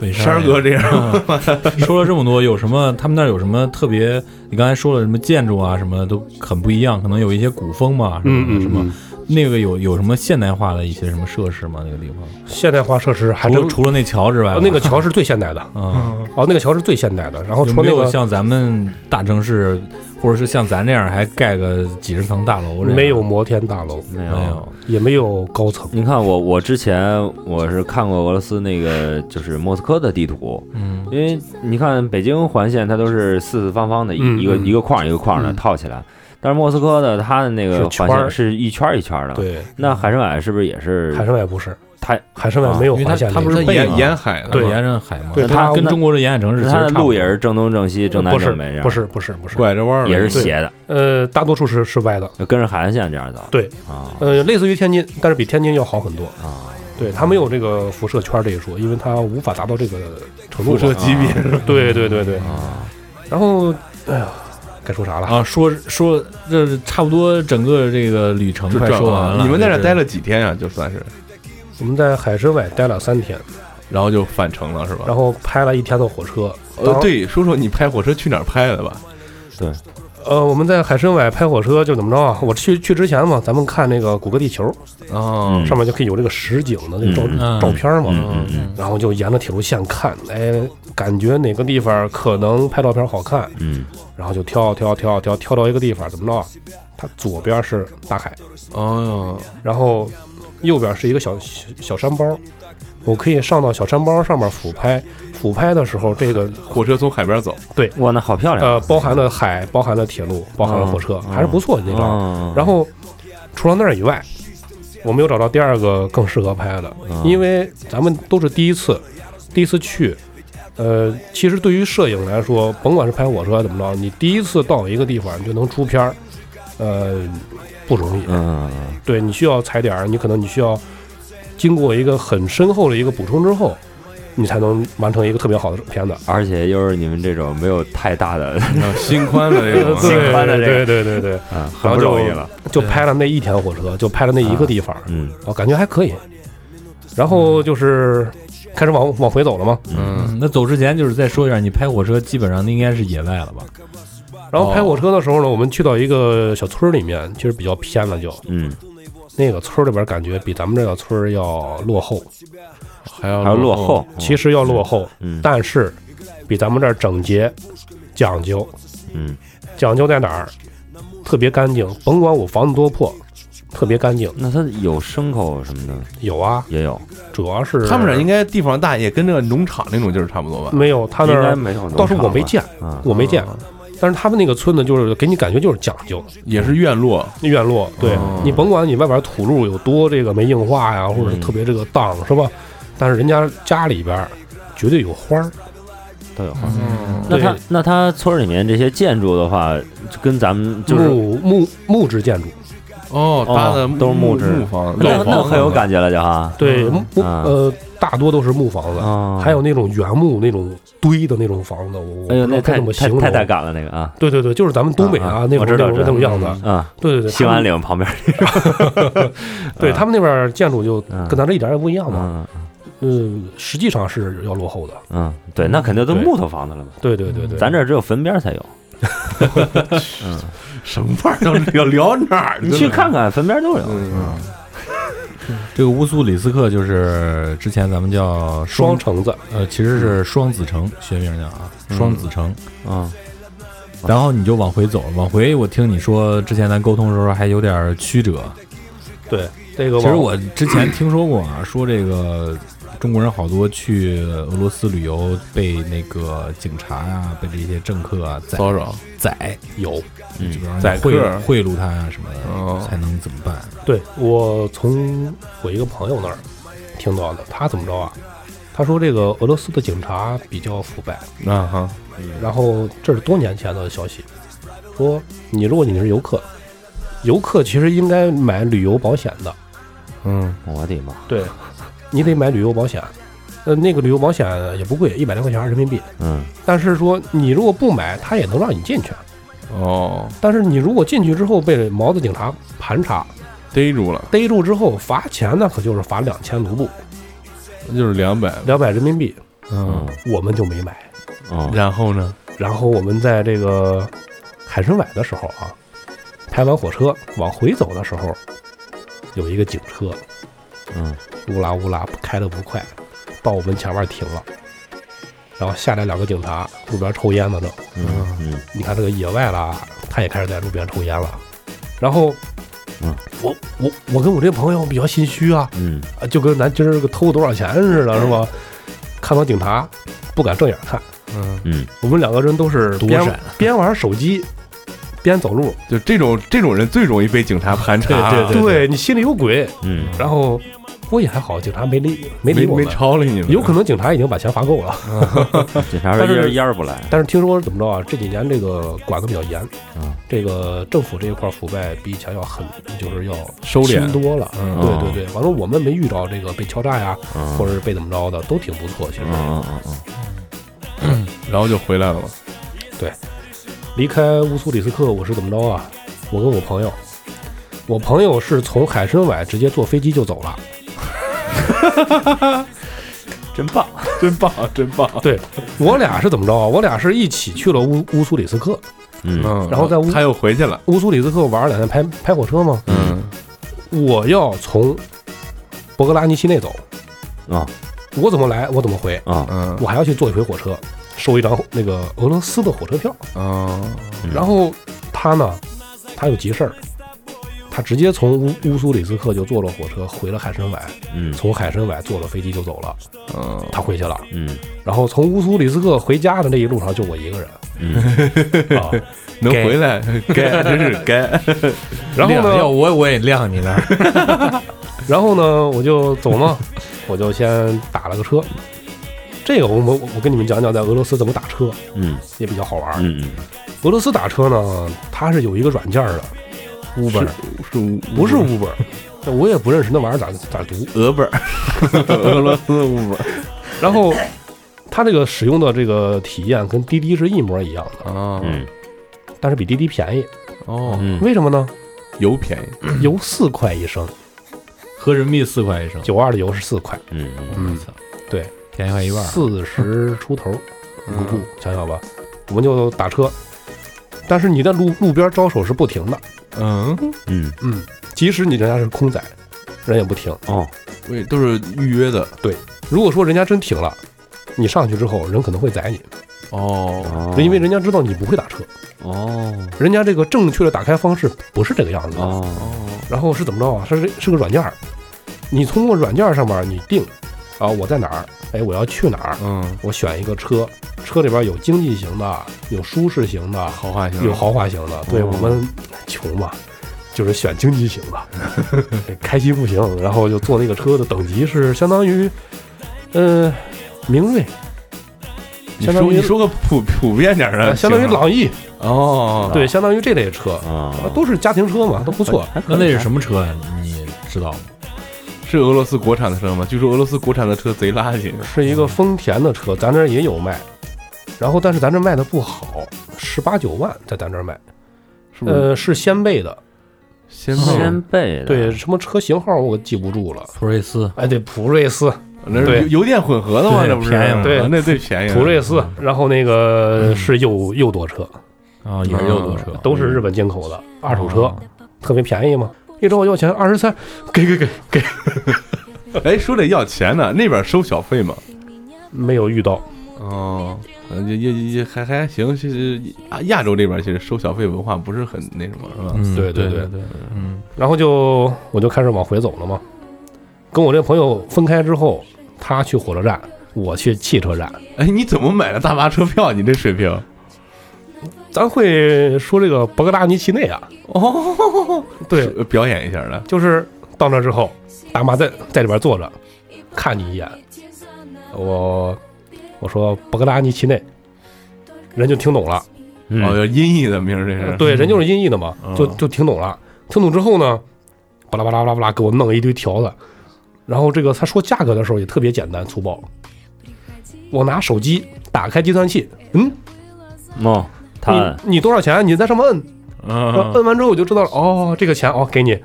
[SPEAKER 5] 北
[SPEAKER 3] 山儿哥这样，
[SPEAKER 5] 嗯说了这么多，有什么？他们那儿有什么特别？你刚才说了什么建筑啊，什么都很不一样，可能有一些古风嘛，什
[SPEAKER 6] 嗯
[SPEAKER 5] 么什么。那个有有什么现代化的一些什么设施吗？那个地方，
[SPEAKER 6] 现代化设施还
[SPEAKER 5] 除
[SPEAKER 6] 真
[SPEAKER 5] 了除了那桥之外吧，
[SPEAKER 6] 呃那个桥是最现代的，
[SPEAKER 5] 啊，
[SPEAKER 6] 哦，那个桥是最现代的。然后
[SPEAKER 5] 有
[SPEAKER 6] 除
[SPEAKER 5] 没
[SPEAKER 6] 那
[SPEAKER 5] 有
[SPEAKER 6] 个
[SPEAKER 5] 像咱们大城市，或者是像咱这样还盖个几十层大楼这样？
[SPEAKER 6] 没有摩天大楼，
[SPEAKER 4] 没
[SPEAKER 5] 没
[SPEAKER 4] 有
[SPEAKER 5] 有。
[SPEAKER 6] 也没有高层。
[SPEAKER 4] 你看我，我之前我是看过俄罗斯那个就是莫斯科的地图，
[SPEAKER 5] 嗯
[SPEAKER 4] 因为你看北京环线它都是四四方方的，
[SPEAKER 6] 嗯
[SPEAKER 4] 一一个
[SPEAKER 6] 嗯
[SPEAKER 4] 一个框一个框的
[SPEAKER 5] 嗯
[SPEAKER 4] 套起来，但是莫斯科的它的那个
[SPEAKER 6] 是圈
[SPEAKER 4] 环
[SPEAKER 6] 儿
[SPEAKER 4] 线是一圈儿一圈儿的。，
[SPEAKER 6] 对，
[SPEAKER 4] 那海参崴是不是也是
[SPEAKER 6] 海参崴不是，
[SPEAKER 4] 它
[SPEAKER 6] 海参崴没有
[SPEAKER 5] 啊因为它
[SPEAKER 6] 环线
[SPEAKER 5] 它
[SPEAKER 6] 那
[SPEAKER 5] 不
[SPEAKER 6] 种，
[SPEAKER 5] 是啊背
[SPEAKER 3] 沿
[SPEAKER 5] 嘛
[SPEAKER 3] 沿海的
[SPEAKER 6] 对
[SPEAKER 3] 嘛
[SPEAKER 5] 沿着海嘛，
[SPEAKER 6] 对
[SPEAKER 5] 它
[SPEAKER 6] 它
[SPEAKER 5] 跟中国的沿海城市其实
[SPEAKER 4] 它的
[SPEAKER 5] 差不
[SPEAKER 4] 路
[SPEAKER 5] 多
[SPEAKER 4] 也是正东正西正南
[SPEAKER 6] 不是
[SPEAKER 4] 正北啊这样，
[SPEAKER 6] 不是不是不是，
[SPEAKER 3] 拐着弯儿的
[SPEAKER 4] 也是
[SPEAKER 6] 对
[SPEAKER 4] 斜的，
[SPEAKER 6] 呃，大多数是是歪的，
[SPEAKER 4] 就跟着海岸线这样走。
[SPEAKER 6] 对
[SPEAKER 4] 啊
[SPEAKER 6] 呃，类似于天津，但是比天津要好很多。
[SPEAKER 4] 啊，
[SPEAKER 5] 嗯
[SPEAKER 6] 对，它没有这个辐射圈这一说，因为它无法达到这个程度
[SPEAKER 3] 辐射
[SPEAKER 6] 嘛。
[SPEAKER 3] 级别。
[SPEAKER 6] 对对对对。
[SPEAKER 4] 啊，
[SPEAKER 6] 然后，哎呀，该说啥了？
[SPEAKER 5] 啊，说说这差不多整个这个旅程
[SPEAKER 3] 就
[SPEAKER 5] 快
[SPEAKER 3] 这样
[SPEAKER 5] 说
[SPEAKER 3] 啊
[SPEAKER 5] 完了。
[SPEAKER 3] 你们在这
[SPEAKER 5] 就是
[SPEAKER 3] 待了几天啊？就算是，
[SPEAKER 6] 我们在海参崴待了三天，
[SPEAKER 5] 啊
[SPEAKER 3] 然后就返程了是吧？
[SPEAKER 6] 然后拍了一天的火车。
[SPEAKER 3] 呃，，对，说说你拍火车去哪儿拍的吧？
[SPEAKER 4] 对，
[SPEAKER 6] 呃，我们在海参崴拍火车就怎么着啊？我去去之前嘛，咱们看那个谷歌地球
[SPEAKER 3] 哦，
[SPEAKER 6] 上面就可以有这个实景的那个照、
[SPEAKER 5] 嗯
[SPEAKER 6] 照片嘛。
[SPEAKER 4] 嗯嗯
[SPEAKER 6] 然后就沿着铁路线看，哎，感觉哪个地方可能拍照片好看，
[SPEAKER 4] 嗯
[SPEAKER 6] 然后就挑挑挑挑挑到一个地方，怎么着啊？它左边是大海，
[SPEAKER 3] 哦，
[SPEAKER 6] 然后右边是一个小小小山包，我可以上到小山包上面俯拍。俯拍的时候，这个
[SPEAKER 3] 火车从海边走，
[SPEAKER 4] 嗯，哇，那好漂亮。
[SPEAKER 6] 呃包含了海，包含了铁路，包含
[SPEAKER 4] 嗯
[SPEAKER 6] 了火车，还是不错的那张。
[SPEAKER 4] 啊，
[SPEAKER 6] 然后除了那儿以外，我们又找到第二个更适合拍的，因为咱们都是第一次，第一次去。呃，其实对于摄影来说，甭管是拍火车怎么着，你第一次到一个地方，你就能出片儿，呃，不容易。
[SPEAKER 4] 嗯
[SPEAKER 6] 对你需要踩点儿，你可能你需要经过一个很深厚的一个补充之后，你才能完成一个特别好的片子。
[SPEAKER 4] 而且又是你们这种没有太大的，，
[SPEAKER 3] 然后心宽的这种啊嗯
[SPEAKER 4] 对宽的这个
[SPEAKER 6] 对对对对，
[SPEAKER 4] 啊，很不容易了。
[SPEAKER 6] 就拍了那一天火车，就拍了那一个地方，
[SPEAKER 4] 嗯
[SPEAKER 6] 我哦感觉还可以。然后就是开始往往回走了嘛，
[SPEAKER 3] 嗯，
[SPEAKER 5] 嗯那走之前就是再说一下，你拍火车基本上应该是野外了吧？
[SPEAKER 6] 然后拍火车的时候呢，我们去到一个小村儿里面，其实比较偏了就，
[SPEAKER 4] 嗯
[SPEAKER 6] 那个村儿里边感觉比咱们这个村儿要落后，
[SPEAKER 4] 哦
[SPEAKER 3] 还要
[SPEAKER 4] 还有落后，
[SPEAKER 6] 其实要落后，
[SPEAKER 4] 嗯
[SPEAKER 6] 但是比咱们这儿整洁、讲究，
[SPEAKER 4] 嗯，
[SPEAKER 6] 讲究在哪儿？特别干净，甭管我房子多破，特别干净。
[SPEAKER 4] 那它有牲口什么的
[SPEAKER 6] 有啊，
[SPEAKER 4] 也有，
[SPEAKER 6] 主要是
[SPEAKER 3] 他们这应该
[SPEAKER 6] 该
[SPEAKER 3] 地方大，也跟这个农场那种劲儿差不多吧？
[SPEAKER 6] 没有，他那
[SPEAKER 4] 应该
[SPEAKER 6] 儿
[SPEAKER 4] 没有农场吧。
[SPEAKER 6] 倒是我没见，
[SPEAKER 4] 啊，
[SPEAKER 6] 我没见。但是他们那个村子就是给你感觉就是讲究
[SPEAKER 3] 也是院落，
[SPEAKER 6] 院落，对、
[SPEAKER 3] 哦
[SPEAKER 6] 你甭管你外边土路有多这个没硬化呀，或者
[SPEAKER 4] 嗯
[SPEAKER 6] 是特别这个荡、是吧？但是人家家里边绝对有花儿，
[SPEAKER 4] 都有。
[SPEAKER 3] 嗯
[SPEAKER 4] 那
[SPEAKER 6] 对
[SPEAKER 4] 它那它村里面这些建筑的话，就跟咱们就是
[SPEAKER 6] 木木木质建筑，
[SPEAKER 3] 哦，搭的
[SPEAKER 4] 都是木
[SPEAKER 3] 木
[SPEAKER 4] 质
[SPEAKER 3] 木房，
[SPEAKER 4] 那
[SPEAKER 3] 老
[SPEAKER 4] 那
[SPEAKER 3] 房
[SPEAKER 4] 很有感觉了就哈。
[SPEAKER 6] 对
[SPEAKER 3] 嗯
[SPEAKER 6] 木木
[SPEAKER 4] 啊
[SPEAKER 6] 呃大多都是木房子，
[SPEAKER 4] 啊，
[SPEAKER 6] 还有那种原木那种堆的那种房子，我我
[SPEAKER 4] 哎呦，
[SPEAKER 6] 不知
[SPEAKER 4] 那
[SPEAKER 6] 道该
[SPEAKER 4] 太
[SPEAKER 6] 怎么
[SPEAKER 4] 太
[SPEAKER 6] 形容
[SPEAKER 4] 太带感了那个啊
[SPEAKER 6] 对对对，就是咱们东北
[SPEAKER 4] 啊
[SPEAKER 6] 啊
[SPEAKER 4] 啊
[SPEAKER 6] 那种
[SPEAKER 4] 我知道
[SPEAKER 6] 那种
[SPEAKER 4] 知道
[SPEAKER 6] 那种样子，
[SPEAKER 4] 啊，
[SPEAKER 6] 对嗯对对，
[SPEAKER 4] 兴安岭旁边
[SPEAKER 6] 他们对他们那边建筑就
[SPEAKER 4] 啊嗯
[SPEAKER 6] 跟咱这一点也不一样嘛，
[SPEAKER 4] 嗯
[SPEAKER 6] 嗯，实际上是要落后的，
[SPEAKER 4] 嗯，对，那肯定都是木头房子了嘛。
[SPEAKER 6] 对对对对，
[SPEAKER 4] 嗯咱这儿只有坟边儿才有，
[SPEAKER 3] 什么玩意儿？ 要聊哪儿？
[SPEAKER 4] 你去看看，坟边儿都有。
[SPEAKER 3] 嗯，
[SPEAKER 5] 这个乌苏里斯克就是之前咱们叫双，
[SPEAKER 6] 双橙子，
[SPEAKER 5] 呃，其实是双子城，学名叫啊，双子城。
[SPEAKER 4] 嗯
[SPEAKER 5] 然后你就往回走，往回我听你说之前咱沟通的时候还有点曲折。
[SPEAKER 6] 对这个
[SPEAKER 5] 其实我之前听说过啊， 说这个中国人好多去俄罗斯旅游被那个警察呀、被这些政客啊宰
[SPEAKER 3] 骚扰，
[SPEAKER 5] 宰，
[SPEAKER 6] 哦有，
[SPEAKER 5] 就比
[SPEAKER 4] 嗯
[SPEAKER 5] 方说
[SPEAKER 3] 宰
[SPEAKER 5] 你贿
[SPEAKER 3] 客
[SPEAKER 5] 贿赂他呀什么
[SPEAKER 3] 哦
[SPEAKER 5] 的，才能怎么办？
[SPEAKER 6] 对我从我一个朋友那儿听到的，他怎么着啊？他说这个俄罗斯的警察比较腐败，
[SPEAKER 3] 那哈，
[SPEAKER 6] 然后这是多年前的消息，说你如果你是游客，游客其实应该买旅游保险的，
[SPEAKER 3] 嗯，
[SPEAKER 4] 我的妈！
[SPEAKER 6] 对，你得买旅游保险，呃，那个旅游保险也不贵，一百来块钱人民币。
[SPEAKER 4] 嗯
[SPEAKER 6] 但是说你如果不买，他也能让你进去。
[SPEAKER 3] 哦，
[SPEAKER 6] 但是你如果进去之后被毛子警察盘查
[SPEAKER 3] 逮住了，
[SPEAKER 6] 逮住之后，罚钱那可就是罚两千卢布，
[SPEAKER 3] 就是两百，
[SPEAKER 6] 两百人民币，
[SPEAKER 3] 嗯
[SPEAKER 4] 嗯，
[SPEAKER 6] 我们就没买。
[SPEAKER 4] 嗯
[SPEAKER 3] 然后呢？
[SPEAKER 6] 然后我们在这个海参崴的时候啊，开完火车往回走的时候，有一个警车
[SPEAKER 4] 嗯
[SPEAKER 6] 乌拉乌拉开的不快，到我们前面停了，然后下来两个警察，路边抽烟呢正。
[SPEAKER 4] 嗯嗯
[SPEAKER 6] 你看这个野外啦，他也开始在路边抽烟了。然后，
[SPEAKER 4] 嗯，
[SPEAKER 6] 我我我跟我这朋友比较心虚啊，
[SPEAKER 4] 嗯
[SPEAKER 6] 啊就跟咱今儿个偷多少钱似的，是吧？看到警察不敢正眼看，
[SPEAKER 3] 嗯，
[SPEAKER 4] 嗯，
[SPEAKER 6] 我们两个人都是
[SPEAKER 5] 躲
[SPEAKER 6] 边
[SPEAKER 5] 闪
[SPEAKER 6] 边玩手机，边走路。啊
[SPEAKER 3] 就这种这种人最容易被警察盘查，
[SPEAKER 5] 对对
[SPEAKER 6] 对你心里有鬼。
[SPEAKER 4] 嗯
[SPEAKER 6] 然后，不过也还好，警察没理没理
[SPEAKER 3] 没
[SPEAKER 6] 我
[SPEAKER 3] 没
[SPEAKER 6] 们。
[SPEAKER 3] 抄了你们，
[SPEAKER 6] 有可能警察已经把钱罚够了，
[SPEAKER 4] 警察说
[SPEAKER 6] 但是
[SPEAKER 4] 烟儿烟儿不来。
[SPEAKER 6] 但是听说怎么着啊？这几年这个管得比较严，
[SPEAKER 4] 嗯
[SPEAKER 6] 这个政府这一块腐败比以前要狠，就是要
[SPEAKER 3] 收敛
[SPEAKER 6] 轻多了。
[SPEAKER 3] 嗯
[SPEAKER 6] 对对对，反正我们没遇着这个被敲诈呀，
[SPEAKER 4] 嗯
[SPEAKER 6] 或者是被怎么着的，都挺不错。其实
[SPEAKER 4] 嗯嗯嗯嗯
[SPEAKER 3] 然后就回来了嘛。
[SPEAKER 6] 离开乌苏里斯克，我是怎么着啊？我跟我朋友，我朋友是从海参崴直接坐飞机就走了。
[SPEAKER 4] 嗯，真棒。
[SPEAKER 3] 真棒，真棒。
[SPEAKER 6] 对我俩是怎么着啊？我俩是一起去了乌乌苏里斯克，
[SPEAKER 4] 嗯
[SPEAKER 3] 嗯，
[SPEAKER 6] 然后在屋
[SPEAKER 3] 他又回去了。
[SPEAKER 6] 乌苏里斯克玩了两天拍拍火车嘛。
[SPEAKER 3] 嗯，
[SPEAKER 6] 我要从博格拉尼西内走，
[SPEAKER 4] 啊
[SPEAKER 6] 我怎么来我怎么回，
[SPEAKER 4] 啊
[SPEAKER 3] 嗯，
[SPEAKER 6] 我还要去坐一回火车，收一张那个俄罗斯的火车票。
[SPEAKER 3] 嗯，
[SPEAKER 6] 然后他呢，他有急事儿，他直接从乌乌苏里斯克就坐了火车回了海参崴，
[SPEAKER 4] 嗯
[SPEAKER 6] 从海参崴坐了飞机就走了，
[SPEAKER 3] 嗯，
[SPEAKER 6] 他回去了。
[SPEAKER 4] 嗯
[SPEAKER 6] 然后从乌苏里斯克回家的那一路上就我一个人
[SPEAKER 4] 嗯
[SPEAKER 6] 啊。
[SPEAKER 3] 能回来， 该真是该。
[SPEAKER 6] 然后
[SPEAKER 5] 亮要
[SPEAKER 6] 呢，
[SPEAKER 5] 我我也亮你那儿，
[SPEAKER 6] 然后呢，我就走嘛，我就先打了个车。这个我们我我跟你们讲讲在俄罗斯怎么打车
[SPEAKER 4] 嗯
[SPEAKER 6] 也比较好玩儿。
[SPEAKER 4] 嗯
[SPEAKER 6] 俄罗斯打车呢，它是有一个软件儿的，Uber
[SPEAKER 3] 是
[SPEAKER 6] 不是 Uber，我 也不认识那玩意儿咋咋读。
[SPEAKER 3] 俄本儿，俄罗斯乌本
[SPEAKER 6] 然后它这个使用的这个体验跟滴滴是一模一样的，
[SPEAKER 3] 啊
[SPEAKER 4] 嗯
[SPEAKER 6] 但是比滴滴便宜。
[SPEAKER 3] 哦，
[SPEAKER 4] 嗯
[SPEAKER 6] 为什么呢？
[SPEAKER 3] 油便宜，
[SPEAKER 6] 油四块一升，
[SPEAKER 5] 合人民币四块一 升，
[SPEAKER 6] 九二的油是四块，
[SPEAKER 4] 嗯
[SPEAKER 6] 嗯，对，
[SPEAKER 5] 便宜快一半儿。
[SPEAKER 6] 四十出头，
[SPEAKER 3] 嗯
[SPEAKER 6] 不，想想吧。我们就打车，但是你在路路边招手是不停的，
[SPEAKER 3] 嗯，
[SPEAKER 4] 嗯，
[SPEAKER 6] 嗯，即使你人家是空载，人也不停。
[SPEAKER 4] 哦，
[SPEAKER 3] 对，都是预约的
[SPEAKER 6] 如果说人家真停了，你上去之后，人可能会宰你，
[SPEAKER 3] 哦，
[SPEAKER 4] 哦
[SPEAKER 6] 因为人家知道你不会打车，
[SPEAKER 4] 哦
[SPEAKER 6] 人家这个正确的打开方式不是这个样子的。
[SPEAKER 4] 哦，
[SPEAKER 6] 然后是怎么着啊？是是个软件儿，你通过软件儿上面你定啊，我在哪儿？哎，我要去哪儿？
[SPEAKER 3] 嗯，
[SPEAKER 6] 我选一个车，车里边有经济型的，有舒适型的，
[SPEAKER 3] 豪华型
[SPEAKER 6] 有豪华型的。对我们穷嘛，就是选经济型的， 开心不行，然后就坐那个车的等级是相当于，呃，明锐，
[SPEAKER 3] 你
[SPEAKER 6] 相当
[SPEAKER 3] 说
[SPEAKER 6] 于
[SPEAKER 3] 你说个普普遍点儿
[SPEAKER 6] 呃
[SPEAKER 3] 的，
[SPEAKER 6] 相当于
[SPEAKER 3] 哎行了啊
[SPEAKER 6] 朗逸，
[SPEAKER 3] 哦，
[SPEAKER 6] 对，相当于这类车，
[SPEAKER 4] 啊，
[SPEAKER 6] 都是家庭车嘛，都不错。
[SPEAKER 5] 那那是什么车呀？你知道吗？
[SPEAKER 3] 是俄罗斯国产的车吗？据说俄罗斯国产的车贼垃圾，
[SPEAKER 6] 是一个丰田的车，咱这儿也有卖，然后但是咱这儿卖的不好，十八九万在咱这儿卖，
[SPEAKER 3] 是不是？
[SPEAKER 6] 呃，是掀背的，
[SPEAKER 3] 先
[SPEAKER 4] 先辈的，
[SPEAKER 6] 嗯对，什么车型号我记不住了，
[SPEAKER 5] 普锐斯，
[SPEAKER 6] 哎，对，普锐斯，
[SPEAKER 3] 那
[SPEAKER 6] 对
[SPEAKER 3] 是油油电混合的嘛，
[SPEAKER 5] 对
[SPEAKER 3] 那不是
[SPEAKER 5] 便宜嘛？
[SPEAKER 6] 对
[SPEAKER 3] 啊那最便宜了。
[SPEAKER 6] 普锐斯，然后那个是右右舵车，
[SPEAKER 5] 啊，也是右舵车，
[SPEAKER 6] 都是日本进口的二手车，特别便宜嘛，一找我要钱二十三，给给给给，
[SPEAKER 3] 哎，说这要钱呢，那边收小费吗？
[SPEAKER 6] 没有遇到，
[SPEAKER 3] 哦，呃也也也还还行，其实啊亚洲这边其实收小费文化不是很那什么，是吧？
[SPEAKER 5] 嗯，
[SPEAKER 6] 对
[SPEAKER 5] 对
[SPEAKER 6] 对
[SPEAKER 5] 对，嗯，
[SPEAKER 6] 然后就我就开始往回走了嘛，跟我这朋友分开之后，他去火车站，我去汽车站。
[SPEAKER 3] 哎，你怎么买的大巴车票？你这水平
[SPEAKER 6] 咱会说这个博格达尼奇内啊，
[SPEAKER 3] 哦，
[SPEAKER 6] 对，
[SPEAKER 3] 呃表演一下来。
[SPEAKER 6] 就是到那之后，大妈在在里边坐着，看你一眼，我我说博格达尼奇内，人就听懂了，
[SPEAKER 3] 哦，
[SPEAKER 4] 嗯，
[SPEAKER 3] 有音译的名儿这是。
[SPEAKER 6] 对，人就是音译的嘛，
[SPEAKER 3] 嗯
[SPEAKER 6] 就就听懂了，听懂之后呢，巴拉巴拉巴拉巴拉给我弄了一堆条子，然后这个他说价格的时候也特别简单粗暴，我拿手机打开计算器，嗯，
[SPEAKER 4] 哦，他按
[SPEAKER 6] 你你多少钱？你在上面摁，然后
[SPEAKER 3] 嗯，
[SPEAKER 6] 摁完之后我就知道了，哦，这个钱哦给你。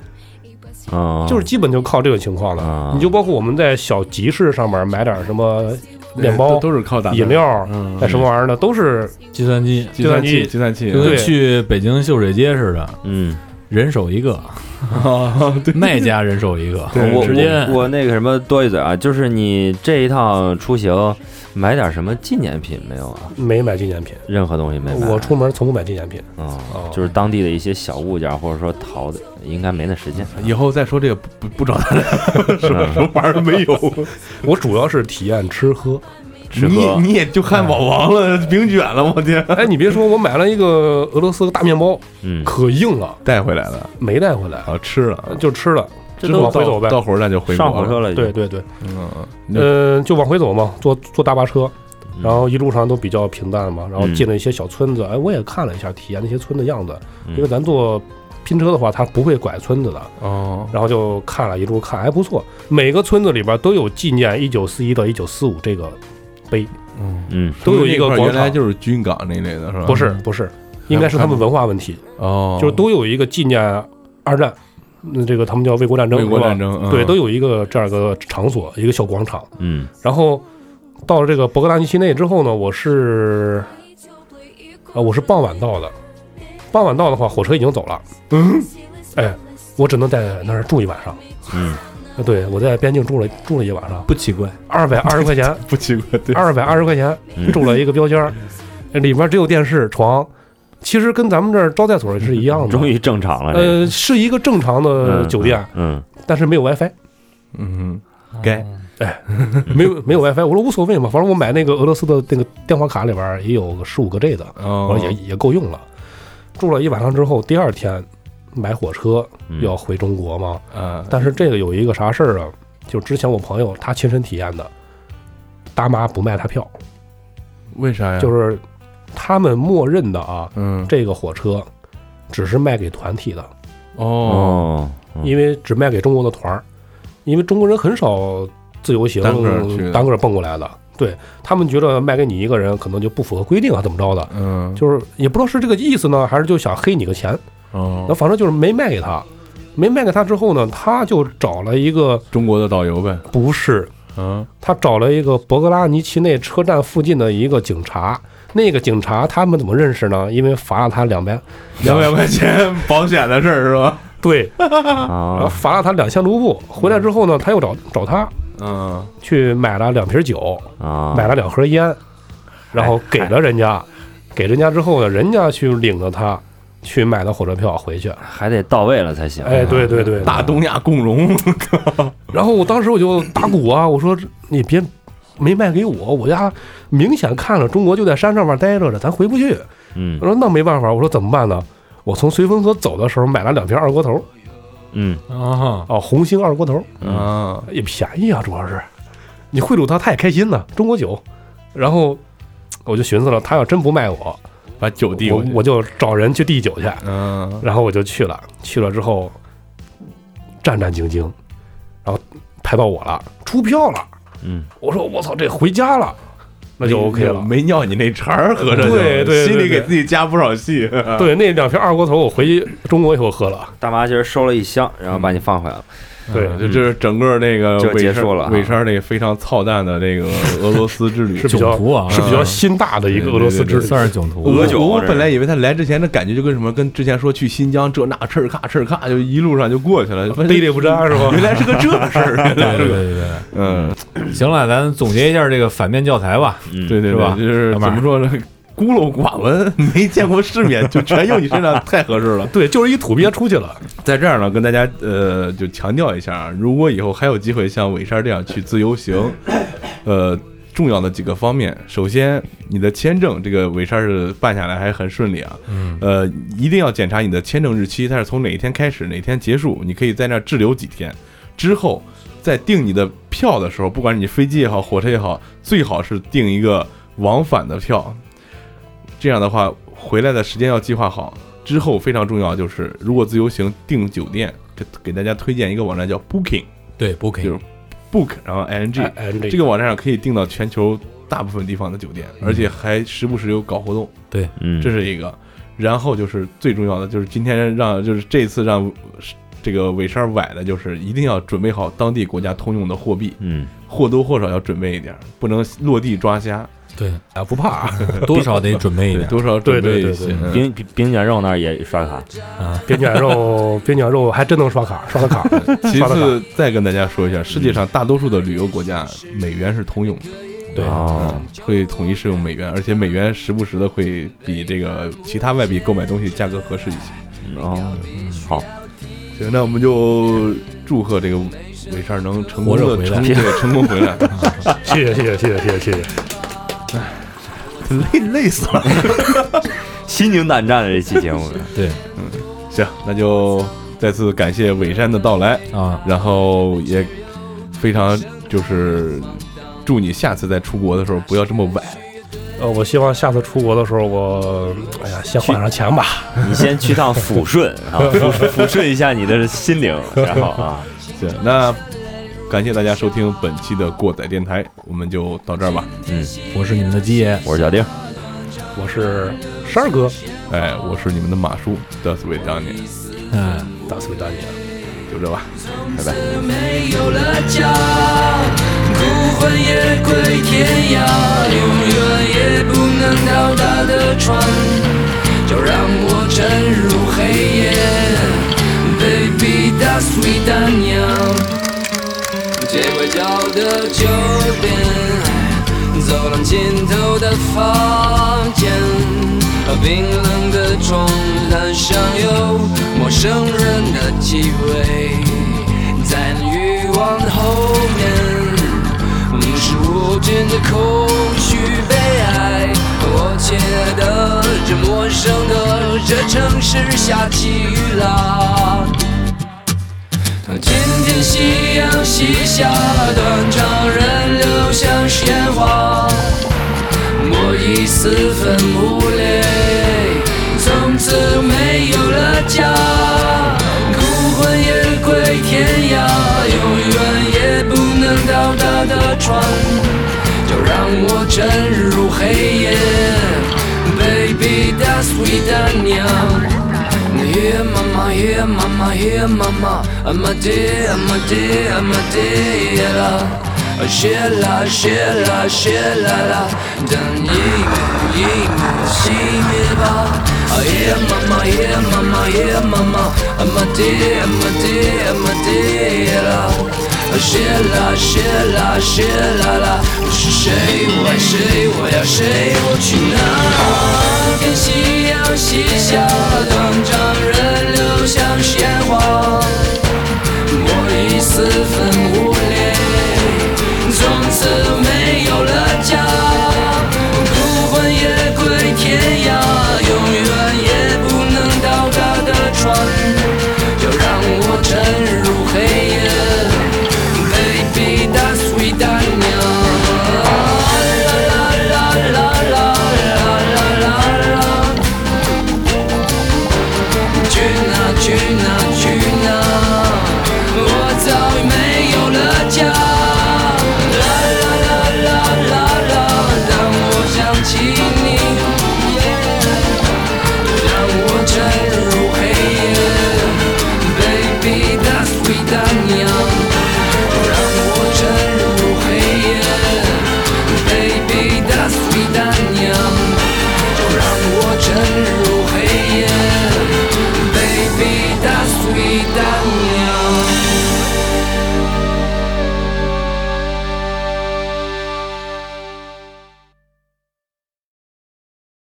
[SPEAKER 4] 啊，
[SPEAKER 6] 就是基本就靠这个情况了
[SPEAKER 4] 啊。
[SPEAKER 6] 你就包括我们在小集市上面买点什么面包
[SPEAKER 3] 都、都是靠打
[SPEAKER 6] 饮料，
[SPEAKER 3] 嗯
[SPEAKER 6] 哎，什么玩意儿的，都是
[SPEAKER 5] 计算机
[SPEAKER 3] 计算器，
[SPEAKER 6] 计
[SPEAKER 3] 计算器。
[SPEAKER 5] 就跟
[SPEAKER 6] 对
[SPEAKER 5] 去北京秀水街似的，
[SPEAKER 4] 嗯，
[SPEAKER 5] 人手 一个，
[SPEAKER 3] 啊对，
[SPEAKER 5] 卖家人手一个，
[SPEAKER 4] 我
[SPEAKER 5] 直接
[SPEAKER 4] 我我那个什么多一嘴啊，就是你这一趟出行买点什么纪念品没有啊？
[SPEAKER 6] 没买纪念品。
[SPEAKER 4] 任何东西没买。
[SPEAKER 6] 我出门从不买纪念品，
[SPEAKER 4] 啊
[SPEAKER 6] 哦，
[SPEAKER 4] 就是当地的一些小物件，或者说淘的，应该没那 时间。
[SPEAKER 3] 啊以后再说这个不不不找他了，什么
[SPEAKER 4] 嗯
[SPEAKER 3] 什么玩意儿没有？
[SPEAKER 6] 我主要是体验吃喝。
[SPEAKER 4] 吃
[SPEAKER 3] 你
[SPEAKER 4] 喝
[SPEAKER 3] 你也就汉堡王了，饼卷了，我天，
[SPEAKER 6] 哎，你别说，我买了一个俄罗斯大面包，
[SPEAKER 4] 嗯，
[SPEAKER 6] 可硬了，
[SPEAKER 3] 带回来了
[SPEAKER 6] 没带回来，
[SPEAKER 3] 啊，吃了，
[SPEAKER 6] 就吃了，
[SPEAKER 4] 这
[SPEAKER 6] 就
[SPEAKER 4] 都
[SPEAKER 6] 往回走呗。
[SPEAKER 3] 到火车站就回国
[SPEAKER 4] 上火车
[SPEAKER 3] 了，
[SPEAKER 4] 了，
[SPEAKER 6] 对，对对，
[SPEAKER 3] 嗯，
[SPEAKER 6] 呃，就往回走嘛，坐坐大巴车，
[SPEAKER 4] 嗯
[SPEAKER 6] 然后一路上都比较平淡嘛，然后
[SPEAKER 4] 嗯
[SPEAKER 6] 进了一些小村子，哎，我也看了一下，体验那些村的样子，
[SPEAKER 4] 嗯
[SPEAKER 6] 因为咱坐拼车的话，它不会拐村子的，
[SPEAKER 3] 哦，
[SPEAKER 6] 然后就看了一路看，还不错。每个村子里边都有纪念一九四一到一九四五这个碑，
[SPEAKER 3] 嗯，
[SPEAKER 4] 嗯
[SPEAKER 6] 都有一个
[SPEAKER 3] 那块儿
[SPEAKER 6] 广
[SPEAKER 3] 原来
[SPEAKER 6] 场，
[SPEAKER 3] 就是军港那类的是吧？
[SPEAKER 6] 不是不是，应该是他们文化问题，
[SPEAKER 3] 哦，
[SPEAKER 6] 就是都有一个纪念二战，嗯这个他们叫卫国战争，
[SPEAKER 3] 卫国
[SPEAKER 6] 是吧
[SPEAKER 3] 战争，嗯
[SPEAKER 6] 对，都有一个这样一个场所，一个小广场。
[SPEAKER 4] 嗯
[SPEAKER 6] 然后到了这个博格达尼奇内之后呢，我是，呃，我是傍晚到的，傍晚到的话，火车已经走了，
[SPEAKER 3] 嗯，
[SPEAKER 6] 哎，我只能在那儿住一晚上。
[SPEAKER 4] 嗯，
[SPEAKER 6] 啊对，我在边境住了住了一晚上，
[SPEAKER 5] 不奇怪，
[SPEAKER 6] 二百二十块钱，
[SPEAKER 3] 不奇怪，对，
[SPEAKER 6] 二百二十块钱
[SPEAKER 4] 嗯
[SPEAKER 6] 住了一个标间儿，里边只有电视、床，其实跟咱们这儿招待所是一
[SPEAKER 3] 嗯
[SPEAKER 6] 样的。
[SPEAKER 4] 嗯终于正常了，这个
[SPEAKER 6] 呃，是一个正常的
[SPEAKER 4] 嗯
[SPEAKER 6] 酒店，
[SPEAKER 4] 嗯
[SPEAKER 6] 但是没有 WiFi，
[SPEAKER 3] 嗯，该嗯
[SPEAKER 6] 没有没有 WiFi。我说无所谓嘛，反正我买那个俄罗斯的那个电话卡里边儿也有个十五个 G 的，我
[SPEAKER 3] 哦
[SPEAKER 6] 说，也也够用了。住了一晚上之后，第二天买火车
[SPEAKER 4] 嗯
[SPEAKER 6] 要回中国嘛。
[SPEAKER 3] 啊，
[SPEAKER 6] 但是这个有一个啥事儿啊？就之前我朋友他亲身体验的，大妈不卖他票，
[SPEAKER 3] 为啥呀？，
[SPEAKER 6] 就是是他们默认的啊，
[SPEAKER 3] 嗯，
[SPEAKER 6] 这个火车只是卖给团体的，
[SPEAKER 3] 哦，
[SPEAKER 4] 哦，嗯
[SPEAKER 6] 因为只卖给中国的团儿，因为中国人很少自由行
[SPEAKER 3] 单个儿去的
[SPEAKER 6] 单个儿蹦过来的，对他们觉得卖给你一个人可能就不符合规定啊，怎么着的，
[SPEAKER 3] 嗯，
[SPEAKER 6] 就是也不知道是这个意思呢，还是就想黑你个钱，那
[SPEAKER 3] 哦，
[SPEAKER 6] 反正就是没卖给他。没卖给他之后呢，他就找了一个
[SPEAKER 3] 中国的导游呗，
[SPEAKER 6] 不是
[SPEAKER 3] 嗯，
[SPEAKER 6] 他找了一个博格拉尼奇内车站附近的一个警察，那个警察他们怎么认识呢？因为罚了他两百，
[SPEAKER 3] 两百块钱保险的事儿是吧？
[SPEAKER 6] 对，然后
[SPEAKER 4] 啊，
[SPEAKER 6] 罚了他两千卢布。回来之后呢，他又找找他
[SPEAKER 3] 嗯，
[SPEAKER 6] 去买了两瓶酒，
[SPEAKER 4] 啊
[SPEAKER 6] 买了两盒烟，然后给了人家，给人家之后呢，人家去领着他去买的火车票回去。
[SPEAKER 4] 还得到位了才行。
[SPEAKER 6] 哎，对对对，
[SPEAKER 3] 大东亚共荣，
[SPEAKER 6] 然后我当时我就打鼓啊，我说你别没卖给我，我家明显看了中国就在山上面待着着，咱回不去。
[SPEAKER 4] 嗯
[SPEAKER 6] 我说那没办法，我说怎么办呢？我从绥芬河走的时候买了两瓶二锅头，
[SPEAKER 4] 嗯
[SPEAKER 5] 啊，
[SPEAKER 6] 啊，红星二锅头
[SPEAKER 3] 嗯，
[SPEAKER 6] 也便宜啊，主要是你贿赂他，他也开心呢、中国酒。然后我就寻思了，他要真不卖我，
[SPEAKER 3] 把酒递
[SPEAKER 6] 我
[SPEAKER 3] 过去，
[SPEAKER 6] 我就找人去递酒去。
[SPEAKER 3] 嗯，
[SPEAKER 6] 然后我就去了，去了之后战战兢兢，然后拍到我了，出票了。
[SPEAKER 4] 嗯，
[SPEAKER 6] 我说我操，这回家了，那就 OK 了。
[SPEAKER 3] 没尿你那茬儿，合着就
[SPEAKER 6] 对对对
[SPEAKER 3] 心里
[SPEAKER 6] 对
[SPEAKER 3] 给自己加不少戏，
[SPEAKER 6] 对，那两瓶二锅头我回中国以后喝了。
[SPEAKER 4] 大妈今儿收了一箱，然后把你放回来了。
[SPEAKER 6] 对，
[SPEAKER 3] 就这是整个那个
[SPEAKER 4] 嗯就
[SPEAKER 3] 尾
[SPEAKER 4] 结
[SPEAKER 3] 声
[SPEAKER 4] 束了啊
[SPEAKER 3] 尾声那非常操蛋的这个俄罗斯之旅
[SPEAKER 6] 是比较
[SPEAKER 5] 囧途啊，
[SPEAKER 6] 是比较心大的一个俄罗斯之旅。
[SPEAKER 5] 算是囧途。
[SPEAKER 3] 我
[SPEAKER 1] 酒
[SPEAKER 3] 我
[SPEAKER 1] 这是
[SPEAKER 3] 本来以为他来之前的感觉就跟什么，跟之前说去新疆这那哧儿咔哧儿咔，就一路上就过
[SPEAKER 5] 啊
[SPEAKER 3] 去了，发现
[SPEAKER 6] 地里不沾是吧
[SPEAKER 3] 原来是个这事儿，原
[SPEAKER 5] 对
[SPEAKER 3] 来是
[SPEAKER 5] 对
[SPEAKER 3] 个
[SPEAKER 5] 对对
[SPEAKER 3] 嗯，
[SPEAKER 5] 对，行了，咱总结一下这个反面教材吧。
[SPEAKER 4] 嗯，
[SPEAKER 3] 对对
[SPEAKER 5] 是吧
[SPEAKER 3] 对就是
[SPEAKER 5] 老
[SPEAKER 3] 怎
[SPEAKER 5] 板
[SPEAKER 3] 么说呢，孤陋寡闻，没见过世面，就全用你身上，太合适了。
[SPEAKER 6] 对，就是一土鳖出去了。
[SPEAKER 3] 在这儿呢，跟大家呃就强调一下，如果以后还有机会像伟山这样去自由行，呃，重要的几个方面，首先你的签证，这个伟山是办下来还很顺利啊，
[SPEAKER 5] 嗯，
[SPEAKER 3] 呃，一定要检查你的签证日期，它是从哪一天开始，哪天结束，你可以在那儿滞留几天，之后在订你的票的时候，不管你飞机也好，火车也好，最好是订一个往返的票，这样的话回来的时间要计划好。之后非常重要就是，如果自由行订酒店，这给大家推荐一个网站叫 Booking，Book，
[SPEAKER 5] 对，booking
[SPEAKER 3] 就是然后 ing，、
[SPEAKER 6] 哎哎，
[SPEAKER 3] 这个网站上可以订到全球大部分地方的酒店，而且还时不时有搞活动。
[SPEAKER 4] 嗯，
[SPEAKER 3] 这是一个。然后就是最重要的，就是今天让就是这次让这个尾山崴的，就是一定要准备好当地国家通用的货币，
[SPEAKER 4] 嗯
[SPEAKER 3] 或多或少要准备一点，不能落地抓瞎，
[SPEAKER 5] 对，
[SPEAKER 6] 啊不怕，
[SPEAKER 5] 多少得准备一
[SPEAKER 3] 对，
[SPEAKER 5] 点。
[SPEAKER 3] 多少准备一
[SPEAKER 6] 对
[SPEAKER 3] 些。
[SPEAKER 5] 啊对对
[SPEAKER 3] 嗯
[SPEAKER 4] 冰冰冰卷肉那儿也刷卡。
[SPEAKER 6] 边卷肉，边卷肉还真能刷卡，刷的卡。
[SPEAKER 3] 其
[SPEAKER 6] 刷的
[SPEAKER 3] 次，再跟大家说一下，世界上大多数的旅游国家，美元是通用的，
[SPEAKER 6] 对，
[SPEAKER 4] 哦，
[SPEAKER 3] 啊会统一适用美元，而且美元时不时的会比这个其他外币购买东西价格合适一些。
[SPEAKER 4] 哦，好，
[SPEAKER 3] 行，那我们就祝贺这个尾山能成
[SPEAKER 5] 活
[SPEAKER 3] 功
[SPEAKER 5] 着
[SPEAKER 3] 的
[SPEAKER 5] 回
[SPEAKER 3] 成
[SPEAKER 5] 来
[SPEAKER 3] 对成功回来。
[SPEAKER 6] 谢谢谢谢谢谢谢谢谢谢。
[SPEAKER 3] 累累死了。
[SPEAKER 4] 心惊胆战的这期节目，
[SPEAKER 5] 对
[SPEAKER 3] 行，那就再次感谢伟山的到来，
[SPEAKER 5] 啊，
[SPEAKER 3] 然后也非常就是祝你下次再出国的时候不要这么崴。
[SPEAKER 6] 呃，我希望下次出国的时候，我哎呀先换上钱吧。
[SPEAKER 4] 你先去趟抚顺啊，抚抚顺一下你的心灵，然后啊，
[SPEAKER 3] 行，那感谢大家收听本期的过载电台，我们就到这儿吧。
[SPEAKER 5] 我是你们的鸡爷，
[SPEAKER 4] 我是小丁，
[SPEAKER 6] 我是十二哥，
[SPEAKER 3] 哎，我是你们的马叔，德斯维当年，
[SPEAKER 5] 嗯。
[SPEAKER 6] 大四位大姐。
[SPEAKER 3] 就这吧。
[SPEAKER 7] 没有了家，孤魂也归天涯，永远也不能到达的船，就让我沉入黑夜，Baby 大苏里丹娘。街拐角的酒店，走廊尽头的房间，冰冷的床单上有陌生人的气味，在那欲望的后面，是无尽的空虚悲哀。我亲爱的，这陌生的这城市下起雨啦。今天夕阳西下，断肠人流像是烟花，我已四分五裂，从此没有了家，孤魂也归天涯，永远也不能到达的船，就让我沉入黑夜，Baby that's we done now。Here, mama, here, mama, here, mama. I'm a dear, I'm a dear, I'm a dear. 谢啦谢啦谢啦啦，等一幕一幕熄灭吧。啊耶妈妈耶妈妈耶妈妈，啊妈爹啊妈爹啊妈爹啦。啊谢啦谢啦谢啦啦，是谁我爱谁我要谁我去哪？跟夕阳西下，断肠人流像鲜花。我已四分